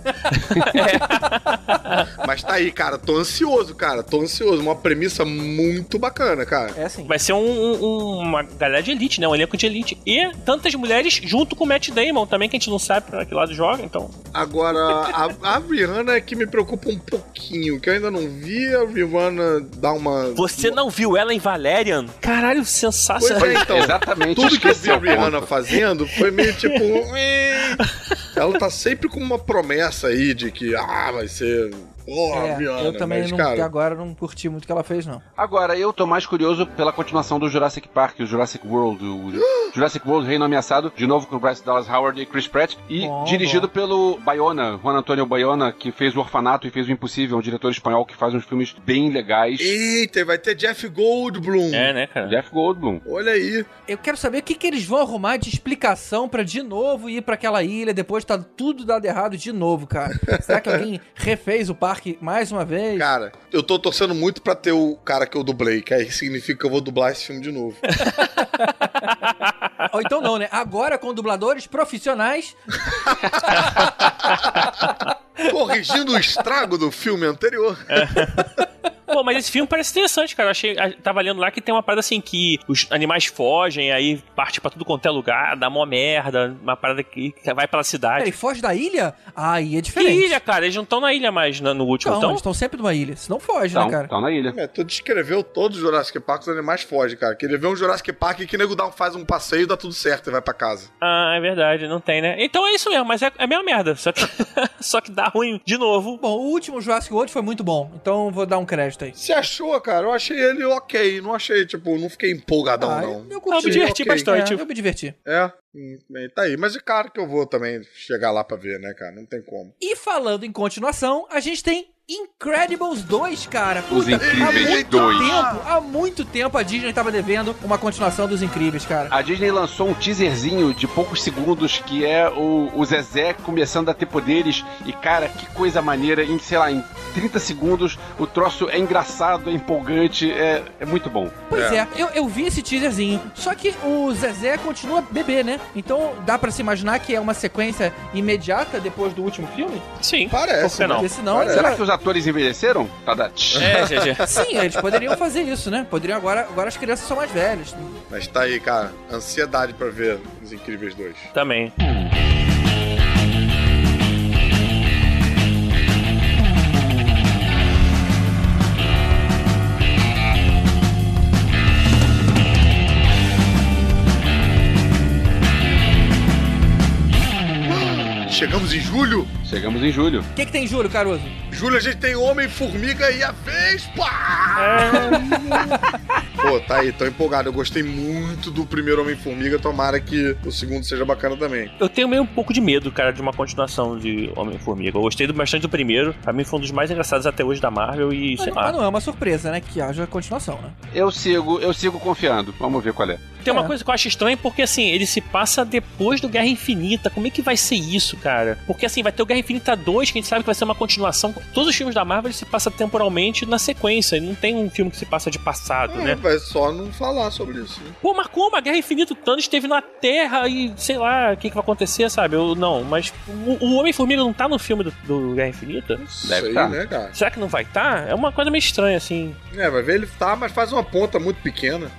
E: Mas tá aí, cara. Tô ansioso, cara. Tô ansioso. Uma premissa muito bacana, cara.
D: É assim.
F: Vai ser um- um- uma galera de elite, né? Um elenco de elite. E tantas mulheres junto com o Matt Damon também, que a gente não sabe pra que lado joga, então.
E: Agora, a, a Rihanna é que me preocupa um pouquinho, que eu ainda não vi a Rihanna dar uma.
F: Você não viu ela em Valerian? Caralho,
E: Pois
F: sensacional.
E: é, então.
G: <laughs> Exatamente.
E: Tudo que eu vi a
G: esqueci
E: Rihanna
G: ponto.
E: fazendo foi <laughs> meio tipo. "Ih". Ela tá sempre com uma promessa aí de que, ah, vai ser. Porra,
D: É,
E: Rihanna.
D: eu também
E: mas,
D: não, até
E: cara,
D: agora não curti muito o que ela fez, não.
G: Agora, eu tô mais curioso pela continuação do Jurassic Park, o Jurassic World, o Jurassic World Reino Ameaçado, de novo com o Bryce Dallas Howard e Chris Pratt, e
D: Bom,
G: dirigido pelo Bayona, Juan Antonio Bayona, que fez o Orfanato e fez o Impossível, um diretor espanhol que faz uns filmes bem legais.
E: Eita, e vai ter Jeff Goldblum.
F: É, né, cara?
G: Jeff Goldblum.
E: Olha aí.
D: Eu quero saber o que, que eles vão arrumar de explicação pra de novo ir pra aquela ilha depois tá tudo dado errado de novo, cara. Será que alguém <laughs> refez o parque mais uma vez?
E: Cara, eu tô torcendo muito pra ter o cara que eu dublei, que aí significa que eu vou dublar esse filme de <laughs> novo.
D: Ou então não, né? Agora com dubladores profissionais.
E: Corrigindo o estrago do filme anterior.
F: Pô, mas esse filme parece interessante, cara. Eu achei. a- Tava lendo lá que tem uma parada assim que os animais fogem, aí parte pra tudo quanto é lugar, dá mó merda, uma parada que que vai pela cidade.
D: Ele foge da ilha? Aí é
F: Que
D: diferente.
F: ilha, cara? Eles não estão na ilha mais na- no último,
D: Não,
F: então?
D: eles estão sempre numa ilha. Se não foge,
G: Estão
D: né, cara?
G: na ilha.
E: É, tu descreveu todos os Jurassic Park, os animais fogem, cara. Queria ver um Jurassic Park que nego dá um, faz um passeio, dá tudo certo e vai pra casa.
F: Ah, é verdade, não tem, né? Então é isso mesmo, mas é, é a mesma merda. Só que, <laughs> só que dá ruim de novo.
D: Bom, o último Jurassic World foi muito bom, então vou dar um crédito aí.
E: Você achou, cara? Eu achei ele ok. Não achei, tipo, não fiquei empolgadão,
D: Ah,
E: não.
D: eu
F: Ah, eu
D: curti.
F: me diverti
E: ok.
F: bastante.
D: É, eu me diverti.
E: É, hum, bem, tá aí. Mas é claro que eu vou também chegar lá pra ver, né, cara? Não tem como.
D: E falando em continuação, a gente tem Incredibles 2, cara.
G: Os
D: há
G: Incríveis
D: muito
G: 2.
D: tempo, há muito tempo a Disney tava devendo uma continuação dos Incríveis, cara.
G: A Disney lançou um teaserzinho de poucos segundos que é o, o Zezé começando a ter poderes. E cara, que coisa maneira! Em, sei lá, em 30 segundos o troço é engraçado, é empolgante, é, é muito bom.
D: Pois é, eu, eu vi esse teaserzinho. Só que o Zezé continua bebê, né? Então dá pra se imaginar que é uma sequência imediata depois do último filme?
F: Sim. Por
E: Parece,
F: que
E: né?
F: não?
D: Porque senão.
E: Parece.
D: era-
G: Será que os atores envelheceram? Tadati.
F: É, GG.
D: Sim, eles poderiam fazer isso, né? Poderiam agora. Agora as crianças são mais velhas.
E: Mas tá aí, cara. Ansiedade pra ver Os Incríveis 2.
F: <laughs> Também.
E: Chegamos em julho.
G: Chegamos em julho.
D: O que, que tem em julho, Caruso? É.
E: Julho a gente tem Homem, Formiga e a Vespa! <laughs> Pô, tá aí, tô empolgado. Eu gostei muito do primeiro Homem-Formiga, tomara que o segundo seja bacana também.
F: Eu tenho meio um pouco de medo, cara, de uma continuação de Homem-Formiga. Eu gostei do- bastante do primeiro. Pra mim foi um dos mais engraçados até hoje da Marvel e
D: Mas
F: sei
D: não,
F: lá.
D: mas não é uma surpresa, né? Que haja continuação, né?
G: Eu sigo, eu sigo confiando. Vamos ver qual é.
F: Tem uma
D: É.
F: coisa que eu acho estranha, porque assim, ele se passa depois do Guerra Infinita. Como é que vai ser isso, cara? Porque assim, vai ter o Guerra Infinita 2, que a gente sabe que vai ser uma continuação. Todos os filmes da Marvel eles se passam temporalmente na sequência. Não tem um filme que se passa de passado,
E: É,
F: né?
E: vai só não falar sobre isso. né?
F: Pô, mas como? A Guerra Infinita, o Thanos esteve na Terra e sei lá o que, que vai acontecer, sabe? Eu, não, mas o, o Homem-Formiga não tá no filme do, do Guerra Infinita?
G: Deve
E: Sei,
G: tá.
E: né, cara?
F: Será que não vai estar? Tá? É uma coisa meio estranha, assim.
E: É, vai ver, ele tá, mas faz uma ponta muito pequena.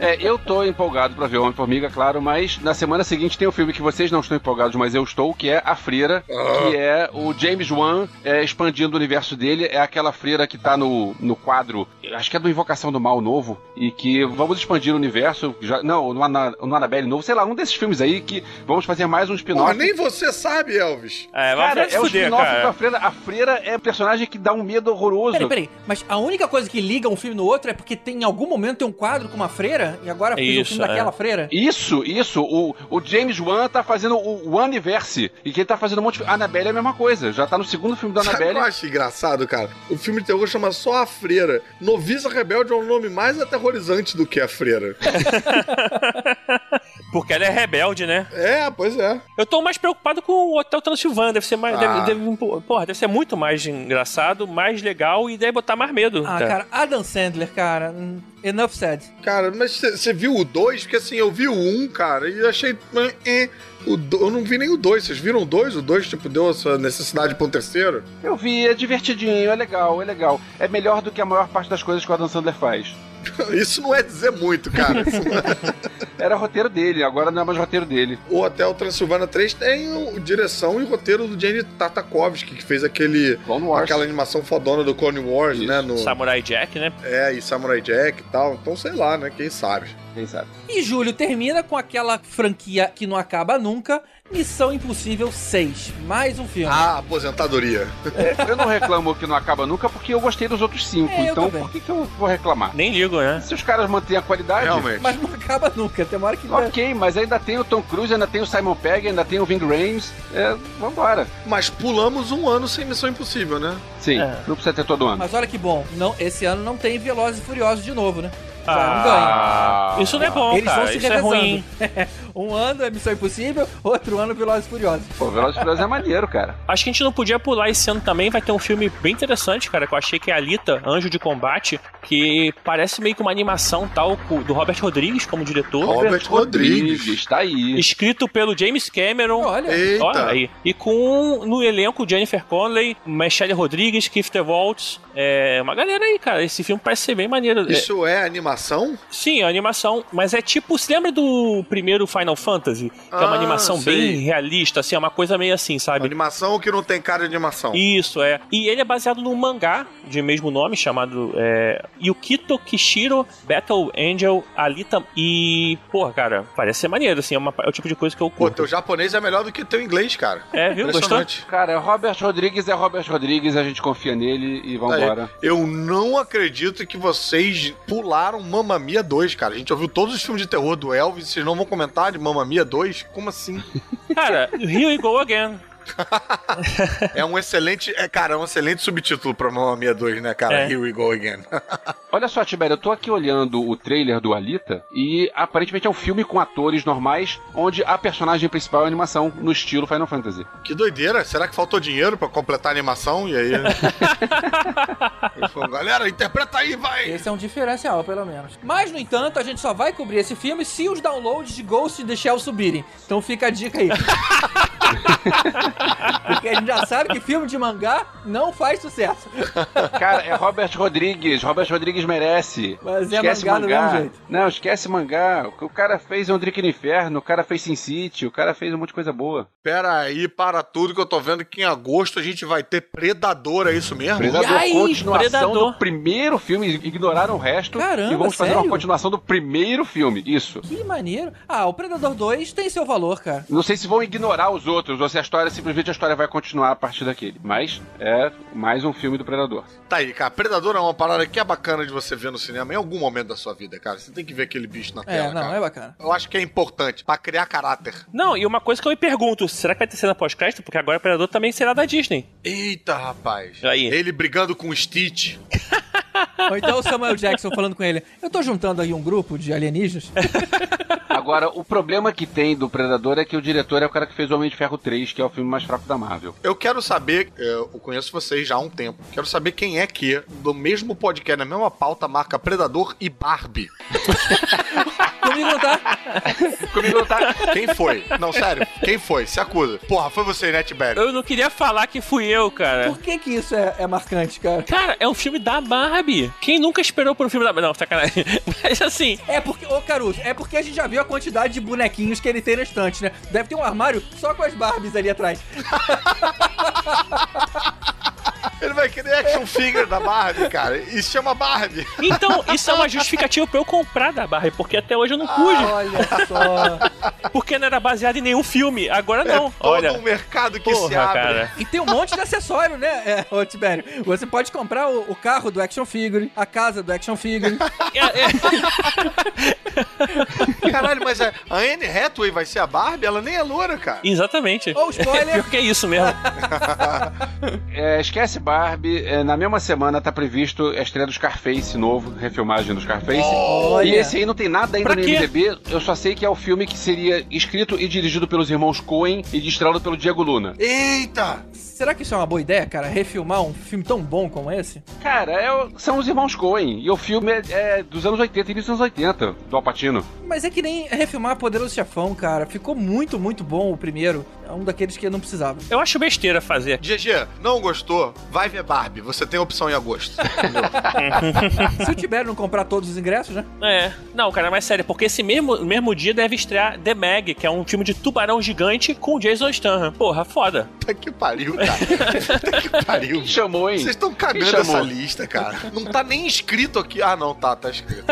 G: É, eu tô empolgado pra ver Homem-Formiga, claro, mas na semana seguinte tem um filme que vocês não estão empolgados, mas eu estou, que é A Freira,
E: Ah.
G: que é o James Wan é, expandindo o universo dele. É aquela freira que tá no, no quadro, acho que é do Invocação do Mal Novo, e que vamos expandir o universo. já- não, no, Ana- no Annabelle Novo, sei lá, um desses filmes aí que vamos fazer mais um
E: Porra,
G: spin-off.
E: nem você sabe, Elvis.
F: É,
G: Cara,
F: vai
G: é o
F: fuder,
G: spin-off
F: cara.
G: da Freira. A Freira é um personagem que dá um medo horroroso.
D: Peraí, peraí. Mas a única coisa que liga um filme no outro é porque tem, em algum momento tem um quadro com uma freira e agora fez
F: Isso,
D: o filme
F: é.
D: daquela freira.
G: Isso, isso. O, o James Wan tá fazendo o Waniverse. E que ele tá fazendo um monte de. A Annabelle é a mesma coisa. Já tá no segundo filme da
E: Sabe o que eu
G: Annabelle.
E: acho engraçado, cara? O filme de terror chama só A Freira. Noviça Rebelde é um nome mais aterrorizante do que A Freira. <laughs>
F: Porque ela é rebelde, né?
E: É, pois é.
F: Eu tô mais preocupado com o Hotel Transilvânia. Deve ser mais.
E: Ah.
F: Deve, deve- porra, deve ser muito mais engraçado, mais legal e deve botar mais medo.
D: Ah,
F: cara.
D: cara, Adam Sandler, cara. hum, Enough said.
E: Cara, mas você viu o 2? Porque assim, eu vi o 1, um, cara, e achei. eh, eh. O do- eu não vi nem o 2. Vocês viram o 2? O 2, tipo, deu essa necessidade pra um terceiro? <laughs>
G: Eu vi, é divertidinho, é legal, é legal. É melhor do que a maior parte das coisas que o Adam Sandler faz.
E: Isso não é dizer muito, cara. Isso não é-
G: Era roteiro dele, agora não é mais roteiro dele.
E: o Hotel Transilvana 3 tem o, direção e roteiro do Jenny Tartakovsky, que fez aquele.
G: Clone Wars.
E: Aquela animação fodona do Clone Wars,
G: Isso.
E: né? No,
F: É. Samurai Jack, né?
E: é, e Samurai Jack e tal. Então, sei lá, né? Quem sabe.
G: Quem sabe?
D: E julho termina com aquela franquia que não acaba nunca, Missão Impossível 6. Mais um filme.
E: Ah, aposentadoria.
G: É, eu não reclamo que não acaba nunca porque eu gostei dos outros cinco.
D: É, eu
G: então
D: também.
G: por que, que eu vou reclamar?
F: Nem ligo, né?
G: Se os caras mantêm a qualidade.
E: Realmente.
D: Mas não acaba nunca, tem uma hora
F: Ah.
D: que...
G: Ok, mas ainda tem o Tom Cruise, ainda tem o Simon Pegg, ainda tem o Ving Rhames. É, vambora.
E: Mas pulamos um ano sem Missão Impossível, né?
G: Sim,
F: É.
G: não precisa ter todo ano.
D: Mas olha que bom, não, esse ano não tem Velozes e Furiosos de novo, né? Já não ganha.
G: Ah,
F: Isso não é bom,
D: Eles
F: cara.
D: vão se
F: Isso é
D: revezando.
F: ruim.
D: <laughs> Um ano é Missão Impossível, outro ano Velozes e Furiosos.
G: Pô, Velozes e Furiosos é maneiro, cara.
F: Acho que a gente não podia pular esse ano também. Vai ter um filme bem interessante, cara, que eu achei que é Alita, Anjo de Combate, que parece meio que uma animação tal co- do Robert Rodrigues como diretor.
E: Robert Rodrigues.
G: tá aí.
F: Escrito pelo James Cameron.
D: Olha,
F: Olha
E: Eita.
F: aí. E com no elenco Jennifer Conley, Michelle Rodrigues, Keith Waltz. É uma galera aí, cara. Esse filme parece ser bem maneiro. É,
E: Isso é animação?
F: sim, é uma animação, mas é tipo. Você lembra do primeiro Final Fantasy? Que é uma
E: Ah,
F: animação
E: sei.
F: bem realista, assim, é uma coisa meio assim, sabe?
E: Animação que não tem cara de animação.
F: Isso, é. E ele é baseado num mangá de mesmo nome, chamado é, Yukito Kishiro Battle Angel Alita. E, porra, cara, parece ser maneiro, assim, é, uma- é o tipo de coisa que eu
E: Pô,
F: curto.
E: teu japonês é melhor do que teu inglês, cara.
F: É, viu? Gostou?
G: Cara, Robert Rodrigues é Robert Rodrigues, a gente confia nele e
E: Aí,
G: vambora.
E: eu não acredito que vocês pularam Mamma Mia 2, cara. A gente ouviu todos os filmes de terror do Elvis, vocês não vão comentar de Mamma Mia 2? Como assim?
F: Cara, Here We Go Again.
E: é um excelente, é, cara, é um excelente subtítulo pra Mamma Mia 2, né, cara?
F: É.
E: Here we go again. <laughs>
G: Olha só, Tibério, eu tô aqui olhando o trailer do Alita e aparentemente é um filme com atores normais, onde a personagem principal é animação, no estilo Final <laughs> Fantasy.
E: que doideira. Será que faltou dinheiro pra completar a animação?
D: <laughs>
E: E aí... Ele falou, Galera, interpreta aí, vai!
D: Esse é um diferencial, pelo menos. Mas, no entanto, a gente só vai cobrir esse filme se os downloads de Ghost in the Shell subirem. Então fica a dica aí. <laughs> Porque a gente já sabe que filme de mangá não faz sucesso.
G: Cara, é Robert Rodrigues, Robert Rodrigues merece.
D: Mas é
G: esquece
D: mangá do
G: mangá.
D: mesmo jeito.
G: Não, esquece mangá. O cara fez Andrick no Inferno, o cara fez Sin City, o cara fez um monte de coisa boa.
E: Pera aí, para tudo que eu tô vendo que em agosto a gente vai ter Predador, é isso mesmo?
G: Predador,
I: Ai,
G: continuação
I: Predador.
G: do primeiro filme, ignoraram o resto
D: Caramba,
G: e vamos fazer uma
D: sério?
G: continuação do primeiro filme. Isso.
D: Que maneiro. Ah, o Predador 2 tem seu valor, cara.
G: Não sei se vão ignorar os outros ou se a história, simplesmente a história vai continuar a partir daquele. Mas é mais um filme do Predador.
E: Tá aí, cara. Predador é uma parada que é bacana de você ver no cinema em algum momento da sua vida, cara. Você tem que ver aquele bicho na
D: É,
E: tela,
D: não,
E: cara.
D: é bacana.
E: Eu acho que é importante pra criar caráter.
F: Não, e uma coisa que eu me pergunto, será que vai ter cena pós-crédito? Porque agora o Predador também será da Disney.
E: Eita, rapaz.
F: Aí.
E: Ele brigando com o Stitch.
D: Ou então o Samuel Jackson falando com ele. Eu tô juntando aí um grupo de alienígenas.
G: Agora, o problema que tem do Predador é que o diretor é o cara que fez Homem de Ferro 3, que é o filme mais fraco da Marvel.
E: Eu quero saber, é, eu conheço vocês já há um tempo. Quero saber quem é que, do mesmo podcast, na mesma pauta, marca Predador e Barbie.
D: Comigo não tá.
G: Comigo não tá.
E: Quem foi?
F: <laughs>
E: Não, sério, quem foi? Se acusa. Porra, foi você, né, Tibério?
F: Eu não queria falar que fui eu, cara.
D: Por que que isso é, é marcante, cara?
F: Cara, é um filme da Barbie. Quem nunca esperou por um filme da Barbie? Não, sacanagem. <laughs> Mas assim,
D: É porque, ô Caruso, é porque a gente já viu a quantidade de bonequinhos que ele tem na estante, né? Deve ter um armário só com as Barbies ali atrás.
E: Ele vai querer action figure da Barbie, cara. E se chama Barbie.
F: então, isso é uma justificativa pra eu comprar da Barbie, porque até hoje eu não pude.
D: Olha só.
F: Porque não era baseado em nenhum filme. Agora não.
E: Ah, Todo um
F: Olha.
E: mercado que se
F: Porra,
E: abre.
F: cara.
D: E tem um monte de acessório, né, é, ô Tibério? Você pode comprar o, o carro do action figure, a casa do action figure.
F: É, é.
E: Caralho, mas a a Anne Hathaway vai ser a Barbie? Ela nem é loura, cara.
F: Exatamente.
D: Ou spoiler.
F: <laughs> Pior que é isso mesmo.
G: É, esquece Barbie. É, na mesma semana tá previsto a estreia do Scarface novo, refilmagem do Scarface.
D: Olha.
G: E esse aí não tem nada ainda
F: Pra
G: no
F: quê?
G: IMDB. Eu só sei que é o filme que seria escrito e dirigido pelos irmãos Coen e estrelado pelo Diego Luna.
E: Eita!
D: Será que isso é uma boa ideia, cara? Refilmar um filme tão bom como esse?
G: Cara, é o- são os irmãos Coen. E o filme é, é dos anos 80, início dos anos 80, do Alpatino.
D: Mas é que nem refilmar Poderoso Chefão, cara. Ficou muito, muito bom o primeiro. É um daqueles que eu não precisava.
F: Eu acho besteira fazer.
E: GG, não gostou? Vai ver Barbie. Você tem opção em agosto.
D: Se o Tibério não comprar todos os ingressos, né?
F: É. Não, cara, mas sério, porque esse mesmo, mesmo dia deve estrear The Meg, que é um filme de tubarão gigante com Jason Statham. Porra, foda.
E: Puta que pariu, cara. Puta que pariu.
G: Quem chamou, hein?
E: Vocês estão
G: Quem
E: cagando
G: chamou?
E: essa lista, cara. Não tá nem escrito aqui. Ah, não, tá, tá escrito.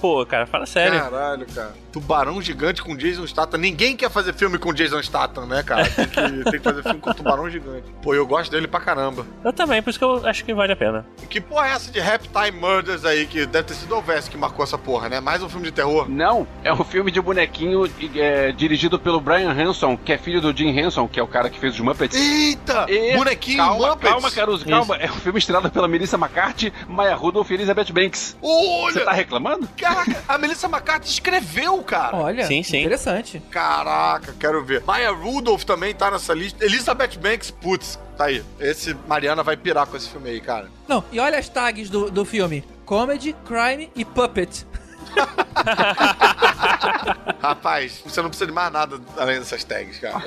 F: Pô, cara, fala sério.
E: Caralho, cara. Tubarão gigante com Jason Statham. Ninguém quer fazer filme com Jason Statham, né, cara? Tem que, tem que fazer filme com tubarão gigante. Pô, eu gosto dele pra caramba.
F: Eu também, por isso que eu acho que vale a pena.
E: Que porra é essa de Reptile Murders aí? Que deve ter sido o Alves que marcou essa porra, né? Mais um filme de terror.
G: Não, é um filme de bonequinho é, dirigido pelo Brian Hanson, que é filho do Jim Henson, que é o cara que fez os Muppets.
E: Eita!
G: E-
E: Bonequinho
G: calma,
E: Muppets.
G: Calma, Caruso, calma. É um filme estrelado pela Melissa McCarthy, Maya Rudolph e Elizabeth Banks. Você
E: Olha!
G: tá reclamando?
E: Caraca, a Melissa McCarthy escreveu, cara.
D: Olha,
F: Sim, sim.
D: interessante.
E: Caraca, quero ver. Maya Rudolph também tá nessa lista. Elizabeth Banks, putz, tá aí. Esse Mariana vai pirar com esse filme aí,
F: <laughs>
E: cara.
D: Não, e olha as tags do, do filme: comedy, crime e puppet.
E: Rapaz, você não precisa de mais nada além dessas tags, cara.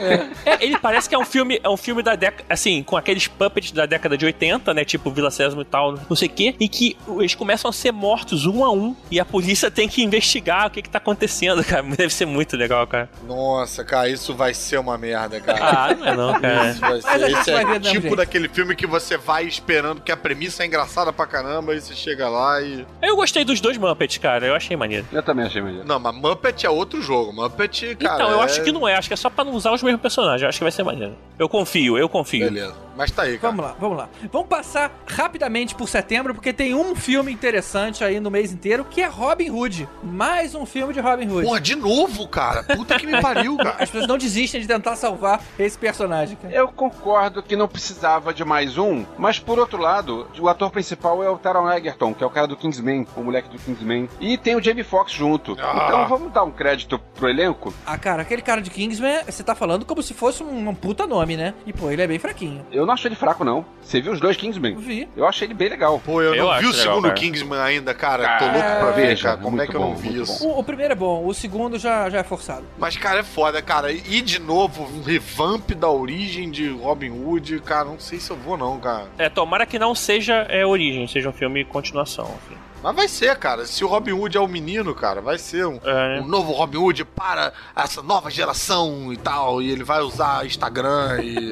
F: É, ele parece que é um filme, é um filme da década, assim, com aqueles puppets da década de 80, né, tipo Vila Sésamo e tal, não sei o quê, e que eles começam a ser mortos um a um e a polícia tem que investigar o que que tá acontecendo, cara. <laughs> Deve ser muito legal, cara.
E: Nossa, cara, isso vai ser uma merda, cara.
F: Ah, não é não, cara.
E: Isso vai
D: Mas a
E: ser,
D: gente
E: esse
D: vai
E: é
D: ver, não,
E: tipo
D: gente.
E: daquele filme que você vai esperando que a premissa é engraçada pra caramba e você chega lá e.
F: Eu gostei dos dois Muppets, cara. Eu achei maneiro.
G: Eu também achei melhor.
E: Não, mas Muppet é outro jogo. Muppet, cara.
F: então, eu
E: é-
F: acho que não é. Acho que é só pra não usar os mesmos personagens. Eu acho que vai ser maneiro. Eu confio, eu confio.
E: Beleza. Mas tá aí, cara.
D: Vamos lá, vamos lá. Vamos passar rapidamente por setembro, porque tem um filme interessante aí no mês inteiro, que é Robin Hood. Mais um filme de Robin Hood.
E: Porra, de novo, cara. Puta que me
F: <laughs>
E: pariu, cara.
D: As pessoas não desistem de tentar salvar esse personagem, cara.
G: Eu concordo que não precisava de mais um, mas por outro lado, o ator principal é o Taron Egerton, que é o cara do Kingsman, o moleque do Kingsman, e tem o Jamie Foxx junto.
E: Ah.
G: Então vamos dar um crédito pro elenco?
D: Ah, cara, aquele cara de Kingsman, você tá falando como se fosse um, um puta nome, né? E, pô, ele é bem fraquinho.
G: Eu não achei ele fraco, não. Você viu os dois
D: Eu
G: Kingsman?
D: vi.
G: Eu achei ele bem legal.
E: Pô, eu,
F: Eu
E: não vi
F: acho
E: o segundo
F: legal, cara.
E: Kingsman ainda, cara. Tô
G: Ah,
E: louco pra ver,
G: veja,
E: cara. Como é
G: muito
E: que eu
G: bom,
E: não vi
G: muito
E: isso?
D: O, o primeiro é bom, o segundo já, já é forçado.
E: Mas, cara, é foda, cara. E, e, de novo, um revamp da origem de Robin Hood. Cara, não sei se eu vou, não, cara.
F: É, tomara que não seja é, origem, seja um filme continuação. Enfim.
J: Mas vai ser, cara. Se o Robin Hood é o menino, cara, vai ser um,
I: É, né?
J: um novo Robin Hood para essa nova geração e tal. E ele vai usar Instagram
G: <laughs>
J: e.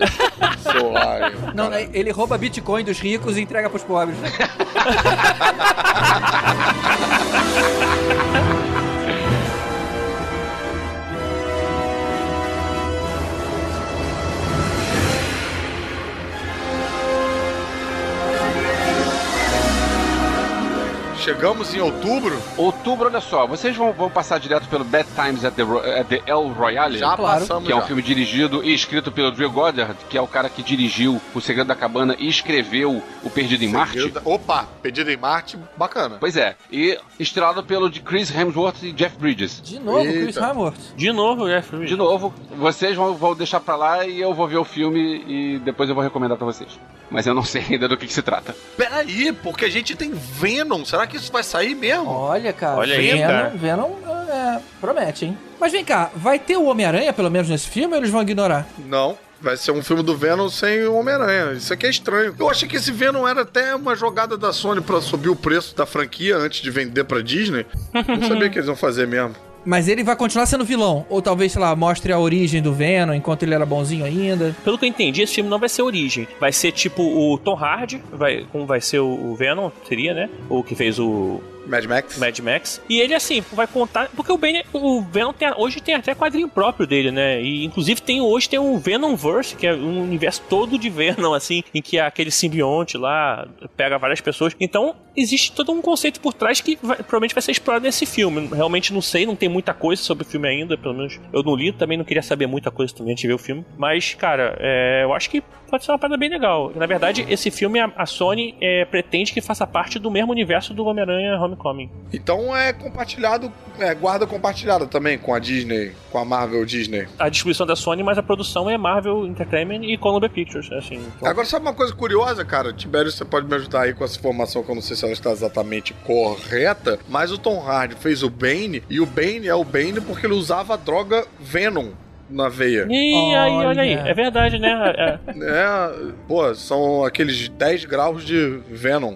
J: sei lá. e-
D: Não, né, ele rouba Bitcoin dos ricos e entrega pros pobres. né?
J: Chegamos em outubro,
G: Outubro, olha só, vocês vão, vão passar direto pelo Bad Times at the, Ro- at the El Royale?
J: já
D: claro.
J: passamos.
G: Que é um
J: já.
G: filme dirigido e escrito pelo Drew Goddard, que é o cara que dirigiu O Segredo da Cabana e escreveu O Perdido em Marte.
J: Segredo- Opa, pedido em Marte, bacana.
G: Pois é, e estrelado pelo de Chris Hemsworth e Jeff Bridges.
D: De novo, Chris
J: Eita.
D: Hemsworth.
I: De novo, é. filme.
G: De novo, vocês vão, vão deixar pra lá e eu vou ver o filme e depois eu vou recomendar pra vocês. Mas eu não <laughs> sei ainda do que, que se trata.
J: Peraí, porque a gente tem Venom. Será que isso vai sair mesmo?
D: Olha, cara.
I: Olha aí,
D: Venom,
I: cara.
D: Venom é, promete, hein? Mas vem cá, vai ter o Homem-Aranha, pelo menos, nesse filme ou eles vão ignorar?
E: Não. Vai ser um filme do Venom sem o Homem-Aranha. Isso aqui é estranho. Eu achei que esse Venom era até uma jogada da Sony pra subir o preço da franquia antes de vender pra Disney. Não sabia que eles iam fazer mesmo.
D: Mas ele vai continuar sendo vilão. Ou talvez, sei lá, mostre a origem do Venom enquanto ele era bonzinho ainda.
F: Pelo que eu entendi, esse filme não vai ser origem. Vai ser tipo o Tom Hardy, vai, como vai ser o o Venom, seria, né? O que fez o
E: Mad Max?
F: Mad Max. E ele, assim, vai contar. Porque o, ben, o Venom tem- hoje tem até quadrinho próprio dele, né? E inclusive tem hoje tem o Venomverse, que é um universo todo de Venom, <laughs> assim, em que aquele simbionte lá pega várias pessoas. Então, existe todo um conceito por trás que vai- provavelmente vai ser explorado nesse filme. Realmente não sei, não tem muita coisa sobre o filme ainda, pelo menos eu não li, também não queria saber muita coisa também antes de ver o filme. Mas, cara, é, eu acho que pode ser uma parada bem legal. Na verdade, esse filme a, a Sony é, pretende que faça parte do mesmo universo do Homem-Aranha Homecoming.
E: Então é compartilhado, é guarda compartilhada também com a Disney, com a Marvel Disney.
F: a distribuição da Sony, mas a produção é Marvel Entertainment e Columbia Pictures, assim. Então,
E: Agora, sabe uma coisa curiosa, cara? Tibério, você pode me ajudar aí com essa informação que eu não sei se ela está exatamente correta, mas o Tom Hardy fez o Bane, e o Bane é o Bane porque ele usava a droga Venom na veia.
F: Ih, aí, olha aí,
D: Olha.
F: é verdade, né? É.
E: É, pô, são aqueles 10 graus de Venom.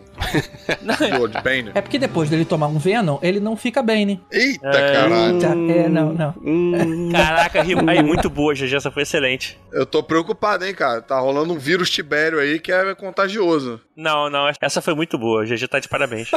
E: Pô, de Bane.
D: É porque depois dele tomar um Venom, ele não fica bem, né?
E: Eita, caralho.
D: Eita, é, não, não.
F: Caraca, ri- aí muito boa, GG, essa foi excelente.
E: Eu tô preocupado, hein, cara? Tá rolando um vírus Tibério aí que é contagioso.
F: Não, não, é- essa foi muito boa, GG tá de parabéns.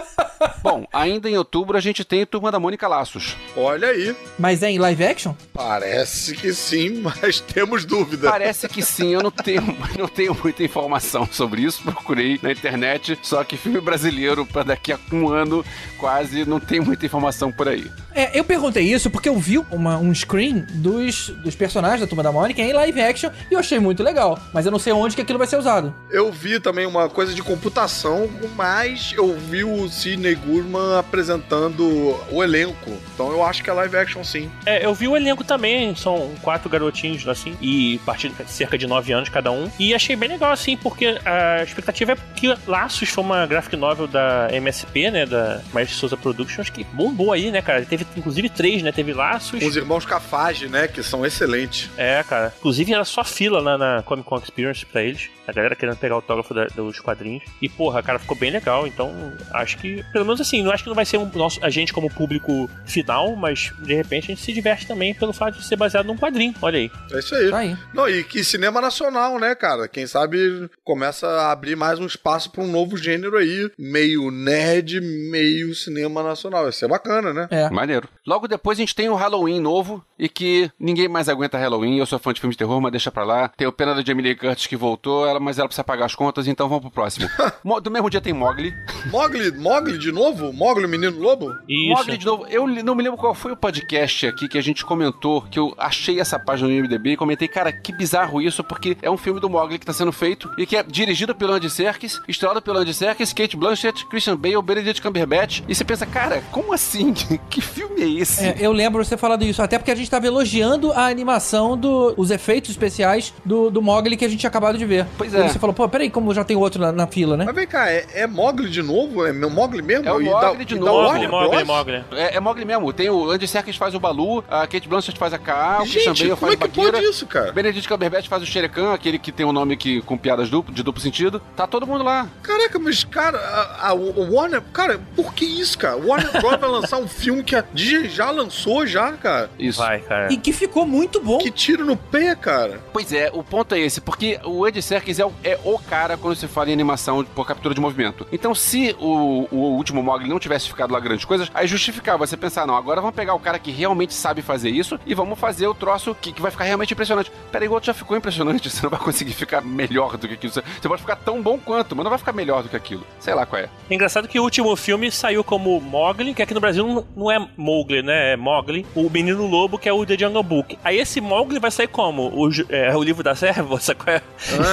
G: Bom, ainda em outubro a gente tem o Turma da Mônica Laços.
E: Olha aí.
D: Mas é em live action?
E: Parece que sim, <laughs> mas temos dúvida.
G: Parece que sim, eu não tenho, <laughs> não tenho muita informação sobre isso, procurei na internet, só que filme brasileiro pra daqui a um ano quase não tem muita informação por aí.
D: É, eu perguntei isso porque eu vi uma- um screen dos, dos personagens da Turma da Mônica em live action e eu achei muito legal. Mas eu não sei onde que aquilo vai ser usado.
E: Eu vi também uma coisa de computação, mas eu vi o Sidney Guzman apresentando o elenco. Então eu acho que é live action sim.
F: <laughs> É, eu vi o elenco também, são quatro garotinhos, assim, e a partir de cerca de nove anos cada um. E achei bem legal, assim, porque a expectativa é que Laços foi uma graphic novel da MSP, né, da Maestro Souza Productions, que bombou aí, né, cara? Teve, inclusive, três, né? Teve Laços...
E: Os irmãos Cafage, né? Que são excelentes.
F: É, cara. Inclusive era só fila lá na Comic Con Experience pra eles. A galera querendo pegar o autógrafo da- dos quadrinhos. E, porra, cara, ficou bem legal. Então, acho que, pelo menos assim, não acho que não vai ser um nosso, a gente como público final, mas de repente a gente se diverte também pelo fato de ser baseado num quadrinho. Olha aí.
E: É isso aí.
D: Tá aí.
E: Não, e que cinema nacional, né, cara? Quem sabe começa a abrir mais um espaço pra um novo gênero aí. Meio nerd, meio cinema nacional. Ia ser bacana, né?
D: É.
G: Maneiro. Logo depois a gente tem o Halloween novo e que ninguém mais aguenta Halloween. Eu sou fã de filme de terror, mas deixa pra lá. Tem o Pena da Jamie Lee Curtis que voltou, ela, mas ela precisa pagar as contas, então vamos pro próximo. Mo- Do mesmo dia tem Mogli.
E: Mogli, Mogli de novo? Mogli, o menino lobo?
F: Isso.
G: Mogli de novo. Eu li- não me lembro qual foi o podcast aqui que a gente comentou, que eu achei essa página no IMDb e comentei, cara, que bizarro isso, porque é um filme do Mogli que tá sendo feito e que é dirigido pelo Andy Serkis, estrelado pelo Andy Serkis, Kate Blanchett, Christian Bale, Benedict Cumberbatch. E você pensa, cara, como assim? <laughs> que filme é esse?
D: É, eu lembro você falando isso, até porque a gente tava elogiando a animação dos efeitos especiais do, do Mogli que a gente tinha acabado de ver.
G: Pois
D: E
G: é.
D: você falou, pô, peraí, como já tem outro na, na fila, né?
E: Mas vem cá, é, é Mogli de novo? É meu Mogli mesmo?
G: É o
E: E
G: Mogli
E: da-
G: de
E: e da
G: novo.
E: Warner
I: Mogli, Mogli,
E: Bros?
I: Mogli.
G: É, é Mogli mesmo. Tem o Andy Serkis faz o Balu, a Kate Blanchett faz a K, o Christian
E: Gente,
G: Bale
E: como
G: faz
E: é
G: o
E: que
G: Bagheera.
E: pode isso, cara?
G: Benedict Cumberbatch faz o Shere Khan, aquele que tem um nome que, com piadas duplo, de duplo sentido. Tá todo mundo lá.
E: Caraca, mas, cara, a, a- o Warner. Cara, por que isso, cara? O Warner Bros. vai lançar um filme que a Disney já lançou, já, cara.
G: Isso.
F: Vai, cara.
D: E que ficou muito bom.
E: Que tiro no pé, cara.
G: Pois é, o ponto é esse, porque o Andy Serkis é o, é o cara quando se fala em animação por captura de movimento. Então, se o, o último Mogli não tivesse ficado lá grandes coisas, aí justificava você pensar, não, agora vamos pegar o cara que realmente sabe fazer isso e vamos fazer o troço que, que vai ficar realmente impressionante. Peraí, o outro já ficou impressionante, <laughs> você não vai conseguir ficar melhor do que aquilo. Você você pode ficar tão bom quanto, mas não vai ficar melhor do que aquilo. Sei lá qual é.
F: Engraçado que o último filme saiu como Mogli, que aqui no Brasil não- não é Mowgli, né? É Mogli. O Menino Lobo, que é o The Jungle Book. Aí esse Mogli vai sair como? O, ju- é, o livro da serva? Sabe <laughs> qual é?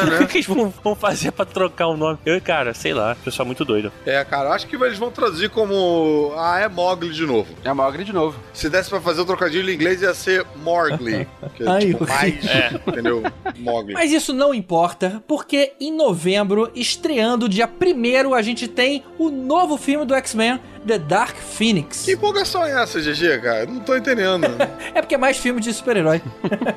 E: né?
F: O que que eles vão, vão fazer pra trocar o nome? Eu, cara, sei lá. Pessoal muito doido.
E: É, cara, eu acho que eles vão traduzir como. Ah, é Mogli de novo.
G: É Mogli de novo.
E: Se desse pra fazer o trocadilho em inglês, ia ser Morgli. Que é
D: <laughs> Ai,
E: tipo,
D: eu-
E: mais. Entendeu? Mogli.
D: Mas isso não importa, porque em novembro, estreando dia 1 a gente tem o novo filme do X-Men, The Dark Phoenix.
E: Que empolgação é essa, GG, cara? Não tô entendendo.
D: É porque é mais filme de super-herói.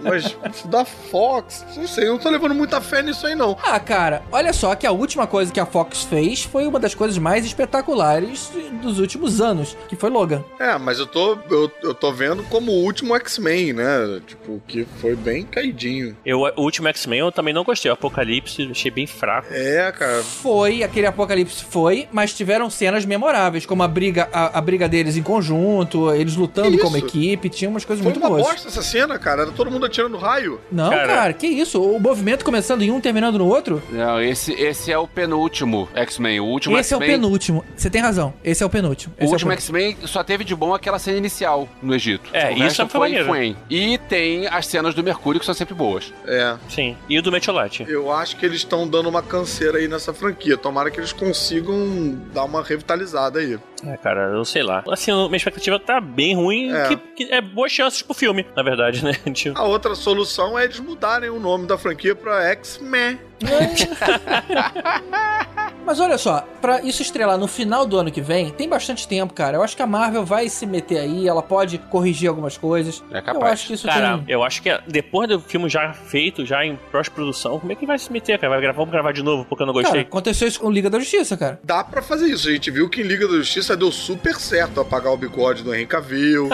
E: Mas da Fox, não sei, eu não tô levando muita fé nisso aí, não.
D: Ah, cara, olha só que a última coisa que a Fox fez foi uma das coisas mais espetaculares dos últimos anos, que foi Logan.
E: É, mas eu tô, eu, eu tô vendo como o último X-Men, né? Tipo, que foi bem caidinho.
F: Eu, o último X-Men eu também não gostei. O Apocalipse achei bem fraco.
E: É, cara.
D: Foi, aquele apocalipse foi, mas tiveram cenas memoráveis, como a briga, a, a briga deles em conjunto, eles lutando
E: Que
D: como
E: isso?
D: equipe, tinha umas coisas
E: Foi
D: muito
E: uma
D: boas.
E: bosta essa cena, cara. Era todo mundo atirando raio.
D: Não, cara.
F: Cara.
D: que isso? O movimento começando em um, terminando no outro?
G: Não, esse, esse é o penúltimo X-Men. O último
D: Esse é o
G: X-Men-
D: penúltimo. Você tem razão. Esse é o penúltimo. Esse
G: o último
D: é
G: X-Men só teve de bom aquela cena inicial no Egito.
F: É,
G: o
F: isso
G: resto
F: foi maneiro.
G: fuem. E tem as cenas do Mercúrio que são sempre boas.
E: É.
F: Sim. E o do Metiolate.
E: Eu acho que eles estão dando uma canseira aí nessa franquia. Tomara que eles consigam dar uma revitalizada aí.
F: É, cara, eu sei lá. Assim, minha expectativa tá bem ruim.
E: É.
F: Que, que é boas chances pro filme, na verdade, né? <laughs> Tipo,
E: A outra solução é eles mudarem o nome da franquia pra X-Men.
D: <laughs> Mas olha só, pra isso estrelar no final do ano que vem, tem bastante tempo, cara. Eu acho que a Marvel vai se meter aí, ela pode corrigir algumas coisas.
G: É
D: Eu
G: capaz.
D: acho que isso
F: Cara,
D: tem...
F: eu acho que é, depois do filme já feito, já em pós-produção, como é que vai se meter, cara? Vai gravar, vamos gravar de novo porque eu não
D: Cara,
F: gostei?
D: aconteceu isso com Liga da Justiça, cara.
E: Dá pra fazer isso. A gente viu que em Liga da Justiça deu super certo apagar o bigode do Henry Cavill.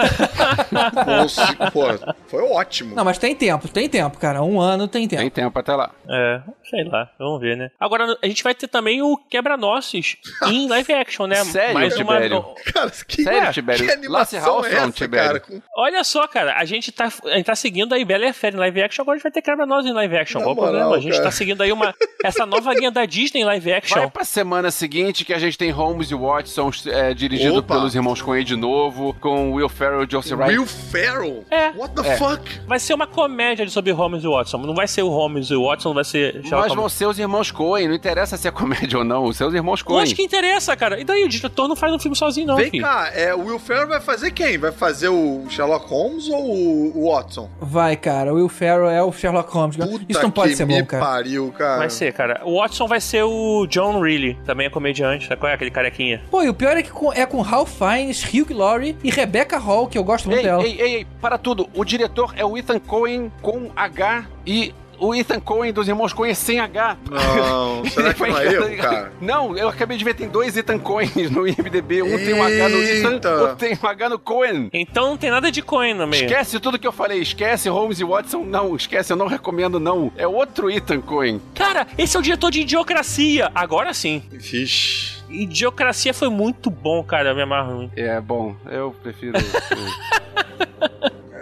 E: Consi- Pô, foi ótimo.
D: Não, mas tem tempo, tem tempo, cara. Um ano tem tempo.
G: Tem tempo até lá.
F: É, sei lá, vamos ver, né? Agora, a gente vai ter também o Quebra-Nozes em live action, né?
G: Sério, Tibério?
E: Cara, que,
G: Sério,
E: que
G: Tibério? Lasse
E: animação é
G: Halfron,
E: essa, cara?
G: Tibério.
E: Com-
F: Olha só, cara, a gente tá, a gente tá seguindo aí Bela e a Fera em live action, agora a gente vai ter Quebra-Nozes em live action.
E: Na
F: Qual o
E: moral,
F: problema? A gente
E: cara.
F: tá seguindo aí uma, essa nova linha da Disney em live
G: Vai
F: action.
G: pra semana seguinte que a gente tem Holmes e Watson é, dirigido
E: Opa.
G: pelos irmãos Coen de novo, com Will Ferrell e Joseph Wright.
E: Will Ferrell?
F: É.
E: What the
G: É.
E: fuck?
F: Vai ser uma comédia sobre Holmes e Watson. Não vai ser o Holmes e Watson, não vai ser. Sherlock
G: Mas
F: Holmes.
G: vão ser os irmãos Coen, não interessa se é comédia <laughs> ou não, são os irmãos Coen.
F: Lógico que interessa, cara. E daí o diretor não faz um filme sozinho,
G: Então,
F: não,
E: Vem
F: filho.
E: cá, é, o Will Ferrell vai fazer quem? Vai fazer o Sherlock Holmes ou o Watson?
D: Vai, cara. O Will Ferrell é o Sherlock Holmes. cara.
E: Puta
D: isso não pode
E: que
D: ser
E: me
D: bom, cara.
E: pariu, cara.
F: Vai ser, cara. O Watson vai ser o John Reilly, também é comediante. Sabe qual é aquele carequinha?
D: Pô, e o pior é que com- é com Ralph Fiennes, Hugh Laurie e Rebecca Hall, que eu gosto muito
G: Ei,
F: é.
D: dela.
G: ei, ei, ei, para tudo. O diretor é o Ethan Coen com H e o Ethan Coen dos irmãos Coen é sem H.
E: Não,
G: <laughs>
E: será que não é erro, cara?
G: Não, eu acabei de ver, tem dois Ethan Coens no IMDB. Um tem um H no Ethan,
E: Eita.
G: outro tem um H no Coen.
F: Então não tem nada de Coen no meio.
G: Esquece tudo que eu falei, esquece Holmes e Watson, não, esquece, eu não recomendo, não. É outro Ethan Coen.
F: Cara, esse é o diretor de Idiocracia. Agora sim.
E: Vixe.
F: Idiocracia foi muito bom, cara. Eu me amarro muito.
G: É, bom, eu prefiro.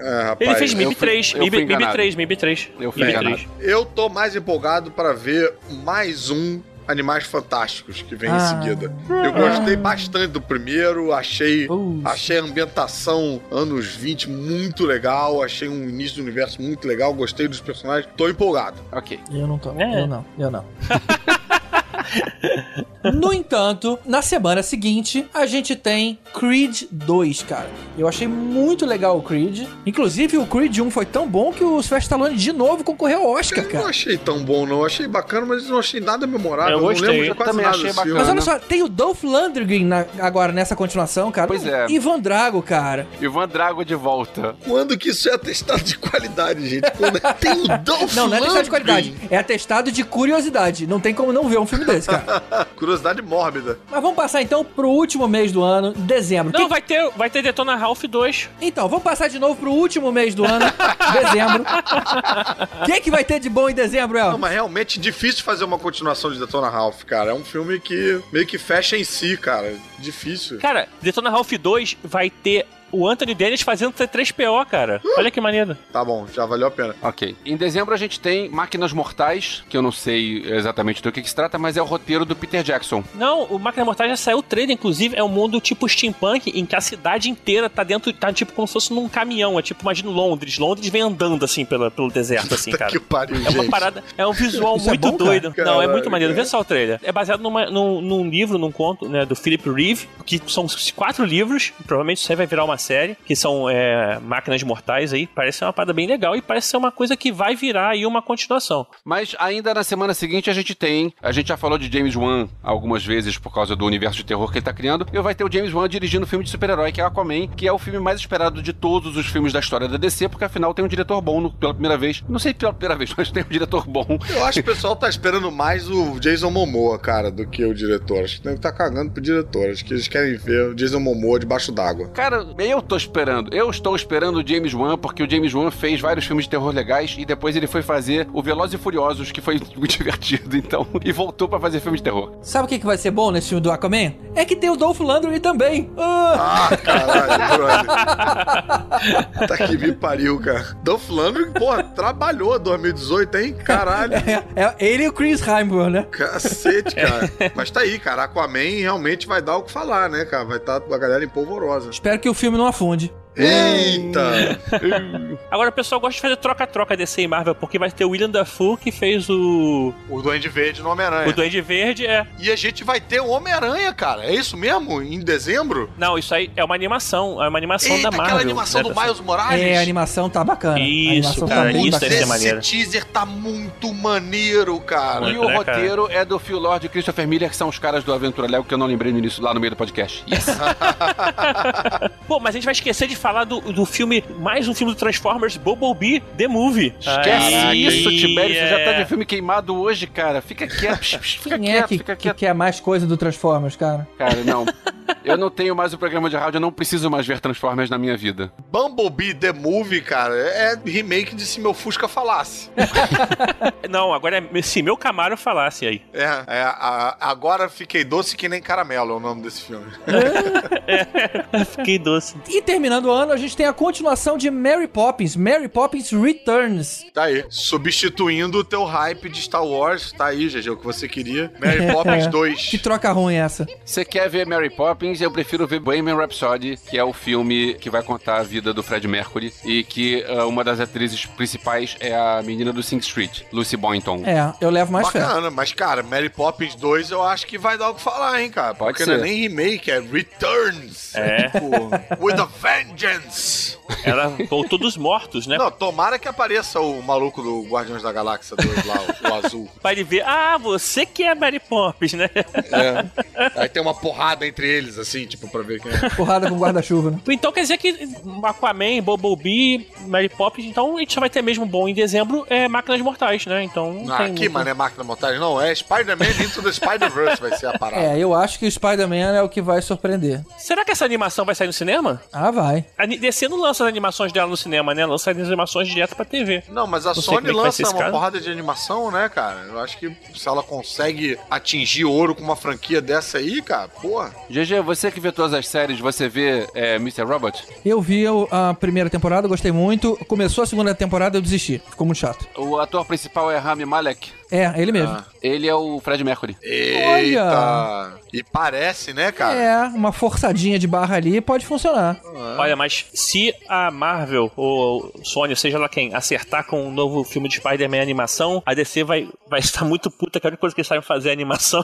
E: É, rapaz,
F: Ele fez
G: eu fui-
F: MIB 3,
G: eu fui
F: MIB, MIB
G: enganado.
F: 3, MIB 3.
G: Eu fui
F: MIB
G: enganado.
F: 3.
E: Eu tô mais empolgado pra ver mais um Animais Fantásticos que vem
D: Ah.
E: em seguida. Eu gostei bastante do primeiro, achei.
D: Uh,
E: Achei a ambientação anos 20 muito legal, achei um início do universo muito legal, gostei dos personagens, tô empolgado.
G: ok.
D: eu não <laughs> tô.
F: É.
D: Eu não, eu não. No entanto, na semana seguinte, a gente tem Creed 2, cara. Eu achei muito legal o Creed. Inclusive, o Creed 1 foi tão bom que o Sylvester Stallone de novo concorreu ao Oscar,
E: Eu não
D: cara.
E: achei tão bom, não. Eu achei bacana, mas não achei nada memorável.
I: Eu gostei.
E: não lembro de
I: Eu
E: quase
G: também
E: nada
G: achei
E: desse
G: bacana.
E: filme.
D: Mas olha só, tem o Dolph Lundgren na- agora nessa continuação, cara.
G: Pois é.
D: Ivan Drago, cara.
G: Ivan Drago de volta.
E: Quando que isso é atestado de qualidade, gente? Quando é? tem um o
D: <laughs>
E: Dolph
D: Não, não é atestado de qualidade.
E: Lundgren.
D: É atestado de curiosidade. Não tem como não ver um filme desse, cara.
E: Ah, Curiosidade mórbida.
D: Mas vamos passar então pro último mês do ano, dezembro.
F: Não,
D: Quem-
F: vai ter, vai ter Detona Ralph 2.
D: Então, vamos passar de novo pro último mês do ano, dezembro. O que, que vai ter de bom em dezembro, El?
E: Não, mas realmente é difícil fazer uma continuação de Detona Ralph, cara. É um filme que meio que fecha em si, cara. Difícil.
F: Cara, Detona Ralph 2 vai ter o Anthony Dennis fazendo T3PO, cara. Olha que maneiro.
E: Tá bom, já valeu a pena.
G: Ok. Em dezembro a gente tem Máquinas Mortais, que eu não sei exatamente do que, que se trata, mas é o roteiro do Peter Jackson.
F: Não, o Máquina Mortal já saiu o trailer, inclusive, é um mundo tipo steampunk, em que a cidade inteira tá dentro, tá tipo como se fosse num caminhão, é tipo, imagina Londres, Londres vem andando assim pela, pelo deserto, assim,
E: Puta
F: cara.
E: que pariu,
F: É uma
E: gente.
F: parada, é um visual
D: Isso é bom,
F: muito
D: cara?
F: doido. Não, é
E: Caralho,
F: muito maneiro.
E: cara.
F: Vê só o trailer. É baseado numa- num, num livro, num conto, né, do Philip Reeve, que são quatro livros. Provavelmente isso aí vai virar uma série, que são é, máquinas mortais aí. Parece ser uma parada bem legal e parece ser uma coisa que vai virar aí uma continuação.
G: Mas ainda na semana seguinte a gente tem. A gente já falou de James Wan algumas vezes por causa do universo de terror que ele tá criando. E vai ter o James Wan dirigindo o filme de super-herói, que é Aquaman, que é o filme mais esperado de todos os filmes da história da DC, porque afinal tem um diretor bom no- pela primeira vez. Não sei pela primeira vez, <laughs> mas tem um diretor bom.
E: Eu acho que o pessoal tá esperando mais o Jason Momoa, cara, do que o diretor. Acho que tem que tá cagando pro diretor. Acho que eles querem ver o Jason Momoa debaixo d'água.
G: Cara, eu tô esperando. Eu estou esperando o James Wan, porque o James Wan fez vários filmes de terror legais e depois ele foi fazer o Velozes e Furiosos, que foi <laughs> muito divertido, então, e voltou pra fazer filme de terror.
D: Sabe o que, que vai ser bom nesse filme do Aquaman? É que tem o Dolph Lundgren também. Ah,
E: Ah, caralho, brother. Tá que me pariu, cara. Dolph Lundgren, porra, trabalhou 2018, hein? Caralho.
D: é, é ele e o Chris Hemsworth, né?
E: Cacete,
F: É.
E: cara. Mas tá aí, cara. Aquaman realmente vai dar o que falar, né, cara? Vai estar a galera em polvorosa.
D: Espero que o filme não afunde.
F: É.
E: Eita!
F: Agora o pessoal gosta de fazer troca-troca DC e Marvel, porque vai ter o William Dafoe, que fez o,
K: O Duende Verde no
F: o
K: Homem-Aranha.
F: Duende Verde, é.
K: E a gente vai ter o Homem-Aranha, cara. É isso mesmo? Em dezembro?
F: Não, isso aí é uma animação, é uma animação
K: Eita,
F: da Marvel.
K: aquela animação do
F: né, pessoal?
K: Miles
E: Ah,
K: Morales.
D: É, a animação tá bacana. a
F: Isso,
D: animação
F: cara,
D: tá muito
F: isso deve ser
K: Esse
D: bacana.
F: maneiro.
K: teaser tá muito maneiro, cara.
G: E
F: Muito,
G: o
F: né, cara?
G: roteiro é do Phil Lord e Christopher Miller, que são os caras do Aventura Lego, que eu não lembrei no início, lá no meio do podcast. Yes.
F: Pô, mas a gente vai esquecer de falar do, do filme, mais um filme do Transformers, Bumblebee, The Movie.
G: Esquece
F: Aí,
G: isso, Tibério. Você já tá
F: é.
G: de filme queimado hoje, cara. Fica quieto, psh, psh, fica
D: Quem é
G: quieto,
D: que,
G: fica
D: que
G: quieto.
D: quer mais coisa do Transformers, cara?
G: Cara, não. Eu não tenho mais o programa de rádio, eu não preciso mais ver Transformers na minha vida.
K: Bumblebee The Movie, cara, é remake de Se Meu Fusca Falasse.
F: Não, agora é se meu Camaro falasse aí.
K: É, é, a- agora fiquei doce que nem caramelo é o nome desse filme.
F: Fiquei doce.
D: E terminando o ano, a gente tem a continuação de Mary Poppins, Mary Poppins Returns.
E: Tá aí.
K: Substituindo o teu hype de Star Wars, tá aí, GG, o que você queria. Mary Poppins
D: É. Que
K: 2.
D: troca ruim é essa?
G: Você quer ver Mary Poppins? Eu prefiro ver Bohemian Rhapsody, que é o filme que vai contar a vida do Fred Mercury e que ah, uma das atrizes principais é a menina do Sing Street, Lucy Boynton.
D: É, eu levo mais fé.
K: Bacana, mas cara, Mary Poppins 2 eu acho que vai dar o que falar, hein, cara.
G: Pode
K: Porque
G: ser.
K: não é nem remake, é Returns.
F: É.
K: Tipo, with a Vengeance.
F: Ela voltou dos mortos,
G: É.
F: né?
K: Não, tomara que apareça o maluco do Guardiões da Galáxia 2 lá, o, o azul.
F: Pra ele ver, ah, você que é Mary
G: <laughs>
F: Poppins, né?
E: Aí tem uma porrada entre eles, assim, tipo, pra ver quem é.
D: Porrada com
K: <laughs>
D: guarda-chuva, né?
F: Então quer dizer que Aquaman, Bumblebee, Mary Poppins, então a gente só vai ter mesmo bom em dezembro é Máquinas Mortais, né? Então não
K: Ah,
F: tem
K: aqui,
F: muito.
K: mano, é máquina montagem. Não, é Spider-Man Into the Spider-Verse vai ser a parada.
D: É, eu acho que o Spider-Man é o que vai surpreender.
F: Será que essa animação vai sair no cinema?
D: Ah, vai.
F: A Ni- DC não lança as animações dela no cinema, né? Lança as animações direto pra TV.
K: Não, mas a
F: sei como
K: Sony
F: é que vai ser
K: lança
F: esse
K: uma
F: cara.
K: porrada de animação, né, cara? Eu acho que se ela consegue atingir ouro com uma franquia dessa aí, cara, porra.
G: GG, você que vê todas as séries, você vê é, Mr. Robot?
L: Eu vi a primeira temporada, gostei muito. Começou a segunda temporada, eu desisti. Ficou muito chato.
G: O ator principal é Rami Malek.
L: É, ele mesmo.
G: Ele é o Fred Mercury.
E: Eita! E parece, né,
K: Ah.
E: cara?
L: É, uma forçadinha de barra ali pode funcionar.
F: Olha, mas se a Marvel ou Sony, seja lá quem, acertar com um novo filme de Spider-Man animação, a DC vai, vai estar muito puta que a única coisa que eles sabem fazer é animação.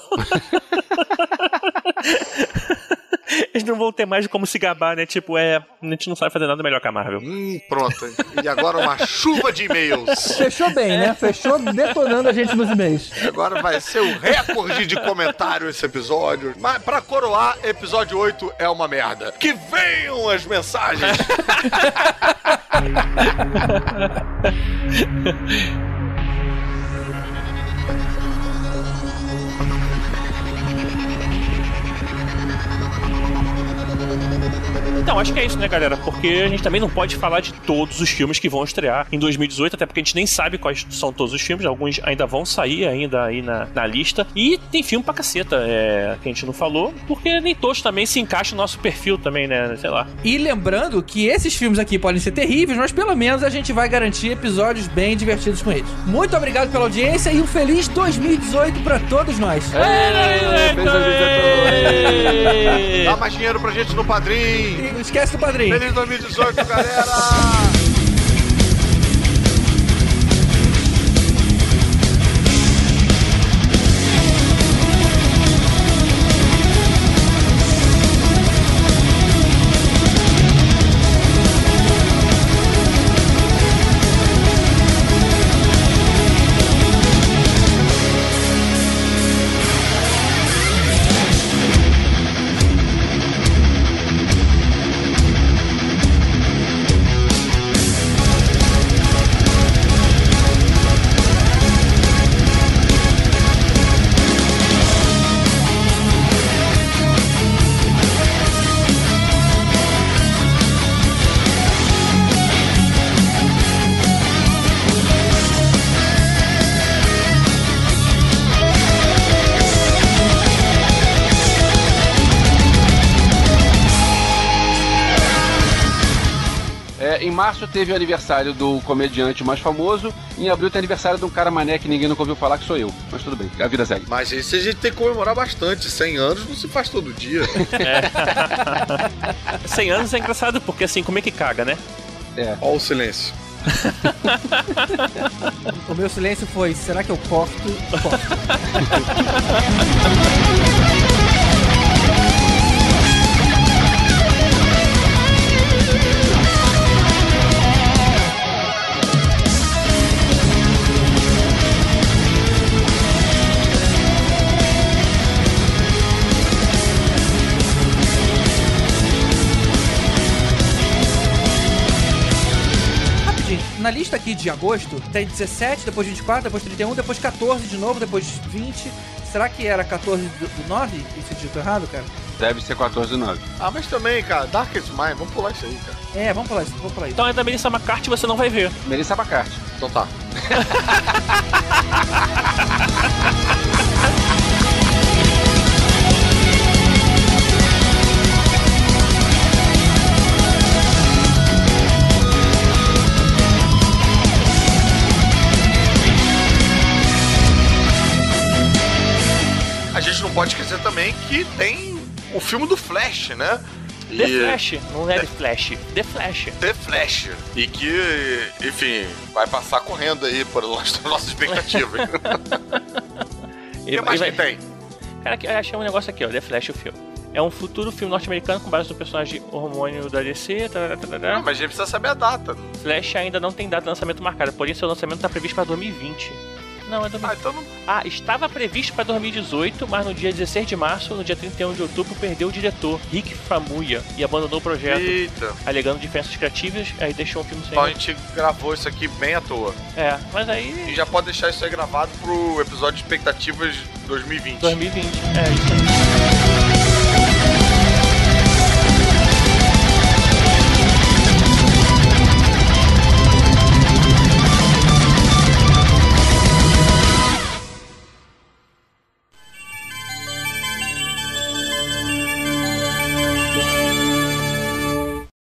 F: Eles não vão ter mais como se gabar, né? Tipo, é. A gente não sabe fazer nada melhor que a Marvel.
E: Hum, pronto. E agora uma chuva de e-mails.
L: Fechou bem,
G: <laughs>
L: né? Fechou detonando a gente nos e-mails.
E: Agora vai ser o recorde de comentário esse episódio. Mas pra coroar, episódio 8 é uma merda. Que venham as mensagens.
F: Então, acho que é isso, né, galera? Porque a gente também não pode falar de todos os filmes que vão estrear em 2018, até porque a gente nem sabe quais são todos os filmes, alguns ainda vão sair ainda aí na, na lista. E tem filme pra caceta, é, que a gente não falou, porque nem todos também se encaixam no nosso perfil também, né? Sei lá.
D: E lembrando que esses filmes aqui podem ser terríveis, mas pelo menos a gente vai garantir episódios bem divertidos com eles. Muito obrigado pela audiência e um feliz 2018 pra todos nós.
E: É, Dá mais dinheiro pra gente no Padrim.
D: E não esquece do padrinho.
E: Feliz 2018, galera!
G: É, em março teve o aniversário do comediante mais famoso. Em abril tem aniversário de um cara mané que ninguém nunca ouviu falar, que sou eu. Mas tudo bem, a vida segue.
E: Mas esse a gente tem que comemorar bastante. 100 anos não se faz todo dia.
F: 100 anos é engraçado, porque assim, como é que caga, né?
G: É.
E: Ó o silêncio.
D: O meu silêncio foi: será que eu corto? Corto. Rapidinho, na lista aqui de agosto, tem 17, depois 24, depois 31, depois 14 de novo, depois 20. Será que era 14 do, do 9? Isso é dito errado, cara?
G: Deve ser 14 do 9.
E: Ah, mas também, cara, Darkest Mind, vamos pular isso aí, cara.
D: É, vamos pular isso, vamos pular isso.
F: Então é da Melissa McCarthy você não vai ver.
G: Melissa Abacarte.
E: Então tá. A gente não pode esquecer também que tem o filme do Flash, né?
F: The
E: E-
F: Flash, não é The Flash. The Flash.
E: The Flash. E que, enfim, vai passar correndo aí por nossas nossas
F: <laughs>
E: expectativas. O que
F: Ele-
E: mais
F: ele
E: que
F: vai-
E: tem?
F: Cara, que- eu achei um negócio aqui, ó. The Flash, o filme. É um futuro filme norte-americano com base no personagem hormônio da DC. tarará, tarará.
E: Ah, mas a gente precisa saber a data.
F: Flash ainda não tem data de lançamento marcada, porém seu lançamento está previsto para 2020. Não, é 2020.
E: Ah, então não.
F: Ah, estava previsto para 2018, mas no dia 16 de março, no dia 31 de outubro, perdeu o diretor, Rick Famuya, e abandonou o projeto,
E: Eita.
F: alegando diferenças criativas, aí deixou o filme sem.
E: Então a gente gravou isso aqui bem à toa.
F: É, mas
E: E
F: aí.
E: já pode deixar isso aí gravado pro episódio de expectativas 2020.
F: 2020. É isso aí.